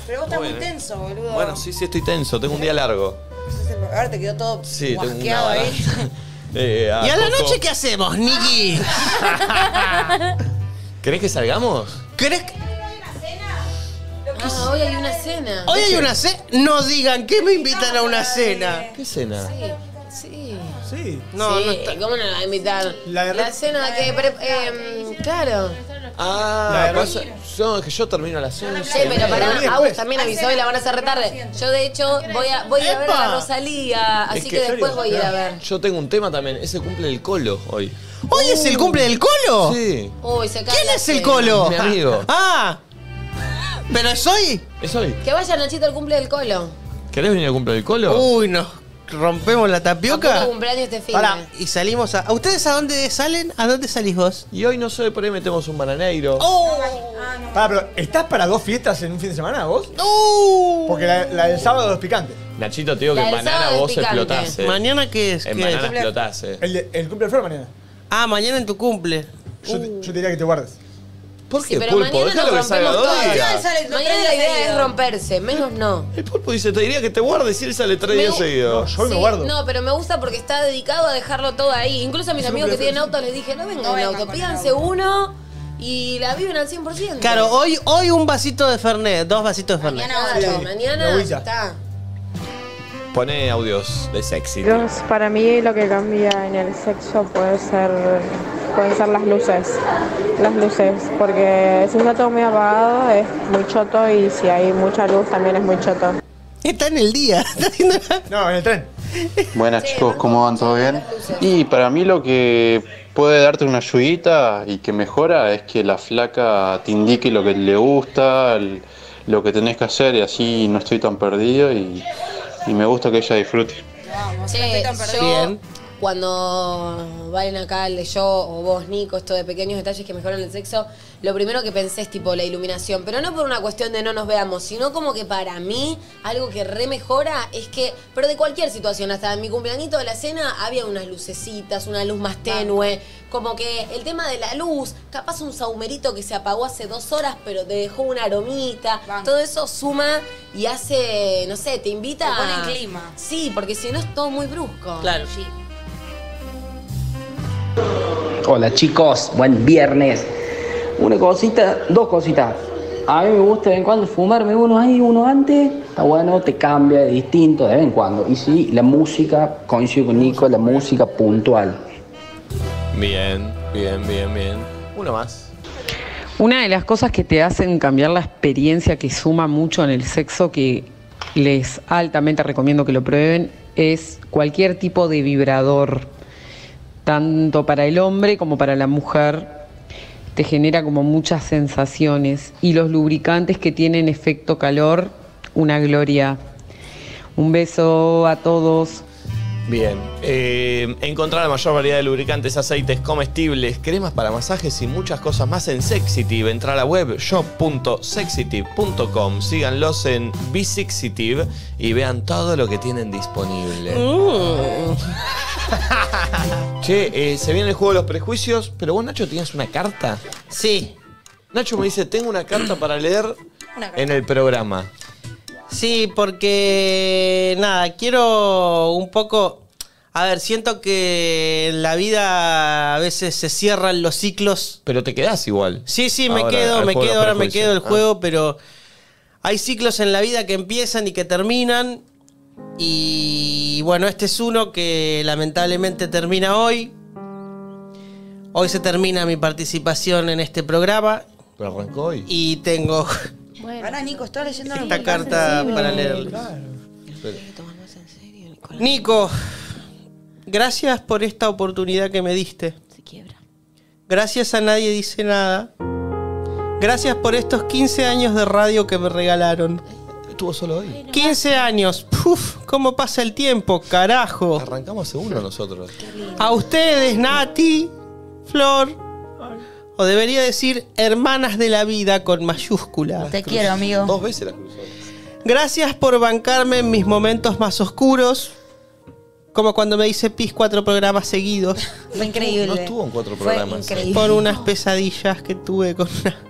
[SPEAKER 2] Pero vos estás
[SPEAKER 1] Muy
[SPEAKER 2] muy
[SPEAKER 1] bien, eh.
[SPEAKER 2] tenso, boludo.
[SPEAKER 1] Bueno, sí, sí, estoy tenso. Tengo un día largo.
[SPEAKER 2] Ahora te quedó todo
[SPEAKER 1] Sí, tengo una
[SPEAKER 2] guasqueado ahí.
[SPEAKER 1] bala. Eh,
[SPEAKER 3] ¿Y a la
[SPEAKER 1] poco-
[SPEAKER 3] noche qué hacemos, Nicky?
[SPEAKER 1] ¿Querés que salgamos?
[SPEAKER 3] ¿Querés que-
[SPEAKER 4] Ah, hoy hay una cena.
[SPEAKER 3] Hoy hay una cena. No digan que me invitan a una cena.
[SPEAKER 1] ¿Qué cena?
[SPEAKER 4] Sí.
[SPEAKER 3] Sí.
[SPEAKER 4] No,
[SPEAKER 3] No,
[SPEAKER 4] sí,
[SPEAKER 3] no está.
[SPEAKER 4] ¿cómo no la va a invitar?
[SPEAKER 3] La
[SPEAKER 4] La,
[SPEAKER 3] de-
[SPEAKER 4] cena que... pre- eh, claro.
[SPEAKER 1] Ah,
[SPEAKER 3] La
[SPEAKER 1] pasa. No, es que yo termino a las 11.
[SPEAKER 4] Che, pero
[SPEAKER 1] Debería
[SPEAKER 4] pará, ah, Agus
[SPEAKER 1] después.
[SPEAKER 4] también avisó y la van a hacer retarde. Yo, de hecho, voy a, voy a ir a ver
[SPEAKER 1] ¡Epa!
[SPEAKER 4] a Rosalía, así
[SPEAKER 1] Es
[SPEAKER 4] que, después voy a ir a ver.
[SPEAKER 1] Yo tengo un tema también. Es el cumple del colo hoy.
[SPEAKER 3] ¿Hoy es el cumple del colo?
[SPEAKER 1] Sí.
[SPEAKER 4] Uy, se cae
[SPEAKER 3] ¿Quién
[SPEAKER 4] la
[SPEAKER 3] es el
[SPEAKER 4] cena.
[SPEAKER 3] colo?
[SPEAKER 1] Mi amigo.
[SPEAKER 3] Ah. ¿Pero es hoy?
[SPEAKER 1] Es hoy.
[SPEAKER 4] Que vaya Nachito al cumple del colo.
[SPEAKER 1] ¿Querés venir al cumple del colo?
[SPEAKER 4] Uh.
[SPEAKER 3] Uy, nos rompemos la tapioca.
[SPEAKER 4] Tampoco cumpleaños este fin.
[SPEAKER 3] Pará, y salimos a. ¿a ¿Ustedes a dónde salen? ¿A dónde salís vos? ¡Oh!
[SPEAKER 1] Y hoy no sé, por ahí metemos un bananeiro.
[SPEAKER 4] Oh.
[SPEAKER 5] Pará, pero ¿estás para dos fiestas en un fin de semana vos?
[SPEAKER 3] ¡No!
[SPEAKER 5] Porque la, la del sábado es picante.
[SPEAKER 1] Nachito, te digo
[SPEAKER 5] La
[SPEAKER 1] que en
[SPEAKER 5] del
[SPEAKER 1] banana
[SPEAKER 5] sábado es
[SPEAKER 1] vos
[SPEAKER 5] picante.
[SPEAKER 1] explotás. eh.
[SPEAKER 3] ¿Mañana qué es?
[SPEAKER 1] En
[SPEAKER 3] ¿Qué es?
[SPEAKER 1] banana explotás, eh.
[SPEAKER 5] El, de- el cumple de Flor mañana.
[SPEAKER 3] Ah, mañana en tu cumple.
[SPEAKER 5] Yo, te- yo te diría que te guardes.
[SPEAKER 1] ¿Por
[SPEAKER 4] Sí, pero mañana nos rompemos todos. Mañana la idea es romperse, menos no.
[SPEAKER 1] El pulpo dice, te diría que te guardes y él sale tres
[SPEAKER 4] Me
[SPEAKER 1] días
[SPEAKER 4] gu-
[SPEAKER 1] seguidos.
[SPEAKER 5] yo
[SPEAKER 4] Sí, No, pero me gusta porque está dedicado a dejarlo todo ahí. Incluso a mis
[SPEAKER 1] Yo
[SPEAKER 4] amigos que
[SPEAKER 1] prefiero-
[SPEAKER 4] tienen auto les dije, no vengan
[SPEAKER 2] No
[SPEAKER 4] en
[SPEAKER 2] vengan
[SPEAKER 4] auto,
[SPEAKER 2] con
[SPEAKER 4] pídanse uno y la viven al 100%.
[SPEAKER 3] Claro, hoy, hoy un vasito de Fernet, dos vasitos de Fernet.
[SPEAKER 4] Mañana,
[SPEAKER 3] Sí.
[SPEAKER 4] ocho, mañana está.
[SPEAKER 1] Pone audios de sexy.
[SPEAKER 13] Dios, para mí lo que cambia en el sexo puede ser, pueden ser las luces. Las luces, porque si está todo muy apagado es muy choto y si hay mucha luz también es muy choto.
[SPEAKER 3] Está en el día, está haciendo
[SPEAKER 5] No, en el tren.
[SPEAKER 23] Buenas chicos, ¿cómo van? ¿Todo bien? Y para mí lo que puede darte una ayudita y que mejora es que la flaca te indique lo que le gusta, el- lo que tenés que hacer y así no estoy tan perdido y, y me gusta que ella disfrute.
[SPEAKER 4] Che, yo
[SPEAKER 23] Bien.
[SPEAKER 4] cuando Valen acá, el de yo o vos, Nico, esto de pequeños detalles que mejoran el sexo, lo primero que pensé es tipo la iluminación, pero no por una cuestión de no nos veamos, sino como que para mí algo que re mejora es que, pero de cualquier situación, hasta en mi cumpleañito de la cena había unas lucecitas, una luz más tenue, como que el tema de la luz, capaz un saumerito que se apagó hace dos horas, pero te dejó una aromita, todo eso suma y hace, no sé, te invita
[SPEAKER 2] Te pone en
[SPEAKER 4] a-
[SPEAKER 2] clima.
[SPEAKER 4] Sí, porque si no es todo muy brusco.
[SPEAKER 2] Claro.
[SPEAKER 4] Sí.
[SPEAKER 24] Hola chicos, buen viernes. Una cosita, dos cositas. A mí me gusta de vez en cuando fumarme uno ahí, uno antes. Está bueno, te cambia, es distinto de vez en cuando. Y sí, la música, coincido con Nico, la música puntual.
[SPEAKER 1] Bien, bien, bien, bien. Uno más.
[SPEAKER 25] Una de las cosas que te hacen cambiar la experiencia que suma mucho en el sexo, que les altamente recomiendo que lo prueben, es cualquier tipo de vibrador, tanto para el hombre como para la mujer. Te genera como muchas sensaciones y los lubricantes que tienen efecto calor, una gloria. Un beso a todos.
[SPEAKER 1] Bien. Eh, encontrar la mayor variedad de lubricantes, aceites, comestibles, cremas para masajes y muchas cosas más en Sexitive. Entra a la web shop.sexitive.com. Síganlos en Bisexitive y vean todo lo que tienen disponible.
[SPEAKER 3] Mm.
[SPEAKER 1] Che, eh, se viene el juego de los prejuicios, pero vos, Nacho, tenías una carta.
[SPEAKER 3] Sí.
[SPEAKER 1] Nacho me dice, tengo una carta para leer en el programa.
[SPEAKER 3] Sí, porque nada, quiero un poco. A ver, siento que en la vida a veces se cierran los ciclos.
[SPEAKER 1] Pero te quedás igual.
[SPEAKER 3] Sí, sí, me
[SPEAKER 1] Ahora,
[SPEAKER 3] quedo,
[SPEAKER 1] al
[SPEAKER 3] me
[SPEAKER 1] juego de
[SPEAKER 3] quedo,
[SPEAKER 1] los
[SPEAKER 3] ahora me
[SPEAKER 1] prejuicios.
[SPEAKER 3] quedo el
[SPEAKER 1] Ah.
[SPEAKER 3] juego, pero hay ciclos en la vida que empiezan y que terminan. Y bueno, este es uno que lamentablemente termina hoy. Hoy se termina mi participación en este programa.
[SPEAKER 1] Pero arrancó hoy.
[SPEAKER 3] Y tengo
[SPEAKER 2] Bueno. Pará, Nico, estás leyendo
[SPEAKER 3] esta carta para leer. Nico, gracias por esta oportunidad que me diste. Gracias a nadie dice nada. Gracias por estos 15 años de radio que me regalaron.
[SPEAKER 1] Estuvo solo hoy.
[SPEAKER 3] 15 años. Puf, ¿Cómo pasa el tiempo? Carajo.
[SPEAKER 1] Arrancamos segundo nosotros.
[SPEAKER 3] A ustedes, Nati, Flor, o debería decir hermanas de la vida con mayúscula.
[SPEAKER 2] Te quiero, amigo.
[SPEAKER 1] Dos veces la cruzó.
[SPEAKER 3] Gracias por bancarme en mis momentos más oscuros, como cuando me hice pis cuatro programas seguidos.
[SPEAKER 2] Fue increíble.
[SPEAKER 1] No estuvo en cuatro programas.
[SPEAKER 3] Por unas pesadillas que tuve con una...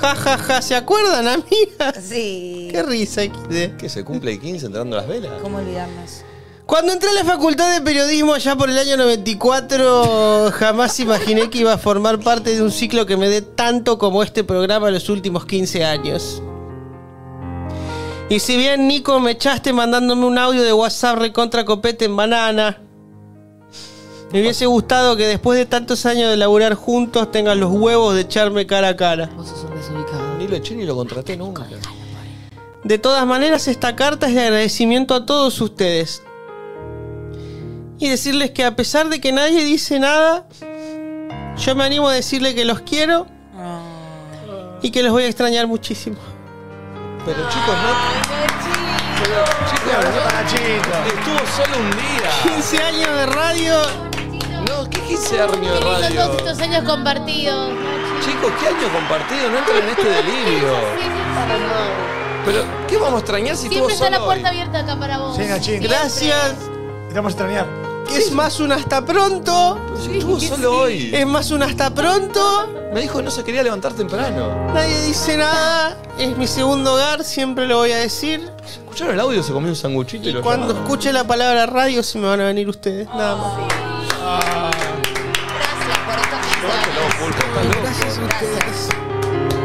[SPEAKER 3] Ja, ja, ja, ¿se acuerdan, amigas?
[SPEAKER 2] Sí.
[SPEAKER 3] Qué risa, XD.
[SPEAKER 1] Que se cumple el 15 entrando las velas.
[SPEAKER 2] ¿Cómo olvidarnos?
[SPEAKER 3] Cuando entré a la facultad de periodismo ya por el año 94, jamás imaginé que iba a formar parte de un ciclo que me dé tanto como este programa en los últimos 15 años. Y si bien Nico me echaste mandándome un audio de WhatsApp recontra copete en banana, me hubiese gustado que después de tantos años de laburar juntos tengas los huevos de echarme cara a cara.
[SPEAKER 1] Ni lo eché ni lo contraté nunca.
[SPEAKER 3] De todas maneras, esta carta es de agradecimiento a todos ustedes. Y decirles que a pesar de que nadie dice nada, yo me animo a decirle que los quiero y que los voy a extrañar muchísimo.
[SPEAKER 1] Pero chicos, no. Chicos, Estuvo solo un día.
[SPEAKER 3] 15 años de radio.
[SPEAKER 1] No, ¿qué 15 años de
[SPEAKER 6] Son todos
[SPEAKER 1] radio?
[SPEAKER 6] estos años compartidos.
[SPEAKER 1] Chicos, ¿qué año compartido? No entren en este delirio. Pero, ¿qué vamos a extrañar si estuvo
[SPEAKER 6] Siempre está
[SPEAKER 1] solo
[SPEAKER 6] la
[SPEAKER 1] hoy?
[SPEAKER 6] puerta abierta acá para vos.
[SPEAKER 1] Llega, Chin.
[SPEAKER 6] Siempre.
[SPEAKER 3] Gracias.
[SPEAKER 5] Te vamos a extrañar.
[SPEAKER 3] Es más un hasta pronto.
[SPEAKER 1] Estuvo solo hoy.
[SPEAKER 3] Es más un hasta pronto.
[SPEAKER 1] Me dijo que no se quería levantar temprano.
[SPEAKER 3] Nadie dice nada. Es mi segundo hogar, siempre lo voy a decir.
[SPEAKER 1] ¿Escucharon el audio? Se comió un sanguchito y, lo
[SPEAKER 3] Cuando
[SPEAKER 1] llamaron.
[SPEAKER 3] escuche la palabra radio, se me van a venir ustedes. Nada más.
[SPEAKER 2] Gracias por estos 15 años.
[SPEAKER 1] Pulpo, este está loco.
[SPEAKER 2] Gracias.